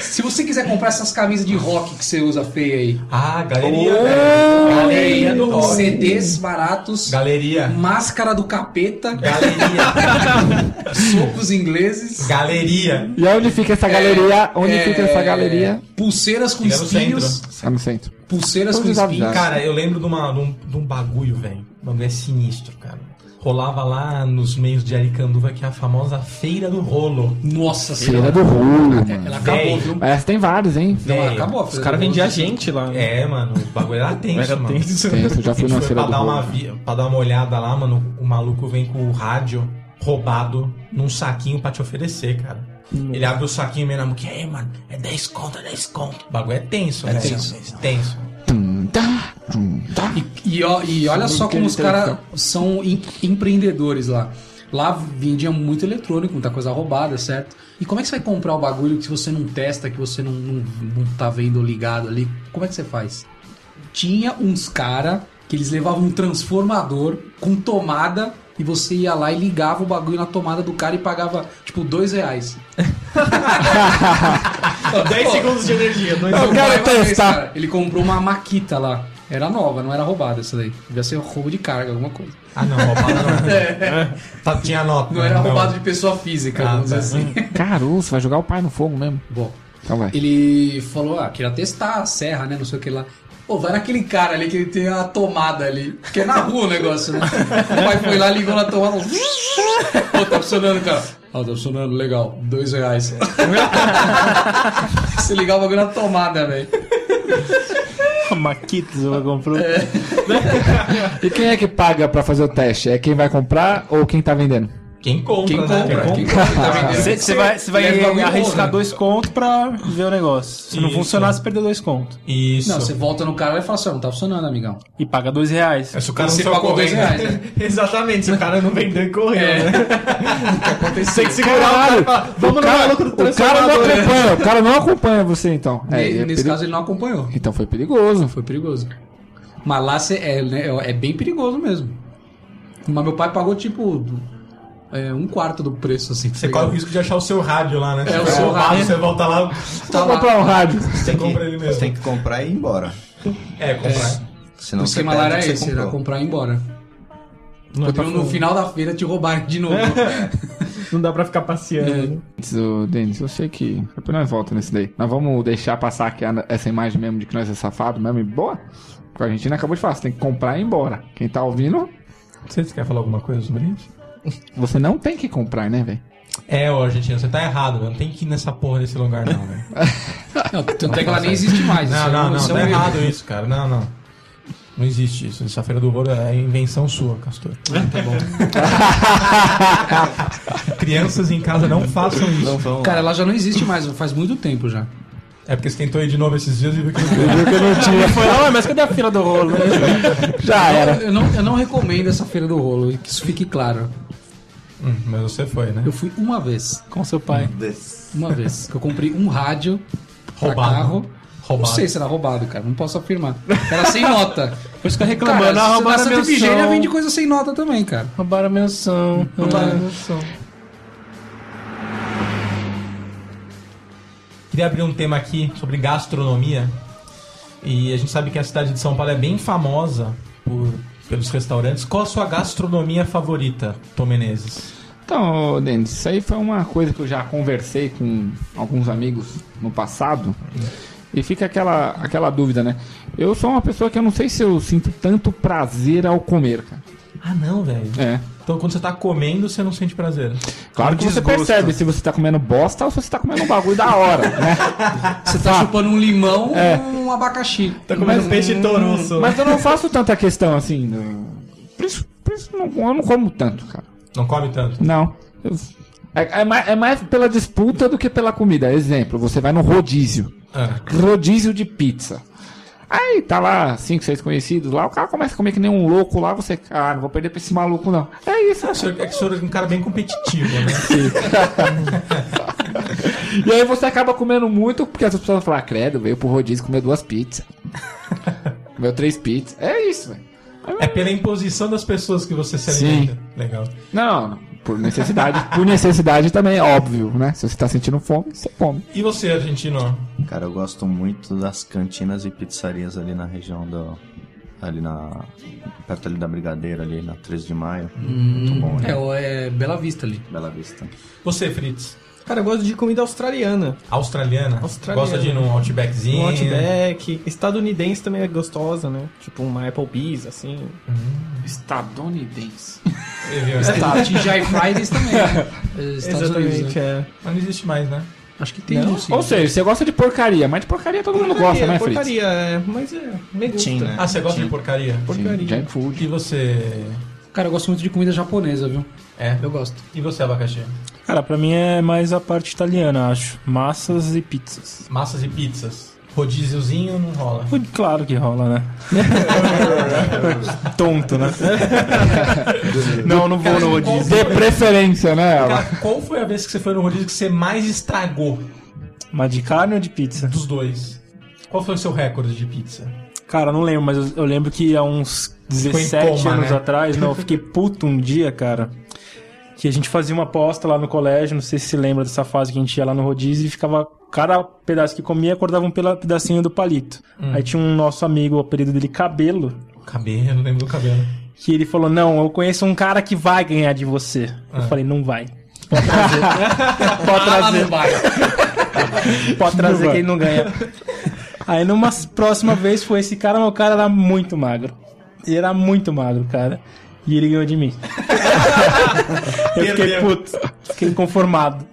Speaker 4: Se você quiser comprar essas camisas de rock que você usa feia aí,
Speaker 2: Ah, galeria, velho. Galeria do rock.
Speaker 4: CDs baratos,
Speaker 2: Galeria.
Speaker 4: máscara do capeta,
Speaker 2: Galeria.
Speaker 4: socos ingleses.
Speaker 2: Galeria.
Speaker 3: E onde fica essa galeria? Onde fica essa
Speaker 4: é,
Speaker 3: galeria?
Speaker 4: Pulseiras com
Speaker 2: Fica no
Speaker 4: espinhos.
Speaker 2: centro.
Speaker 3: Tá no centro.
Speaker 4: Pulseiras com
Speaker 3: Todos
Speaker 4: espinhos.
Speaker 3: avisados.
Speaker 2: Cara, eu lembro de, uma, de, um, de um bagulho, velho. Um bagulho é sinistro, cara. Rolava lá nos meios de Aricanduva, que é a famosa Feira do Rolo.
Speaker 4: Nossa
Speaker 3: Feira
Speaker 4: senhora.
Speaker 3: do rolo, mano.
Speaker 4: Ela acabou,
Speaker 2: Véi.
Speaker 4: viu?
Speaker 3: Mas tem vários, hein?
Speaker 4: Não,
Speaker 2: Véi.
Speaker 4: acabou.
Speaker 5: Os caras vendiam a gente lá. né?
Speaker 2: É, mano, o bagulho era é tenso, mano.
Speaker 3: Tem, eu já
Speaker 2: A
Speaker 3: fui
Speaker 2: gente
Speaker 3: na
Speaker 2: foi
Speaker 3: feira
Speaker 2: pra
Speaker 3: do
Speaker 2: dar, uma,
Speaker 3: rolo.
Speaker 2: vi- pra dar uma olhada lá, mano. O maluco vem com o rádio roubado num saquinho pra te oferecer, cara. Ele abre o saquinho e minha namorada, que é, mano, é 10 conto, é 10 conto. O bagulho é tenso, é tenso. tenso.
Speaker 3: Tum, tá, tum, tá.
Speaker 4: E, ó- e olha só como os
Speaker 3: ele tem,
Speaker 5: né?
Speaker 4: caras são em- empreendedores lá. Lá vendia muito eletrônico, muita coisa roubada, certo? E como é que você vai comprar o bagulho que você não testa, que você não, não, não tá vendo ligado ali? Como é que você faz? Tinha uns cara que eles levavam um transformador com tomada e você ia lá e ligava o bagulho na tomada do cara e pagava, tipo, dois reais.
Speaker 12: 10 segundos de energia. dois
Speaker 4: Meu
Speaker 12: segundos.
Speaker 4: pai,
Speaker 3: quero
Speaker 4: uma vez,
Speaker 3: testar.
Speaker 4: cara, ele comprou uma maquita lá. Era nova, não era roubada essa daí. Devia ser roubo de carga, alguma coisa. É.
Speaker 2: Ah, não, roubado não. Tá, tinha nota.
Speaker 4: Não era roubado de pessoa física,
Speaker 2: Ah,
Speaker 4: vamos
Speaker 2: tá.
Speaker 4: dizer assim.
Speaker 3: Caru, você vai jogar o pai no fogo mesmo.
Speaker 4: Bom,
Speaker 3: Então vai.
Speaker 4: ele falou, ah, queria testar a serra, né, não sei o que lá. Pô, vai naquele cara ali que ele tem a tomada ali. Porque é na rua o negócio, né? O pai foi lá, ligou na tomada. um Pô, tá funcionando, cara. Ah, tá funcionando, legal. Dois reais. Se ligar o bagulho na tomada, velho.
Speaker 6: Maquitos ela comprou.
Speaker 3: E quem é que paga pra fazer o teste? É quem vai comprar ou quem tá vendendo?
Speaker 9: Quem compra,
Speaker 4: Quem
Speaker 9: né?
Speaker 4: compra?
Speaker 9: Quem
Speaker 4: Quem compra tá vendendo?
Speaker 6: Você você vai, você vai
Speaker 4: Leva alguém
Speaker 6: arriscar
Speaker 4: morrendo.
Speaker 6: dois contos pra ver o negócio. Se não
Speaker 9: Isso.
Speaker 6: funcionar, você perdeu dois contos.
Speaker 9: Isso.
Speaker 4: Não, você volta no cara e fala assim, ó, não tá funcionando, amigão.
Speaker 6: E paga dois reais.
Speaker 9: Se o cara não
Speaker 4: Você
Speaker 9: saiu
Speaker 4: pagou dois
Speaker 9: correndo.
Speaker 4: reais, né?
Speaker 2: Exatamente, se o cara não vendeu e correu,
Speaker 4: É.
Speaker 2: né?
Speaker 4: Aconteceu.
Speaker 3: Caralho!
Speaker 2: Vamos no maluco do
Speaker 3: O cara não acompanha, o cara não acompanha você então. É,
Speaker 4: Ne-
Speaker 3: é
Speaker 4: Nesse
Speaker 3: peri-
Speaker 4: caso ele não acompanhou.
Speaker 3: Então foi perigoso.
Speaker 4: Foi perigoso. Mas lá cê- é, né, é bem perigoso mesmo. Mas meu pai pagou tipo do- é, um quarto do preço, assim.
Speaker 9: Você corre o risco de achar o seu rádio lá, né? Se
Speaker 4: o
Speaker 2: é
Speaker 9: for
Speaker 4: seu
Speaker 9: roubado,
Speaker 4: rádio.
Speaker 9: Você volta lá,
Speaker 4: tá
Speaker 3: Vou
Speaker 4: lá.
Speaker 3: comprar um rádio.
Speaker 9: você compra ele mesmo.
Speaker 7: Tem que comprar e ir embora.
Speaker 9: É, comprar.
Speaker 7: Senão
Speaker 4: O
Speaker 7: você
Speaker 4: esquema lá
Speaker 7: perde o
Speaker 4: era
Speaker 3: é
Speaker 7: que você
Speaker 4: esse, era
Speaker 7: comprou.
Speaker 4: comprar e ir embora.
Speaker 9: Não,
Speaker 4: Porque
Speaker 9: tá
Speaker 4: no
Speaker 9: falando.
Speaker 4: final da feira te roubar de novo.
Speaker 2: Não dá pra ficar passeando.
Speaker 3: Ô, Denis, eu sei que. Depois nós volta nesse daí. Nós vamos deixar passar aqui a- essa imagem mesmo de que nós é safado mesmo e boa? Porque a Argentina acabou de falar, você tem que comprar e ir embora. Quem tá ouvindo,
Speaker 9: Você quer falar alguma coisa sobre isso?
Speaker 3: você não tem que comprar, né, velho?
Speaker 9: É, ô Argentina, você tá errado, velho. Não tem que ir nessa porra desse lugar, não, velho.
Speaker 4: Não, tanto é que ela nem existe mais. isso é
Speaker 9: Não,
Speaker 4: um-
Speaker 9: não, não.
Speaker 4: isso é um
Speaker 9: Tá
Speaker 4: erro.
Speaker 9: errado isso, cara. Não, não. Não existe isso. Essa feira do horror é invenção sua,
Speaker 4: É?
Speaker 9: Castor. Tá bom. Crianças em casa não façam isso.
Speaker 7: Não vão.
Speaker 4: Cara, ela já não existe mais, faz muito tempo já.
Speaker 9: É porque você tentou ir de novo esses dias e viu que não deu.
Speaker 6: Foi lá, "Ué, mas cadê a fila do rolo?
Speaker 3: Já era.
Speaker 4: Eu não, eu não recomendo essa feira do rolo, que isso fique claro.
Speaker 9: Hum, Mas você foi, né?
Speaker 4: Eu fui uma vez,
Speaker 6: Com seu pai.
Speaker 7: Des-
Speaker 4: uma vez, que eu comprei um rádio pra
Speaker 9: Roubado.
Speaker 4: carro. Não
Speaker 9: Roubado.
Speaker 4: sei se era roubado, cara, não posso afirmar. Era sem nota.
Speaker 6: Por isso que eu reclamando.
Speaker 4: cara,
Speaker 6: ah,
Speaker 4: se
Speaker 6: roubaram
Speaker 4: Santa
Speaker 6: meu
Speaker 4: Efigênia
Speaker 6: som.
Speaker 4: vende coisa sem nota também, cara.
Speaker 6: Roubaram meu som.
Speaker 4: Roubaram
Speaker 6: meu
Speaker 9: Queria abrir um tema aqui sobre gastronomia. E a gente sabe que a cidade de São Paulo é bem famosa por- pelos restaurantes. Qual a sua gastronomia favorita, Tom Menezes?
Speaker 3: Então, ô, Denis, isso aí foi uma coisa que eu já conversei com alguns amigos no passado. E fica aquela, aquela dúvida, né? Eu sou uma pessoa que eu não sei se eu sinto tanto prazer ao comer, cara.
Speaker 9: Ah, não, velho.
Speaker 3: É.
Speaker 9: Então quando você tá comendo, você não sente prazer.
Speaker 3: Claro que você
Speaker 6: desgosto.
Speaker 3: percebe se você tá comendo bosta ou se você tá comendo um bagulho da hora, né? Ah,
Speaker 4: Você tá chupando um limão ou um abacaxi.
Speaker 2: Tá comendo peixe toruço.
Speaker 3: Mas eu não faço tanta questão assim. no- Por isso, por isso não- eu não como tanto, cara.
Speaker 9: Não come tanto.
Speaker 3: Não. Eu- É, é mais, é mais pela disputa do que pela comida. Exemplo, você vai no rodízio.
Speaker 9: Ah,
Speaker 3: Rodízio de pizza. Aí tá lá, cinco, seis conhecidos lá, o cara começa a comer que nem um louco lá, você, cara, não vou perder pra esse maluco, não. É isso.
Speaker 9: o senhor- é que o senhor é um cara bem competitivo, né?
Speaker 3: E aí você acaba comendo muito, porque as pessoas falam, "Ah, credo, veio pro rodízio comer duas pizzas. comeu três pizzas. É isso, velho.
Speaker 9: É pela imposição das pessoas que você se
Speaker 3: Sim.
Speaker 9: alimenta. Legal.
Speaker 3: Não, por necessidade. por necessidade também, é óbvio, né? Se você tá sentindo fome, você come.
Speaker 9: E você, argentino?
Speaker 7: Cara, eu gosto muito das cantinas e pizzarias ali na região do. Ali na. Perto ali da Brigadeira, ali na 13 de maio.
Speaker 3: Hum.
Speaker 7: muito bom, né?
Speaker 4: É, ó, é Bela Vista ali.
Speaker 7: Bela Vista.
Speaker 9: Você, Fritz.
Speaker 2: Cara, eu gosto de comida australiana.
Speaker 9: Australiana?
Speaker 2: Australiana.
Speaker 9: Gosta de ir num outbackzinho?
Speaker 2: Um outback. Estadunidense também é gostosa, né? Tipo uma Applebee's, assim.
Speaker 6: Tá,
Speaker 3: Estadunidense.
Speaker 9: Você viu, né?
Speaker 4: TGI Fridays também, né? Estados Unidos,
Speaker 2: Exatamente,
Speaker 4: né?
Speaker 2: é.
Speaker 9: Mas não existe mais, né?
Speaker 4: Acho que tem isso.
Speaker 3: Ou seja, você gosta de porcaria, mas de porcaria todo mundo gosta, né, Fritz?
Speaker 2: porcaria, é. Mas é, me gusta.
Speaker 7: Sim, né?
Speaker 9: Ah, você gosta de porcaria?
Speaker 2: Porcaria.
Speaker 3: Junk food.
Speaker 9: E você.
Speaker 4: Cara, eu gosto muito de comida japonesa, viu?
Speaker 9: É.
Speaker 4: Eu gosto.
Speaker 9: E você, abacaxi?
Speaker 6: Cara, pra mim é mais a parte italiana, acho. Massas e pizzas.
Speaker 9: Massas e pizzas. Rodíziozinho não rola.
Speaker 6: Ui, Claro que rola, né? Tonto, né? não, não vou no rodízio.
Speaker 3: De preferência, né? Ela?
Speaker 9: Cara, qual foi a vez que você foi no rodízio que você mais estragou
Speaker 6: Mas de carne ou de pizza?
Speaker 9: dos dois? Qual foi o seu recorde de pizza?
Speaker 6: Cara, não lembro, mas eu, eu lembro que há uns 17
Speaker 9: coma,
Speaker 6: anos
Speaker 9: né?
Speaker 6: atrás, não, eu fiquei puto um dia, cara. Que a gente fazia uma aposta lá no colégio, não sei se você lembra dessa fase que a gente ia lá no rodízio e ficava. Cada pedaço que comia acordava um pela- pedacinho do palito. Aí tinha um nosso amigo, o apelido dele Cabelo,
Speaker 9: Cabelo, não lembro do cabelo.
Speaker 6: que ele falou: Não, eu conheço um cara que vai ganhar de você.
Speaker 3: Ah.
Speaker 6: Eu falei: Não vai. Pode trazer. Pode
Speaker 4: vai.
Speaker 6: trazer, pode trazer quem não ganha. Aí numa próxima vez foi esse cara, mas o cara era muito magro. Ele era muito magro, cara. E ele ganhou de mim. Eu fiquei puto. Fiquei conformado.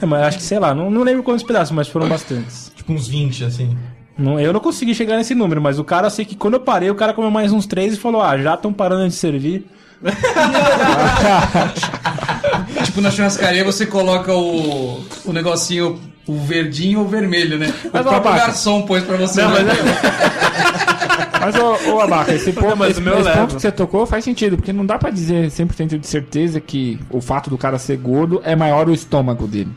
Speaker 6: É, mas acho que, sei lá, não, não lembro quantos pedaços, mas foram bastantes.
Speaker 9: Tipo uns 20, assim.
Speaker 6: Não, eu não consegui chegar nesse número, mas o cara, eu sei que quando eu parei, o cara comeu mais uns três e falou: Ah, já estão parando de servir.
Speaker 4: Tipo, na churrascaria você coloca o, o negocinho, o verdinho ou o vermelho, né? O
Speaker 3: Mas, ó,
Speaker 4: próprio
Speaker 3: Baca.
Speaker 4: garçom pôs pra você.
Speaker 3: Não,
Speaker 4: né?
Speaker 9: é-
Speaker 3: Mas, ô, ô Abaca, esse, ponto,
Speaker 6: mas
Speaker 3: esse-
Speaker 6: o meu
Speaker 3: esse
Speaker 6: leva.
Speaker 3: ponto que você tocou faz sentido, porque não dá pra dizer 100% de certeza que o fato do cara ser gordo é maior o estômago dele.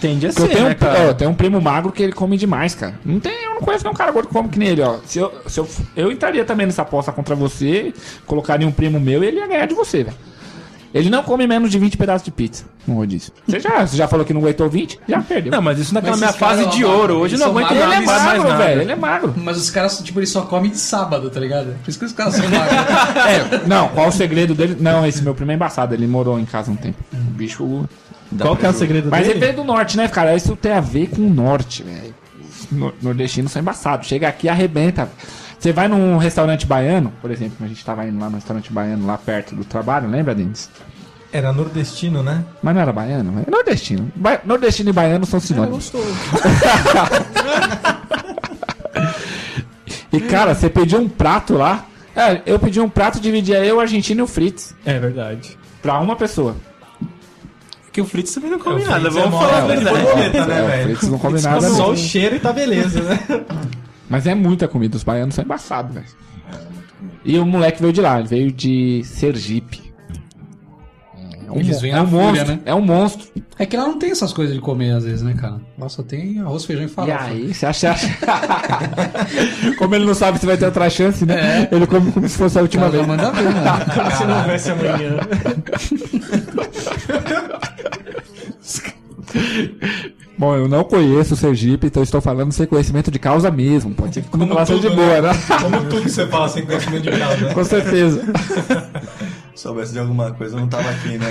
Speaker 6: Tende a
Speaker 3: Porque eu,
Speaker 6: ser,
Speaker 3: tenho,
Speaker 6: né,
Speaker 3: um-
Speaker 6: cara?
Speaker 3: é, eu tenho um primo magro que ele come demais, cara. Não tem, eu não conheço nenhum cara gordo que come que nem ele, ó. Se eu, se eu, f- eu entraria também nessa aposta contra você, colocaria um primo meu e ele ia ganhar de você, velho. Ele não come menos de 20 pedaços de pizza no rodízio. Você já, você já falou que não aguentou 20? Já perdeu.
Speaker 6: Não, mas isso naquela
Speaker 4: Mas
Speaker 6: minha
Speaker 4: esses caras
Speaker 6: fase de
Speaker 4: lá, mano,
Speaker 6: ouro. Hoje
Speaker 4: eles
Speaker 6: eu não
Speaker 4: são
Speaker 6: aguento
Speaker 3: ele é
Speaker 4: magros,
Speaker 6: mais mais
Speaker 3: magro,
Speaker 6: nada.
Speaker 3: velho. Ele é magro.
Speaker 4: Mas os caras, tipo, eles só comem de sábado, tá ligado? Por isso que os caras são magros.
Speaker 3: É, não, qual o segredo dele? Não, esse meu primo é embaçado, ele morou em casa um tempo. O bicho.
Speaker 2: Qual que é o segredo
Speaker 3: Mas ele
Speaker 2: dele?
Speaker 3: veio do norte, né, cara? Isso tem a ver com o norte, velho. Os nor- Nordestinos são embaçados. Chega aqui e arrebenta. Você vai num restaurante baiano, por exemplo, a gente tava indo lá no restaurante baiano, lá perto do trabalho, lembra, Denis?
Speaker 9: Era nordestino, né?
Speaker 3: Mas não era baiano, é nordestino. Ba- nordestino e baiano são sinônimos. e cara, você pediu um prato lá. É, eu pedi um prato, dividia eu, o argentino e o Fritz.
Speaker 6: É verdade.
Speaker 3: Pra uma pessoa.
Speaker 6: Que o Fritz também
Speaker 2: Ah,
Speaker 6: não
Speaker 9: É,
Speaker 6: come
Speaker 9: o
Speaker 6: nada,
Speaker 9: Fritz
Speaker 6: vamos
Speaker 9: é mó-
Speaker 6: falar a
Speaker 9: é,
Speaker 6: verdade.
Speaker 9: é, é, né,
Speaker 3: É, o
Speaker 9: velho?
Speaker 3: Fritz não come nada.
Speaker 2: Come só
Speaker 3: mesmo.
Speaker 2: o cheiro e tá beleza, né?
Speaker 3: Mas é muita comida, os baianos são embaçados, velho. E o moleque veio de lá, ele veio de Sergipe. É um,
Speaker 4: Eles
Speaker 3: mon-
Speaker 4: vêm
Speaker 3: é
Speaker 4: na
Speaker 3: um
Speaker 4: fúria,
Speaker 3: monstro,
Speaker 4: né?
Speaker 3: é um monstro.
Speaker 4: É que lá não tem essas coisas de comer, às vezes, né, cara? Lá só tem arroz, feijão e
Speaker 3: E
Speaker 4: farofa.
Speaker 3: aí, você acha, acha- Como ele não sabe se vai ter outra chance, né?
Speaker 4: É.
Speaker 3: Ele come como se fosse a última
Speaker 4: Cara,
Speaker 3: vez.
Speaker 4: manda ver,
Speaker 3: Tá,
Speaker 4: mano.
Speaker 2: Como se não houvesse amanhã.
Speaker 3: Bom, eu não conheço o Sergipe, então estou falando sem conhecimento de causa mesmo. Pode ser que como relação de
Speaker 9: tudo,
Speaker 3: boa, né?
Speaker 9: Como tudo que você fala sem conhecimento de causa, né?
Speaker 3: Com certeza.
Speaker 7: Se soubesse de alguma coisa, eu não tava aqui, né?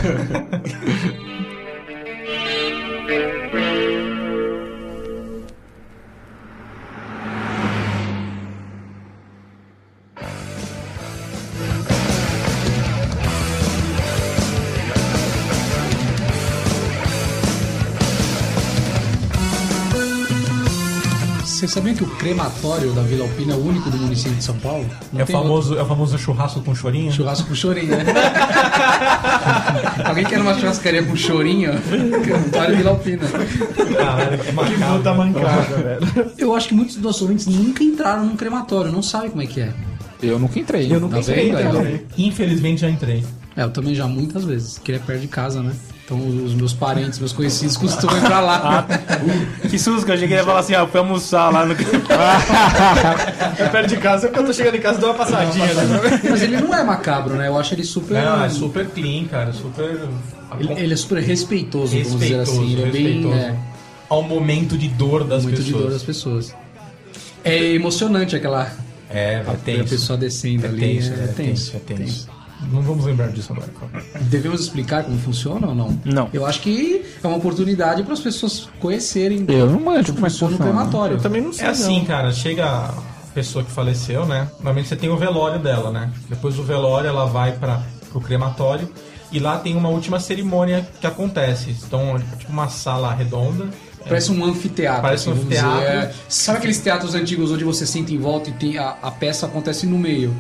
Speaker 4: Vocês sabiam que o crematório da Vila Alpina é o único do município de São Paulo? Não
Speaker 9: É o
Speaker 4: tem outro.
Speaker 9: famoso, é o famoso churrasco com chorinho?
Speaker 4: Churrasco com chorinho, né? Alguém quer uma churrascaria com chorinho? Crematório Vila Alpina.
Speaker 9: Caralho, que macabro.
Speaker 2: Puta mancada, velho.
Speaker 4: Eu acho que muitos dos nossos ouvintes nunca entraram num crematório, não sabem como é que é.
Speaker 3: Eu nunca entrei.
Speaker 4: Eu nunca entrei,
Speaker 9: então. Infelizmente já entrei.
Speaker 4: É, eu também já muitas vezes, porque ele é perto de casa, né? Então os meus parentes, meus conhecidos costumam ir pra lá.
Speaker 9: Ah.
Speaker 6: Que susto que eu cheguei a falar assim, ah, fui almoçar lá no.
Speaker 2: É perto de casa, sempre que eu tô chegando em casa, dou uma passadinha. né?
Speaker 4: Mas ele não é macabro, né? Eu acho ele super.
Speaker 9: Não, é super clean, cara. Super.
Speaker 4: Ele, ele é super respeitoso, vamos dizer
Speaker 9: respeitoso,
Speaker 4: assim. Ele é bem.
Speaker 9: respeitoso.
Speaker 4: é,
Speaker 9: Ao momento de dor das
Speaker 4: muito de
Speaker 9: pessoas.
Speaker 4: dor das pessoas. É emocionante aquela
Speaker 9: É, é
Speaker 4: a
Speaker 9: tenso.
Speaker 4: pessoa descendo
Speaker 9: É
Speaker 4: ali.
Speaker 9: tenso,
Speaker 4: é,
Speaker 9: é tenso, é tenso. Não vamos lembrar disso agora. cara.
Speaker 4: Devemos explicar como funciona ou não?
Speaker 6: Não.
Speaker 4: Eu acho que é uma oportunidade para as pessoas conhecerem como
Speaker 3: Eu não manjo como é que
Speaker 4: funciona o
Speaker 3: funciona.
Speaker 4: crematório.
Speaker 6: Também não sei.
Speaker 9: É assim, cara, chega a pessoa que faleceu, né? Normalmente você tem o velório dela, né? Depois do velório ela vai para pro crematório e lá tem uma última cerimônia que acontece. Então, é tipo uma sala redonda.
Speaker 4: Parece um anfiteatro.
Speaker 9: Parece um
Speaker 4: vamos dizer.
Speaker 9: anfiteatro.
Speaker 4: É, sabe aqueles teatros antigos onde você senta em volta e tem a, a peça acontece no meio?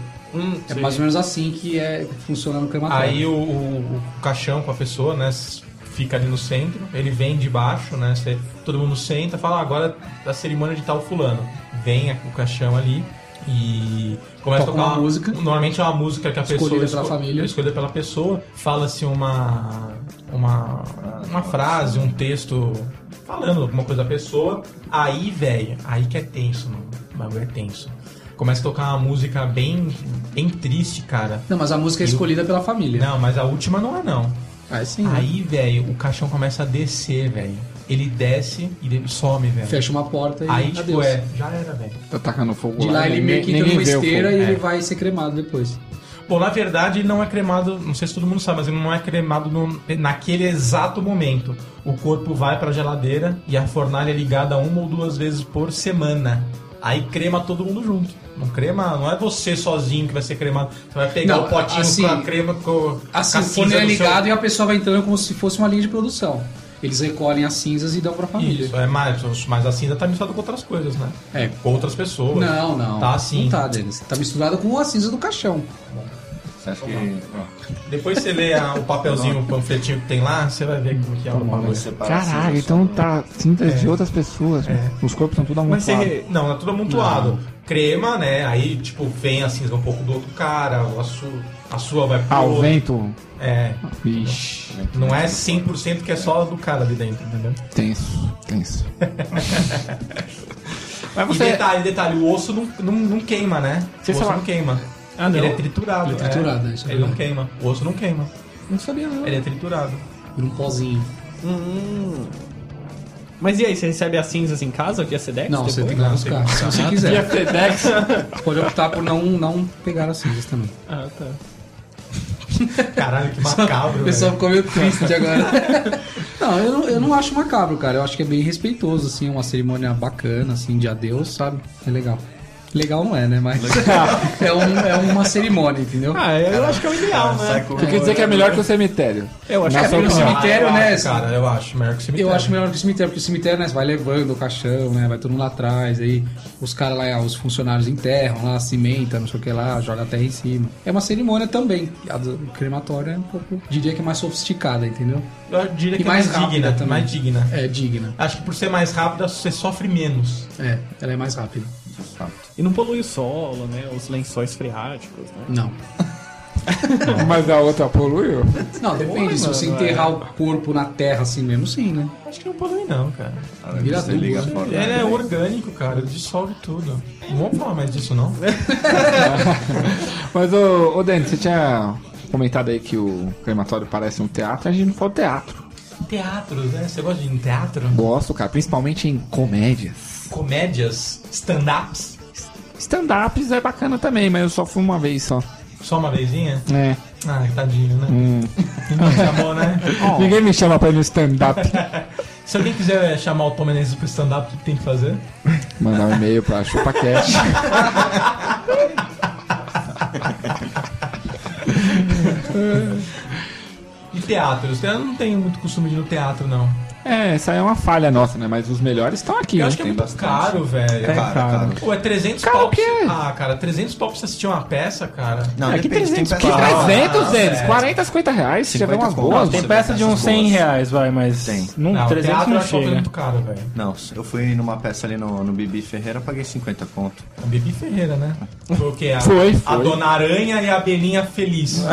Speaker 4: é mais ou menos assim que é que funciona no crematório.
Speaker 9: Hum, Aí o, o- o caixão com a pessoa, né? s- Fica ali no centro, ele vem de baixo, né? você- todo mundo senta, fala, "Ah, agora a cerimônia de tal fulano. Vem a- o caixão ali e começa
Speaker 4: Toca
Speaker 9: a tocar
Speaker 4: uma música.
Speaker 9: Normalmente é uma música que a
Speaker 4: Escolhida
Speaker 9: pessoa
Speaker 4: pela família.
Speaker 9: escolhida pela pessoa, fala-se uma, uma uma frase, um texto falando alguma coisa da pessoa. Aí, velho, aí que é tenso, mano. O bagulho é tenso. Começa a tocar uma música bem bem triste, cara.
Speaker 4: Não, mas a música é escolhida pela família.
Speaker 9: Não, mas a última não é não.
Speaker 4: Aí sim. né?
Speaker 9: Aí, velho, o caixão começa a descer, velho. Ele desce e ele some, velho.
Speaker 4: Fecha uma porta e
Speaker 9: Aí, tipo,
Speaker 4: adeus.
Speaker 9: é, já era, velho.
Speaker 3: Tá tacando fogo
Speaker 4: De lá né? ele meio que entra
Speaker 3: ninguém
Speaker 4: numa
Speaker 3: vê o
Speaker 4: esteira
Speaker 3: fogo. É.
Speaker 4: e ele vai ser cremado depois.
Speaker 9: Bom, na verdade, ele não é cremado, não sei se todo mundo sabe, mas ele não é cremado no- naquele exato momento. O corpo vai pra geladeira e a fornalha é ligada uma ou duas vezes por semana. Aí crema todo mundo junto. Não crema, não é você sozinho que vai ser cremado. Você vai pegar
Speaker 4: Não,
Speaker 9: o potinho
Speaker 4: assim,
Speaker 9: com a crema com
Speaker 4: Assim, o
Speaker 9: com a cinza
Speaker 4: forno é
Speaker 9: do seu-
Speaker 4: ligado e a pessoa vai entrando como se fosse uma linha de produção. Eles recolhem as cinzas e dão pra família.
Speaker 9: Isso, é mais, mas a cinza tá misturada com outras coisas, né?
Speaker 4: É.
Speaker 9: Com outras pessoas.
Speaker 4: Não, não.
Speaker 9: Tá sim.
Speaker 4: Não tá, Denis. Tá misturado com a cinza do caixão.
Speaker 7: Você acha que.
Speaker 9: Depois você lê a- o papelzinho, o panfletinho que tem lá, você vai ver como que é o bagulho.
Speaker 7: assim,
Speaker 3: Caralho, então tá cintas de outras pessoas. mano. Os corpos estão tudo
Speaker 9: Mas
Speaker 3: amontoados.
Speaker 9: você. Não, é tudo amontoado. Crema, né? Aí, tipo, vem a cinza um pouco do outro cara, a sua, a sua vai pro
Speaker 3: Ah, o
Speaker 9: outro.
Speaker 3: vento.
Speaker 9: É.
Speaker 3: Ixi,
Speaker 9: Não é 100% que é só do cara ali dentro, entendeu?
Speaker 3: tenso, tenso. Mas
Speaker 9: E
Speaker 3: você.
Speaker 9: detalhe, detalhe, o osso não, não, não queima, né?
Speaker 3: Você
Speaker 9: o osso
Speaker 3: fala-
Speaker 9: não queima.
Speaker 6: Ah, não.
Speaker 9: Ele é triturado.
Speaker 4: Ele é triturado,
Speaker 9: é.
Speaker 4: é, isso é
Speaker 9: Ele não
Speaker 4: verdade.
Speaker 9: queima. O osso não queima.
Speaker 4: Não sabia, não.
Speaker 9: Ele é triturado.
Speaker 4: Por um pozinho.
Speaker 2: Mas e aí, você recebe as cinzas em casa, via
Speaker 9: É,
Speaker 2: Sedex?
Speaker 4: Não,
Speaker 2: depois?
Speaker 4: você tem que ir lá buscar, se você quiser.
Speaker 3: FedEx.
Speaker 4: Pode optar por não, não pegar as cinzas também.
Speaker 2: Ah, tá.
Speaker 9: Caralho, É que
Speaker 4: O
Speaker 9: macabro.
Speaker 4: pessoal
Speaker 9: velho.
Speaker 4: ficou meio triste agora. não, eu não, eu não acho macabro, cara. Eu acho que é bem respeitoso, assim, uma cerimônia bacana, assim, de adeus, sabe? É legal. Legal não é, né? Mas é, um- é uma cerimônia, entendeu?
Speaker 2: Ah, eu acho que é o ideal, né?
Speaker 3: Tu quer dizer que é melhor que o cemitério.
Speaker 4: eu acho que é
Speaker 3: sua
Speaker 4: no
Speaker 3: opinião.
Speaker 4: cemitério,
Speaker 9: eu
Speaker 4: né?
Speaker 9: Acho, cara, eu acho. Melhor que o cemitério.
Speaker 4: Eu acho melhor que o cemitério, porque o cemitério, né, você vai levando o caixão, né? Vai todo mundo lá atrás, aí os caras lá, os funcionários enterram lá, cimenta, não sei o que lá, joga a terra em cima. É uma cerimônia também. A do o crematório é um pouco. Diria que é mais sofisticada, entendeu?
Speaker 9: Eu diria que
Speaker 4: E
Speaker 9: é mais,
Speaker 4: mais rápida
Speaker 9: digna.
Speaker 4: também.
Speaker 9: Mais digna.
Speaker 4: É digna.
Speaker 9: Acho que por ser mais rápida, você sofre menos.
Speaker 4: É, ela é mais rápida.
Speaker 2: E não polui o solo, né? Os lençóis freáticos, né?
Speaker 4: Não.
Speaker 3: Mas a outra poluiu?
Speaker 4: Não, depende. se você
Speaker 2: é.
Speaker 4: enterrar o corpo na terra assim mesmo, sim, né?
Speaker 9: Acho que não é polui, não, cara.
Speaker 2: Ah,
Speaker 4: Vira
Speaker 7: Você
Speaker 4: adubo,
Speaker 7: liga
Speaker 3: tá
Speaker 4: né?
Speaker 7: a porta.
Speaker 9: Ele é orgânico, cara. Ele dissolve tudo. Não vamos falar mais disso, não.
Speaker 3: Mas, ô, ô Dani, você tinha comentado aí que o crematório parece um teatro, a gente não falou teatro.
Speaker 9: Teatro, né? Você gosta de ir no teatro?
Speaker 3: Gosto, cara, principalmente em comédias.
Speaker 9: Comédias, stand-ups.
Speaker 3: Stand-ups é bacana também, mas eu só fui uma vez só.
Speaker 9: Só uma vezinha?
Speaker 3: É.
Speaker 9: Ah, tadinho, né? Não chamou, né?
Speaker 3: Oh. Ninguém me chama pra ir no stand-up.
Speaker 9: Se alguém quiser eh, chamar o Tom Menezes pro stand-up, o que que tem que fazer?
Speaker 3: Mandar um e-mail pra ChupaCast.
Speaker 9: E teatro? Os teatros não tem muito costume de ir no teatro, não.
Speaker 3: É, essa aí é uma falha nossa, né? Mas os melhores estão aqui,
Speaker 9: Eu
Speaker 3: né?
Speaker 9: acho que é
Speaker 3: Tem
Speaker 9: muito caro, velho.
Speaker 7: Cara, cara.
Speaker 9: Pô, é 300
Speaker 3: Cara,
Speaker 9: pau
Speaker 3: o quê?
Speaker 9: pra você- Ah, cara, 300 pau pra você assistir uma peça, cara. é
Speaker 7: Não,
Speaker 3: Aqui
Speaker 7: depende,
Speaker 3: 300,
Speaker 7: tem
Speaker 3: É que
Speaker 7: peça-
Speaker 3: 300,
Speaker 9: Ah,
Speaker 3: Denis?
Speaker 9: é.
Speaker 3: 40, 50 reais? Você já vê
Speaker 7: 50
Speaker 3: umas
Speaker 7: conto.
Speaker 3: boas?
Speaker 7: Você
Speaker 6: Tem
Speaker 7: vê
Speaker 6: peça de uns
Speaker 7: peças
Speaker 6: 100
Speaker 7: boas.
Speaker 6: reais, vai, mas.
Speaker 7: Tem.
Speaker 6: Não,
Speaker 9: Não,
Speaker 6: 300
Speaker 9: teatro
Speaker 6: não
Speaker 9: eu acho
Speaker 6: chega.
Speaker 9: muito caro, velho.
Speaker 7: Não, eu fui numa peça ali no, no Bibi Ferreira, eu paguei 50 conto.
Speaker 9: A Bibi Ferreira, né? Foi o quê? A,
Speaker 3: Foi,
Speaker 9: a
Speaker 3: foi.
Speaker 9: Dona Aranha e a Abelhinha Feliz.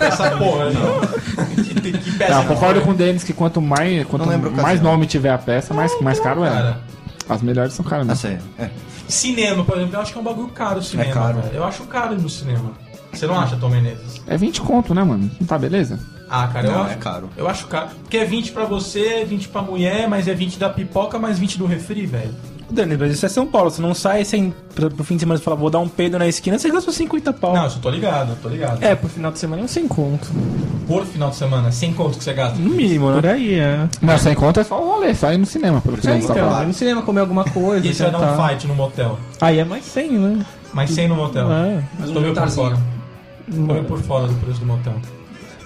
Speaker 9: Essa porra,
Speaker 7: né?
Speaker 9: não. Que, que peça.
Speaker 3: Tá,
Speaker 9: que
Speaker 3: concordo
Speaker 9: foi,
Speaker 3: com o Denis que quanto mais, quanto
Speaker 7: Não lembro o
Speaker 3: mais
Speaker 7: caso, não.
Speaker 3: nome tiver a peça, mais, mais caro é.
Speaker 9: cara.
Speaker 3: As melhores são caras
Speaker 7: Ah,
Speaker 3: mesmo.
Speaker 7: sei. É.
Speaker 9: Cinema, por exemplo, eu acho que é um bagulho caro o cinema.
Speaker 7: É caro.
Speaker 9: velho. Eu acho caro ir no cinema. Você não acha, Tom Menezes?
Speaker 3: É 20 conto, né, mano? Não tá beleza?
Speaker 9: Ah, cara, eu
Speaker 7: Não,
Speaker 9: acho,
Speaker 7: é caro.
Speaker 9: Eu acho caro. Porque é 20 pra você, 20 pra mulher, mas é 20 da pipoca, mais 20 do refri, velho.
Speaker 6: Dani, mas isso é São Paulo. Você não sai sem, pra, pro fim de semana e fala, vou dar um peido na esquina, você gastou 50 pau.
Speaker 9: Não, isso eu tô ligado, eu tô ligado.
Speaker 2: É, pro final de semana é um sem conto.
Speaker 9: Por final de semana, sem conto que você gasta.
Speaker 6: No mínimo, né?
Speaker 2: Por aí, é.
Speaker 3: Não, sem conta é só o rolê, só ir no cinema, pelo que
Speaker 2: É,
Speaker 3: eu
Speaker 2: então,
Speaker 3: então.
Speaker 2: vai no cinema comer alguma
Speaker 6: é,
Speaker 2: coisa.
Speaker 9: E você vai dar um
Speaker 6: tá.
Speaker 2: jantar.
Speaker 9: fight no motel.
Speaker 2: Aí é mais 100, né?
Speaker 9: Mas sem no motel.
Speaker 2: É.
Speaker 4: Mas
Speaker 9: Tô meio por fora. Tô meio
Speaker 2: Não.
Speaker 9: por fora do preço do motel.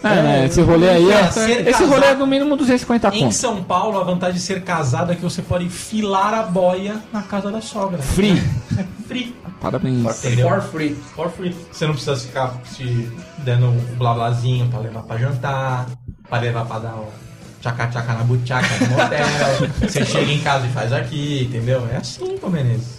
Speaker 3: É, né, esse rolê aí
Speaker 9: Cara,
Speaker 3: é.
Speaker 9: ser
Speaker 3: Esse rolê é
Speaker 9: casado-
Speaker 3: no mínimo 250
Speaker 9: Em
Speaker 3: conto.
Speaker 9: São Paulo, a vantagem de ser casado é que você pode filar a boia na casa da sogra. É
Speaker 3: Free.
Speaker 9: Free.
Speaker 3: Parabéns.
Speaker 9: Entendeu?
Speaker 4: For free.
Speaker 9: For free. Você não precisa ficar te dando um blá blázinho pra levar pra jantar, pra levar pra dar um tchaca-tchaca na butiaca no motel. você chega em casa e faz aqui, entendeu? É assim, pô, Menezes.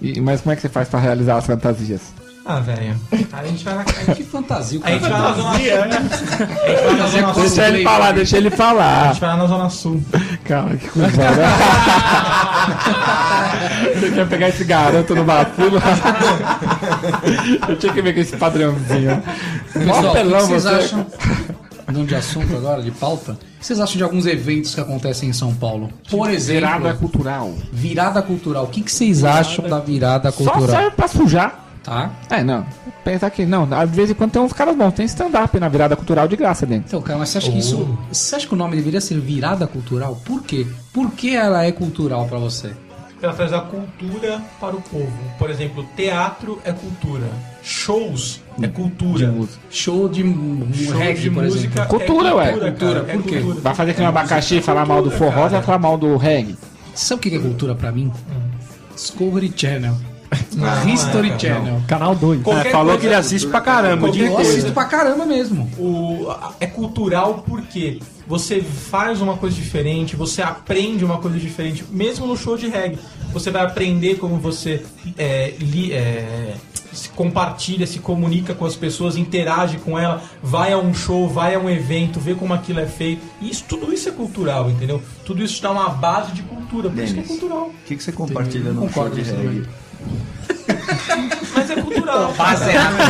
Speaker 3: E- mas como é que você faz pra realizar as fantasias?
Speaker 9: Ah, velho. Aí a gente vai na
Speaker 4: Que É fantasia, o
Speaker 9: A gente vai
Speaker 4: cara.
Speaker 9: na Zona Sul.
Speaker 2: é.
Speaker 9: né? A gente vai na Zona Sul.
Speaker 3: Deixa ele falar, deixa ele
Speaker 9: A
Speaker 3: falar.
Speaker 9: gente vai lá na Zona Sul.
Speaker 3: Cara, que né? coisa. Você quer pegar esse garoto no bafula? Eu tinha que ver com esse padrãozinho.
Speaker 4: Pessoal, o que
Speaker 3: Papelão,
Speaker 4: vocês
Speaker 3: você.
Speaker 4: acham? Mudando de assunto agora, de pauta. O que vocês acham de alguns eventos que acontecem em São Paulo? Por exemplo,
Speaker 3: Zerada cultural.
Speaker 4: virada cultural. O que, que vocês acham da virada
Speaker 3: Só
Speaker 4: cultural?
Speaker 3: serve pra sujar.
Speaker 4: Tá?
Speaker 3: É, não. Pensa que não. Às vezes em quando tem uns caras bons, tem stand-up na virada cultural de graça dentro.
Speaker 4: Então, cara, mas você acha que isso. Você acha que o nome deveria ser virada cultural? Por quê? Por que ela é cultural pra você?
Speaker 2: ela traz a cultura para o povo. Por exemplo, teatro é cultura, shows é cultura.
Speaker 4: Show de m- reggae, por exemplo.
Speaker 3: Cultura,
Speaker 2: é
Speaker 3: ué.
Speaker 2: cultura,
Speaker 4: Cultura,
Speaker 2: cara, é
Speaker 4: por quê?
Speaker 2: cultura.
Speaker 3: Vai fazer que nem
Speaker 2: É
Speaker 3: um abacaxi e
Speaker 2: música,
Speaker 3: falar mal do
Speaker 2: cultura,
Speaker 3: forró,
Speaker 2: cara.
Speaker 3: vai falar mal do reggae.
Speaker 4: Sabe o que é cultura pra mim? Discovery Channel.
Speaker 2: Não,
Speaker 4: History
Speaker 2: é, cara,
Speaker 4: Channel.
Speaker 6: Canal 2.
Speaker 2: Qualquer
Speaker 13: falou
Speaker 2: coisa-
Speaker 13: que ele
Speaker 3: assim.
Speaker 13: assiste pra caramba, o dia
Speaker 4: Eu
Speaker 2: Qualquer
Speaker 4: assisto
Speaker 2: coisa
Speaker 4: pra caramba mesmo.
Speaker 2: o- a- é cultural porque você faz uma coisa diferente, você aprende uma coisa diferente, mesmo no show de reggae. Você vai aprender como você é, li- é, se compartilha, se comunica com as pessoas, interage com ela, vai a um show, vai a um evento, vê como aquilo é feito. E isso, tudo isso é cultural, entendeu? Tudo isso dá uma base de cultura, por isso que é
Speaker 7: Denis.
Speaker 2: cultural.
Speaker 7: O que, que você compartilha
Speaker 4: Eu
Speaker 7: no show
Speaker 4: concordo
Speaker 7: de
Speaker 4: com né? isso
Speaker 7: reggae?
Speaker 2: Mas é cultural.
Speaker 3: É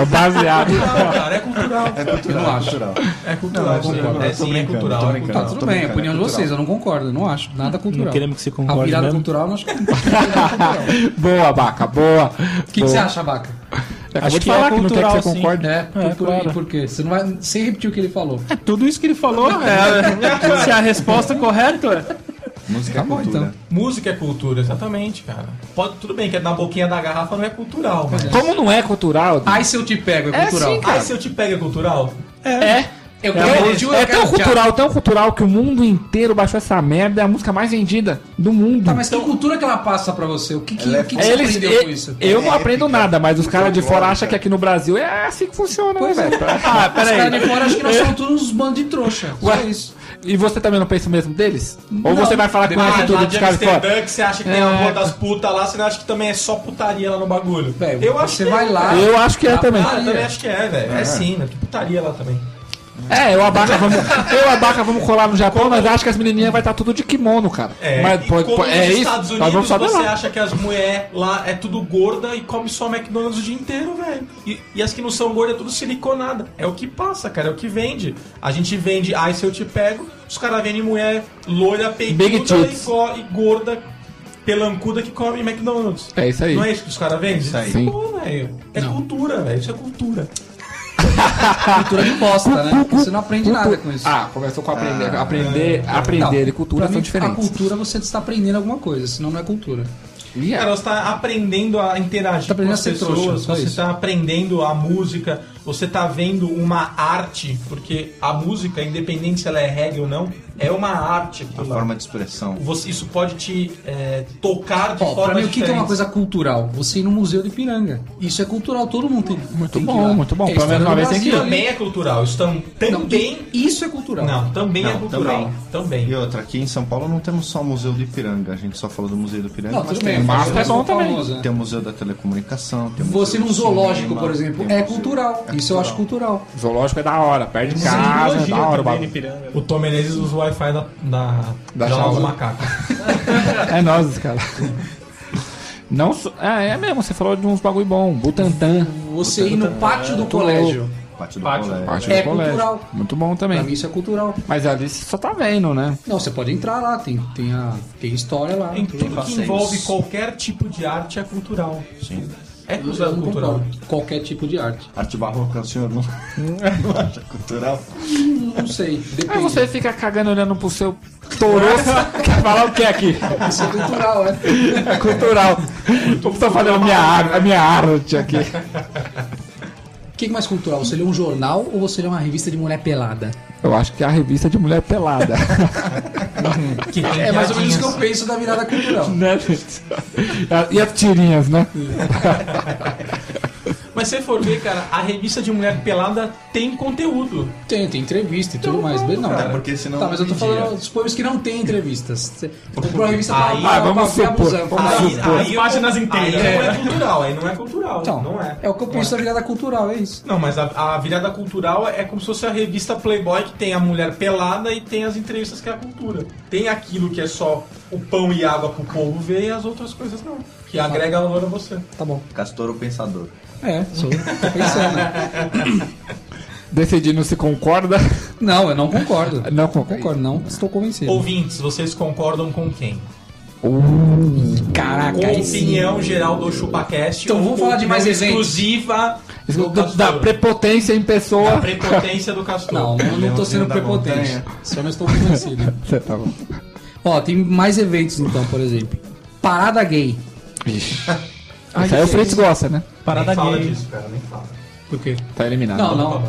Speaker 3: baseado.
Speaker 2: Cultural, cara, é cultural.
Speaker 7: É cultural.
Speaker 4: Eu não acho.
Speaker 7: cultural.
Speaker 2: É cultural.
Speaker 4: Não, eu concordo.
Speaker 2: é, sim, é cultural.
Speaker 7: tô
Speaker 2: é
Speaker 7: brincando.
Speaker 2: cultural.
Speaker 4: Tá, tudo
Speaker 7: tô
Speaker 4: bem, é a
Speaker 7: brincando,
Speaker 4: opinião
Speaker 7: é
Speaker 4: de
Speaker 7: cultural.
Speaker 4: vocês, eu não concordo, eu não acho nada cultural.
Speaker 6: Não queremos que você
Speaker 4: A
Speaker 6: concorde
Speaker 4: virada
Speaker 6: mesmo.
Speaker 4: cultural eu não acho que. O
Speaker 3: boa, Baca, boa. O
Speaker 4: que, que você acha, Baca?
Speaker 3: Acabou
Speaker 6: Acho
Speaker 3: de
Speaker 6: que é
Speaker 3: falar que não quer que
Speaker 6: cultural,
Speaker 3: você
Speaker 6: sim.
Speaker 3: concorde.
Speaker 4: É,
Speaker 6: É,
Speaker 4: por,
Speaker 6: claro.
Speaker 4: e por quê? Você não vai. Sem repetir o que ele falou.
Speaker 6: Tudo isso que ele falou é, se é a resposta correta.
Speaker 7: Música é
Speaker 4: Tá bom, então.
Speaker 7: cultura.
Speaker 2: Música é cultura, exatamente, cara. Pode, tudo bem que é na boquinha da garrafa não é cultural, mas.
Speaker 3: Como não é cultural,
Speaker 4: Ai, se eu te pego, é cultural.
Speaker 3: sim,
Speaker 2: Ai, se eu te pego é cultural?
Speaker 4: Ah, eu
Speaker 3: É,
Speaker 4: quero
Speaker 3: é
Speaker 4: eu quero
Speaker 3: tão
Speaker 4: te-
Speaker 3: cultural, tão cultural que o mundo inteiro baixou essa merda. É a música mais vendida do mundo.
Speaker 4: Tá, mas que cultura que ela passa pra você? O que, que,
Speaker 7: Ela é
Speaker 4: o que, que
Speaker 3: É, Então-
Speaker 4: você
Speaker 3: Eles,
Speaker 4: aprendeu
Speaker 3: e-
Speaker 4: com isso?
Speaker 3: eu não
Speaker 7: É
Speaker 3: aprendo
Speaker 7: épica.
Speaker 3: nada, mas os caras de fora
Speaker 7: Folclórica.
Speaker 3: acham que aqui no Brasil é assim que funciona, né, velho?
Speaker 6: Ah,
Speaker 4: Os caras de
Speaker 6: peraí.
Speaker 4: fora acham que nós somos todos uns bandos de trouxa. Só
Speaker 3: Ué,
Speaker 4: isso.
Speaker 3: E você também não pensa o mesmo deles? Ou você vai falar com
Speaker 2: Ah,
Speaker 3: essa
Speaker 2: lá
Speaker 3: tudo
Speaker 2: de
Speaker 3: de cara de fora?
Speaker 2: Amsterdã que você acha que tem uma
Speaker 3: É,
Speaker 2: rua das putas lá, você não acha que também é só putaria lá no bagulho?
Speaker 4: Velho,
Speaker 2: eu acho
Speaker 4: você
Speaker 2: que
Speaker 4: vai
Speaker 2: é,
Speaker 4: lá.
Speaker 2: cara.
Speaker 3: Eu acho que é
Speaker 4: Ah,
Speaker 3: também.
Speaker 2: Ah, eu
Speaker 4: Putaria.
Speaker 2: também acho que é, velho. É, sim, né? Tem putaria lá também.
Speaker 3: É, eu abaca, vamos, eu abaca, vamos colar no Japão, mas acho que as menininhas vai estar tudo de kimono, cara.
Speaker 2: É,
Speaker 3: mas
Speaker 2: e
Speaker 3: pode,
Speaker 2: como
Speaker 3: pode-
Speaker 2: nos
Speaker 3: é isso.
Speaker 2: Estados
Speaker 3: nós
Speaker 2: Unidos
Speaker 3: vamos saber
Speaker 2: você
Speaker 3: lá.
Speaker 2: acha que as mulheres lá é tudo gorda e come só McDonald's o dia inteiro, velho. E, e as que não são gordas é tudo siliconada. É o que passa, cara, é o que vende. A gente vende, ai se eu te pego, os caras vendem mulher loira,
Speaker 3: Big
Speaker 2: peituda e,
Speaker 3: tits.
Speaker 2: go- e gorda, pelancuda que come McDonald's.
Speaker 3: É isso aí.
Speaker 2: Não é isso que os caras vendem?
Speaker 7: isso aí.
Speaker 3: Sim.
Speaker 2: Pô, velho. É
Speaker 4: Não.
Speaker 2: cultura, velho. Isso é cultura.
Speaker 4: Cultura de bosta, né? Você não aprende nada com isso.
Speaker 3: Ah, começou com aprender. aprender, aprender e cultura
Speaker 4: Pra
Speaker 3: são
Speaker 4: mim, a
Speaker 3: diferentes.
Speaker 4: cultura você está aprendendo alguma coisa, senão não é cultura.
Speaker 3: Ih,
Speaker 2: Cara, você tá aprendendo a interagir
Speaker 4: É. Tá
Speaker 2: com
Speaker 4: aprendendo a
Speaker 2: as
Speaker 4: ser
Speaker 2: pessoas,
Speaker 4: trouxa, só
Speaker 2: você
Speaker 4: isso.
Speaker 2: tá aprendendo a música, você tá vendo uma arte, porque a música, independente se ela é reggae ou não, é uma arte. aquilo
Speaker 7: A
Speaker 2: lá.
Speaker 7: forma de expressão.
Speaker 2: Você- isso pode te é, tocar de
Speaker 4: Ó, pra
Speaker 2: forma
Speaker 4: mim, o que, que é uma
Speaker 2: diferente.
Speaker 4: coisa cultural? Você ir no Museu do Ipiranga. Isso é cultural, todo mundo tem. Muito
Speaker 3: bom, muito bom. Pelo menos uma vez tem que ir.
Speaker 2: Também é cultural. Isso tam- também...
Speaker 4: Isso é cultural.
Speaker 2: Não, também é
Speaker 7: Não,
Speaker 2: cultural. Também.
Speaker 7: E outra, aqui em São Paulo não temos só o Museu do Ipiranga, a gente só falou do Museu do Ipiranga,
Speaker 4: Não,
Speaker 7: mas
Speaker 4: tudo
Speaker 7: tem,
Speaker 4: bem.
Speaker 7: o
Speaker 3: mas
Speaker 4: Márcio
Speaker 3: é bom também.
Speaker 4: famoso, né?
Speaker 7: tem o Museu da Telecomunicação, tem o
Speaker 4: Você
Speaker 7: Museu
Speaker 4: num
Speaker 7: do
Speaker 4: zoológico,
Speaker 7: Cinema,
Speaker 4: por exemplo,
Speaker 7: tem o
Speaker 4: é
Speaker 7: museu-
Speaker 4: cultural.
Speaker 7: é
Speaker 4: Isso eu acho cultural.
Speaker 3: Zoológico é da hora, perto de casa, é da hora o bagulho.
Speaker 2: O Tom Menezes usa o Wi-Fi da, da,
Speaker 3: Da
Speaker 2: jaula
Speaker 3: jaula.
Speaker 2: do macaco.
Speaker 3: É nós, cara. Não, só- é, é mesmo, você falou de uns bagulho bom, Butantan.
Speaker 4: Você ir no pátio do colégio.
Speaker 7: Pátio do
Speaker 2: Pátio.
Speaker 7: colégio.
Speaker 3: parte
Speaker 4: É
Speaker 3: do colégio.
Speaker 4: cultural.
Speaker 3: Muito bom também.
Speaker 4: Pra mim isso é cultural.
Speaker 3: Mas ali você só tá vendo, né?
Speaker 4: Não, você pode entrar lá, tem, tem, a, tem história lá.
Speaker 2: Em
Speaker 4: tudo.
Speaker 2: tudo que
Speaker 7: passeios.
Speaker 2: envolve qualquer tipo de arte é cultural.
Speaker 7: Sim.
Speaker 2: É
Speaker 4: Eu
Speaker 2: considerado
Speaker 4: não
Speaker 2: cultural.
Speaker 4: concordo. Qualquer tipo de arte.
Speaker 7: Arte barroca, o senhor não, não acha cultural?
Speaker 4: Não sei,
Speaker 3: Aí
Speaker 4: depende.
Speaker 3: Ah, você fica cagando olhando pro seu toroço. Quer falar o que aqui?
Speaker 4: Isso é cultural, é.
Speaker 3: É cultural. Vou precisar fazer a minha, ar- a minha arte aqui.
Speaker 4: O que que mais cultural? Você lê um jornal ou você lê uma revista de mulher pelada?
Speaker 3: Eu acho que é a revista de mulher pelada.
Speaker 2: Que tem
Speaker 4: É mais ou menos
Speaker 2: piadinhas.
Speaker 4: o que eu penso da virada cultural.
Speaker 3: né, gente? E as tirinhas, né?
Speaker 2: Mas se você for ver, cara, a revista de mulher pelada tem conteúdo.
Speaker 4: Tem, tem entrevista e tudo mais. Be- Não,
Speaker 7: Até
Speaker 4: cara.
Speaker 7: porque senão
Speaker 4: Tá, mas eu tô
Speaker 7: dividia.
Speaker 4: falando dos poemas que não tem entrevistas. Você comprou a revista pra,
Speaker 2: Aí-
Speaker 4: pra,
Speaker 3: Ah, vamos
Speaker 4: pra ver
Speaker 3: supor,
Speaker 4: abusando.
Speaker 3: vamos
Speaker 4: Aí-
Speaker 3: supor.
Speaker 2: aí eu-
Speaker 6: páginas inteiras.
Speaker 2: Aí não é cultural, aí não é cultural.
Speaker 4: Então,
Speaker 2: não é.
Speaker 4: o que eu penso da virada cultural, é isso.
Speaker 2: Não, mas a, a virada cultural é como se fosse a revista Playboy que tem a mulher pelada e tem as entrevistas que é a cultura. Tem aquilo que é só o pão e água pro povo ver e as outras coisas não. Que agrega valor a você.
Speaker 4: Tá bom.
Speaker 7: Castor o Pensador.
Speaker 4: É, sou, tô pensando.
Speaker 3: Decidindo se concorda.
Speaker 4: não, eu não concordo.
Speaker 3: Não concorda.
Speaker 4: Concordo, não estou convencido.
Speaker 2: Ouvintes, vocês concordam com quem?
Speaker 4: Caraca,
Speaker 2: Com a
Speaker 4: aí sim.
Speaker 2: opinião geral do ChupaCast.
Speaker 4: Então
Speaker 2: ou
Speaker 4: vamos
Speaker 2: com
Speaker 4: falar de mais
Speaker 2: opinião
Speaker 4: exemplos.
Speaker 2: exclusiva do
Speaker 3: Da, da
Speaker 2: Castor?
Speaker 3: prepotência em
Speaker 2: Da
Speaker 3: pessoa.
Speaker 2: prepotência do Castor.
Speaker 4: Não, não, não tô sendo
Speaker 7: da
Speaker 4: prepotente.
Speaker 7: montanha.
Speaker 4: Só não estou convencido.
Speaker 3: Você tá Ah, bom.
Speaker 4: Ó, tem mais eventos então, por exemplo. Parada gay.
Speaker 3: Isso aí o Fritz gosta, né?
Speaker 9: Parada nem fala
Speaker 6: gay.
Speaker 9: disso, cara, nem fala.
Speaker 4: Por quê?
Speaker 3: Tá
Speaker 9: Ah,
Speaker 3: eliminado.
Speaker 4: Não, não.
Speaker 9: né?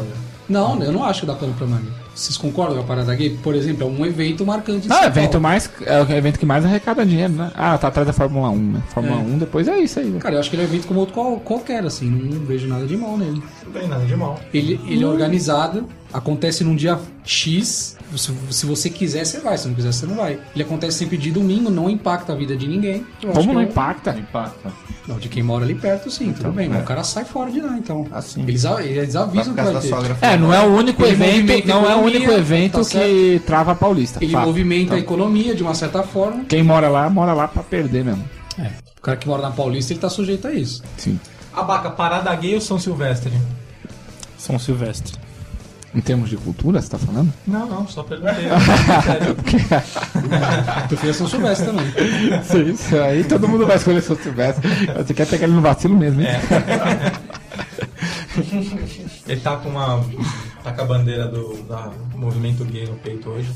Speaker 4: Não, eu não acho que dá pano pra manga. Vocês concordam com a Parada Gay? Por exemplo, é um evento marcante. em
Speaker 3: Não,
Speaker 4: São
Speaker 3: é o evento
Speaker 4: Paulo.
Speaker 3: mais. É o evento que mais arrecada dinheiro, né? Ah, tá atrás da Fórmula 1, né? Fórmula 1, depois é isso aí, né?
Speaker 4: Cara, eu acho que ele é um evento como outro qual- qualquer, assim. Não vejo nada de mal nele.
Speaker 9: Não tem nada de mal.
Speaker 4: Ele, ele
Speaker 3: Hum.
Speaker 4: é organizado, acontece num dia X. Se, se você quiser, você vai. Se não quiser, você não vai. Ele acontece sempre de domingo, não impacta a vida de ninguém. Eu acho
Speaker 3: Como
Speaker 4: que
Speaker 3: não
Speaker 4: é-
Speaker 3: um impacta?
Speaker 7: Impacta.
Speaker 4: Não, de quem mora ali perto, sim,
Speaker 3: Então,
Speaker 4: tudo bem.
Speaker 3: é.
Speaker 4: Mas o cara sai fora de lá, então.
Speaker 7: Assim.
Speaker 4: Eles, a- eles
Speaker 7: Vai
Speaker 4: avisam
Speaker 7: por
Speaker 9: Tá
Speaker 4: que
Speaker 7: causa
Speaker 4: vai
Speaker 7: da
Speaker 4: ter.
Speaker 7: sogra.
Speaker 3: É, não é o único
Speaker 4: Ele
Speaker 3: evento,
Speaker 4: movimenta
Speaker 3: não é o
Speaker 4: economia,
Speaker 3: único evento
Speaker 4: tá
Speaker 3: que trava a Paulista.
Speaker 4: Ele
Speaker 3: fato.
Speaker 4: movimenta
Speaker 9: Então.
Speaker 4: a economia de uma certa forma.
Speaker 3: Quem mora lá, mora lá pra perder mesmo.
Speaker 4: É, o cara que mora na Paulista, ele tá sujeito a isso.
Speaker 3: Sim.
Speaker 9: Abaca, Parada Gay ou São Silvestre?
Speaker 6: São Silvestre.
Speaker 3: Em termos de cultura, você tá falando?
Speaker 9: Não, não, só perguntei. Sério.
Speaker 4: Tu fez São Silvestre também.
Speaker 3: Sim, isso aí todo mundo vai escolher se eu tivesse. Você quer pegar ele no vacilo mesmo, hein?
Speaker 9: Ele tá com uma. tá com a bandeira do da movimento gay no peito hoje.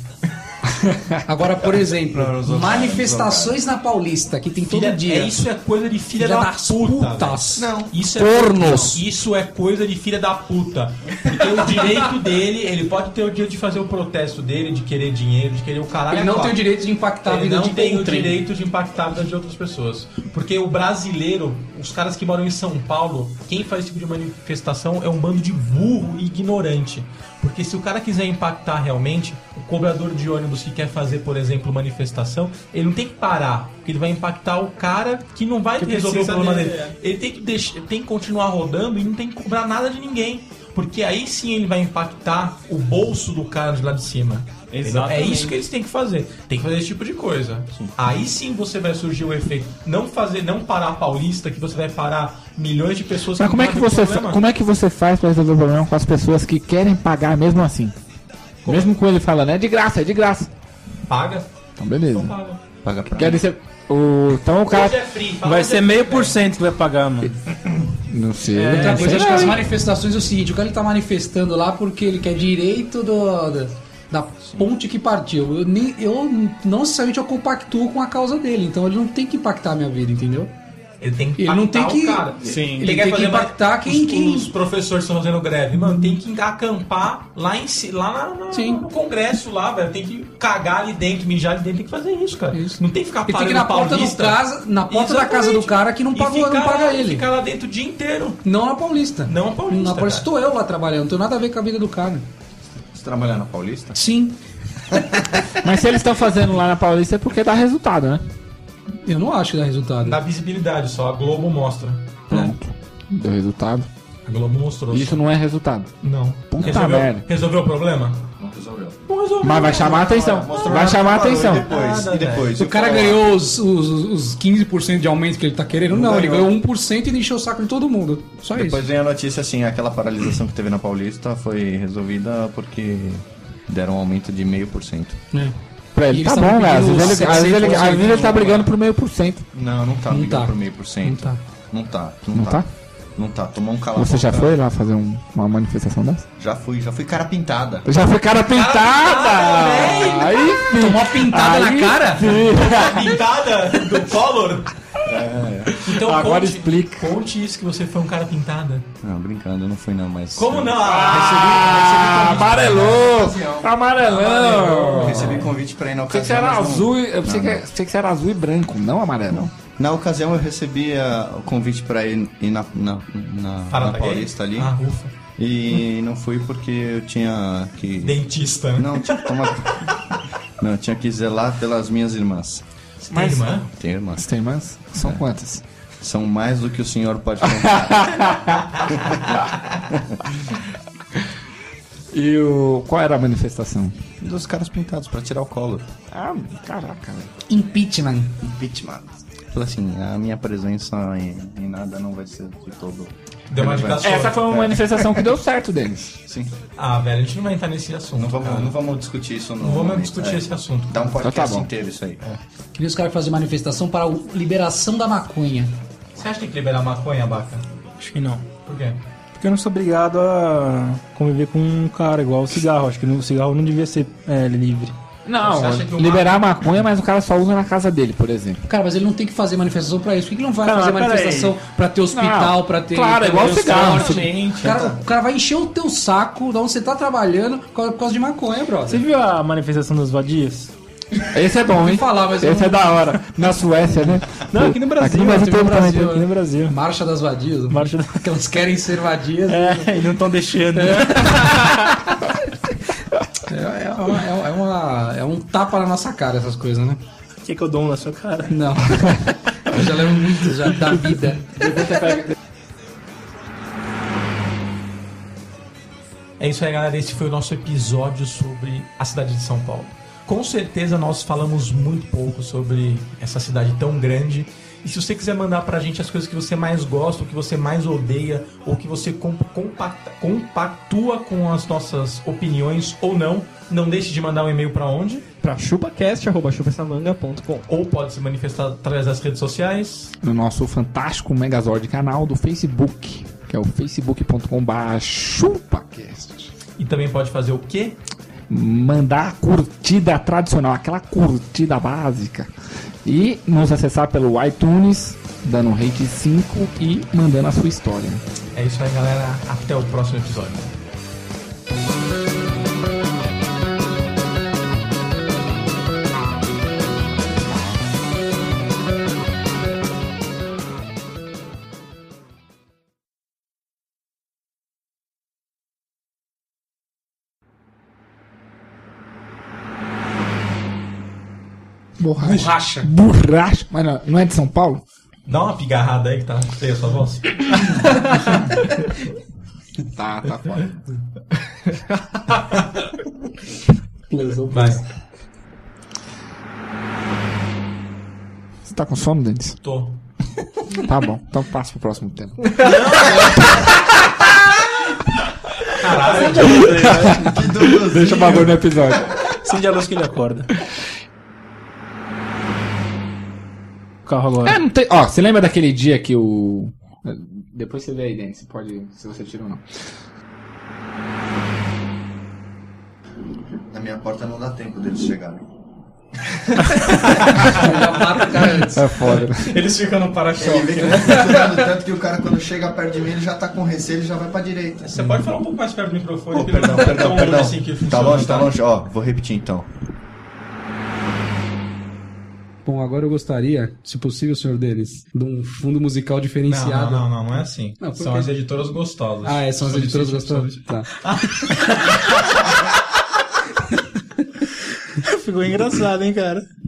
Speaker 4: Agora, por exemplo, manifestações na Paulista, que tem todo
Speaker 9: Filha-
Speaker 4: dia.
Speaker 9: É, isso é coisa de filha, da
Speaker 4: das
Speaker 9: puta.
Speaker 4: putas.
Speaker 9: velho.
Speaker 4: Não.
Speaker 9: Isso é
Speaker 4: Cornos.
Speaker 9: não, Isso é coisa de filha da puta. Ele Tem o direito dele, ele pode ter o direito de fazer o protesto dele, de querer dinheiro, de querer o caralho.
Speaker 4: Ele não
Speaker 9: quatro.
Speaker 4: tem o direito de impactar a
Speaker 9: Ele
Speaker 4: vida
Speaker 9: não
Speaker 4: de
Speaker 9: tem o
Speaker 4: outrem.
Speaker 9: direito de impactar a vida de outras pessoas. Porque o brasileiro, os caras que moram em São Paulo, quem faz esse tipo de manifestação é um bando de burro e ignorante. Porque se o cara quiser impactar realmente, o cobrador de ônibus que quer fazer, por exemplo, manifestação, ele não tem que parar. Porque ele vai impactar o cara que não vai resolver o
Speaker 14: precisa
Speaker 9: problema
Speaker 14: dele,
Speaker 9: dele. é. Ele tem que, deix- tem que continuar rodando e não tem que cobrar nada de ninguém. Porque aí sim ele vai impactar o bolso do cara de lá de cima. Entendeu? É
Speaker 14: Exatamente.
Speaker 9: isso que eles têm que fazer. Tem que fazer esse tipo de coisa. Aí sim você vai surgir o efeito. Não fazer, não parar a paulista, que você vai parar milhões de pessoas
Speaker 3: Mas como é
Speaker 9: não
Speaker 3: que
Speaker 9: sabem
Speaker 3: você,
Speaker 9: o problema.
Speaker 3: como é que você faz pra resolver o problema com as pessoas que querem pagar mesmo assim? Mesmo com ele falando, é de graça, é de graça.
Speaker 9: Paga?
Speaker 3: Então beleza.
Speaker 9: Não paga.
Speaker 4: é
Speaker 7: Paga pra
Speaker 3: Quer dizer, o, então o
Speaker 9: Hoje
Speaker 3: cara.
Speaker 9: é free. fala
Speaker 6: Vai
Speaker 9: hoje
Speaker 6: ser
Speaker 9: é
Speaker 6: meio
Speaker 9: free,
Speaker 6: por cento que vai pagar, mano.
Speaker 3: Não sei.
Speaker 4: Outra coisa, acho que
Speaker 3: não,
Speaker 4: as
Speaker 3: hein?
Speaker 4: manifestações tá, é o seguinte, o cara ele tá manifestando lá porque ele quer direito do, da, da ponte que partiu. Eu, nem, eu não necessariamente eu compactuo com a causa dele, então ele não tem que impactar a minha vida, entendeu?
Speaker 9: velho. Ele tem que
Speaker 4: Ele não
Speaker 9: impactar
Speaker 4: tem que-
Speaker 9: o cara.
Speaker 6: Sim.
Speaker 4: Ele tem que impactar quem-
Speaker 9: os,
Speaker 4: quem-
Speaker 9: Os professores estão fazendo greve. Mano, tem que acampar lá, em, ci- lá na- na-
Speaker 4: Sim.
Speaker 9: no congresso lá, velho. Tem que cagar ali dentro, mijar ali dentro. Tem que fazer isso, cara.
Speaker 4: Isso.
Speaker 9: Não tem que ficar
Speaker 4: Ele tem que ir
Speaker 9: parando
Speaker 4: na porta, do
Speaker 9: paulista.
Speaker 4: casa, na porta da casa do
Speaker 9: Exatamente.
Speaker 4: cara que não
Speaker 9: E
Speaker 4: pagou, não
Speaker 9: ficar
Speaker 4: paga
Speaker 9: lá-
Speaker 4: ele.
Speaker 9: Ficar lá dentro o dia inteiro.
Speaker 4: Não na Paulista.
Speaker 9: Não na Paulista,
Speaker 4: Na Paulista estou eu lá trabalhando, não tenho nada a ver com a vida do cara.
Speaker 7: Você trabalhar na Paulista?
Speaker 4: Sim,
Speaker 3: Mas se eles estão fazendo lá na Paulista é porque dá resultado, né?
Speaker 4: eu não acho que dá resultado.
Speaker 9: Dá visibilidade só, a Globo mostra.
Speaker 3: Pronto. Deu resultado.
Speaker 9: A Globo mostrou.
Speaker 3: Isso não é resultado.
Speaker 9: Não.
Speaker 3: Puta
Speaker 9: resolveu,
Speaker 3: merda.
Speaker 9: resolveu o problema?
Speaker 7: Não resolveu.
Speaker 9: Não resolveu.
Speaker 3: Mas vai chamar a atenção. Vai chamar a atenção.
Speaker 7: E depois?
Speaker 9: Nada,
Speaker 7: e depois?
Speaker 4: O cara ganhou os, os, os 15% de aumento que ele tá querendo? Não, ele ganhou 1% e encheu o saco de todo mundo. Só
Speaker 7: Depois
Speaker 4: isso.
Speaker 7: vem a notícia assim, aquela paralisação que teve na Paulista foi resolvida porque deram um aumento de meio por cento.
Speaker 3: Pra
Speaker 4: E
Speaker 3: ele,
Speaker 4: eles
Speaker 3: tá
Speaker 4: tavam
Speaker 3: bom, velho. Às
Speaker 4: pedindo
Speaker 3: vezes ele, às vezes ele,
Speaker 4: 700
Speaker 3: às vezes ele tá brigando por meio por cento.
Speaker 7: Não, não tá brigando
Speaker 4: tá.
Speaker 7: por meio por
Speaker 4: Não
Speaker 7: cento.
Speaker 4: tá.
Speaker 7: Não tá. Não,
Speaker 3: Não
Speaker 7: tá.
Speaker 3: tá?
Speaker 7: Não tá. Tomou um calabouço.
Speaker 3: Você já foi lá fazer um- uma manifestação dessa?
Speaker 7: Já fui, já fui cara pintada.
Speaker 3: Já foi cara Ah, tá pintada! Aí sim.
Speaker 4: Tomou uma pintada
Speaker 3: Aí
Speaker 4: na cara?
Speaker 9: pintada do Collor? Então
Speaker 3: Agora
Speaker 9: conte,
Speaker 3: explica.
Speaker 9: Conte isso que você foi um cara pintada.
Speaker 7: Não, brincando, eu não fui não, mas...
Speaker 9: Como não?
Speaker 3: Ah, amarelou! Amarelão!
Speaker 7: Eu Recebi convite pra ir na
Speaker 3: Pensei que era
Speaker 7: ocasião. mas não-
Speaker 3: azul, e- eu pensei
Speaker 7: Não,
Speaker 3: que, pensei que era azul e branco, não amarelo.
Speaker 7: Na ocasião eu recebi ah, o convite pra ir, ir na, na, na- na Paulista ali.
Speaker 9: Ah, ufa.
Speaker 7: E não fui porque eu tinha que...
Speaker 9: Dentista. né?
Speaker 7: Não, tinha que tomar. Não, tinha que zelar pelas minhas irmãs.
Speaker 9: Você tem irmã?
Speaker 7: Tem irmãs.
Speaker 3: Você tem irmãs? São quantas?
Speaker 7: São mais do que o senhor pode contar.
Speaker 3: E o. Qual era a manifestação?
Speaker 7: Dos caras pintados pra tirar o colo.
Speaker 3: Ah, caraca, velho.
Speaker 4: Impeachment.
Speaker 7: Impeachment. Falei assim, a minha presença em, em nada não vai ser de todo.
Speaker 9: Deu uma de cachorro.
Speaker 3: Essa foi uma manifestação que deu certo deles.
Speaker 7: É. Sim.
Speaker 9: Ah, velho, a gente não vai entrar nesse assunto.
Speaker 7: Não vamos,
Speaker 9: cara.
Speaker 7: não vamos discutir isso no.
Speaker 9: Ah. Não vamos
Speaker 7: momento,
Speaker 9: discutir
Speaker 7: é.
Speaker 9: esse assunto. É.
Speaker 7: Dá um podcast
Speaker 3: Então tá bom.
Speaker 7: inteiro isso aí.
Speaker 4: Queria os caras fazer manifestação para a liberação da maconha.
Speaker 9: Você acha que tem que liberar maconha, Baca?
Speaker 6: Acho que não.
Speaker 9: Por quê?
Speaker 6: Porque eu não sou obrigado a conviver com um cara igual o cigarro. Acho que o cigarro não devia ser é, livre.
Speaker 3: Não,
Speaker 9: Você acha que o
Speaker 3: liberar a maconha, mas o cara só usa na casa dele, por exemplo.
Speaker 4: Cara, mas ele não tem que fazer manifestação pra isso. Por que, que ele não vai
Speaker 3: Cara,
Speaker 4: fazer
Speaker 3: peraí.
Speaker 4: manifestação pra ter hospital,
Speaker 3: Não,
Speaker 4: pra ter.
Speaker 3: claro, é igual
Speaker 4: ambulância?
Speaker 15: né?
Speaker 3: cigarro.
Speaker 4: O cara, o cara vai encher o teu saco da onde você tá trabalhando por causa, por causa de maconha, brother.
Speaker 15: Você viu a manifestação dos vadios?
Speaker 3: Esse é bom, hein?
Speaker 4: falar, um mas eu
Speaker 3: Esse
Speaker 4: não-
Speaker 3: é da hora. Na Suécia, né?
Speaker 15: Não, aqui no Brasil.
Speaker 3: Aqui no Brasil
Speaker 4: um
Speaker 15: teve
Speaker 3: teve também,
Speaker 15: aqui no
Speaker 4: né?
Speaker 15: Brasil.
Speaker 4: Marcha das vadias.
Speaker 15: Marcha da-
Speaker 4: Porque elas querem ser vadias.
Speaker 15: É, e não estão deixando.
Speaker 4: É, é uma- é uma- é uma- é um tapa na nossa cara essas coisas, né?
Speaker 15: O que, que eu dou um na sua cara?
Speaker 4: Não. eu já levo muito já da vida.
Speaker 9: É isso aí, galera. Esse foi o nosso episódio sobre a cidade de São Paulo. Com certeza nós falamos muito pouco sobre essa cidade tão grande. E se você quiser mandar pra gente as coisas que você mais gosta, o que você mais odeia, ou que você com- compacta- compactua com as nossas opiniões ou não, não deixe de mandar um e-mail pra onde?
Speaker 5: Pra chupacast.chupessamanga.com
Speaker 9: Ou pode se manifestar através das redes sociais.
Speaker 3: No nosso fantástico Megazord canal do Facebook, que é o facebook.com.br chupacast.
Speaker 9: E também pode fazer o quê?
Speaker 3: Mandar a curtida tradicional, aquela curtida básica. E nos acessar pelo iTunes, dando um rate 5 e mandando a sua história.
Speaker 9: É isso aí, galera. Até o próximo episódio.
Speaker 3: Borracha. Borracha. Borracha. Mas não, não é de São Paulo?
Speaker 9: Dá uma pigarrada aí que tá feia a sua voz.
Speaker 3: Tá,
Speaker 7: Ah,
Speaker 3: tá fora.
Speaker 9: Vai.
Speaker 3: Você tá com sono, Denis?
Speaker 9: Tô.
Speaker 3: Tá bom, então passa pro próximo tema.
Speaker 9: Caralho.
Speaker 3: Deixa o bagulho no episódio.
Speaker 15: Acende a luz que ele acorda. O carro agora.
Speaker 3: É, não tem. Ó, você lembra daquele dia que o. Depois você vê aí, Denis, você pode. Se você tirou ou não.
Speaker 7: Na minha porta não dá tempo deles chegarem.
Speaker 4: Eu já mato o cara antes.
Speaker 3: É foda.
Speaker 9: Eles ficam no
Speaker 7: Ele
Speaker 9: para-choque.
Speaker 7: vê que eu tô segurando tanto que o cara quando chega perto de mim ele já tá com receio e já vai pra direita.
Speaker 9: Você pode falar um pouco mais perto do microfone?
Speaker 7: Pô,
Speaker 9: porque
Speaker 7: perdão,
Speaker 9: não é
Speaker 7: perdão,
Speaker 9: tão
Speaker 7: perdão.
Speaker 9: assim que
Speaker 7: Tá
Speaker 9: funciona,
Speaker 7: longe, tá
Speaker 9: tá?
Speaker 7: longe. Ó, vou repetir então.
Speaker 4: Bom, agora eu gostaria, se possível, senhor Denis, de um fundo musical
Speaker 9: Não,
Speaker 4: diferenciado.
Speaker 9: não, não, não é assim.
Speaker 4: Não, por
Speaker 9: são
Speaker 4: quê?
Speaker 9: as editoras gostosas.
Speaker 4: Ah, é, são as editoras
Speaker 9: Solicite-
Speaker 4: gostosas. Tá.
Speaker 15: Ficou engraçado, hein, cara?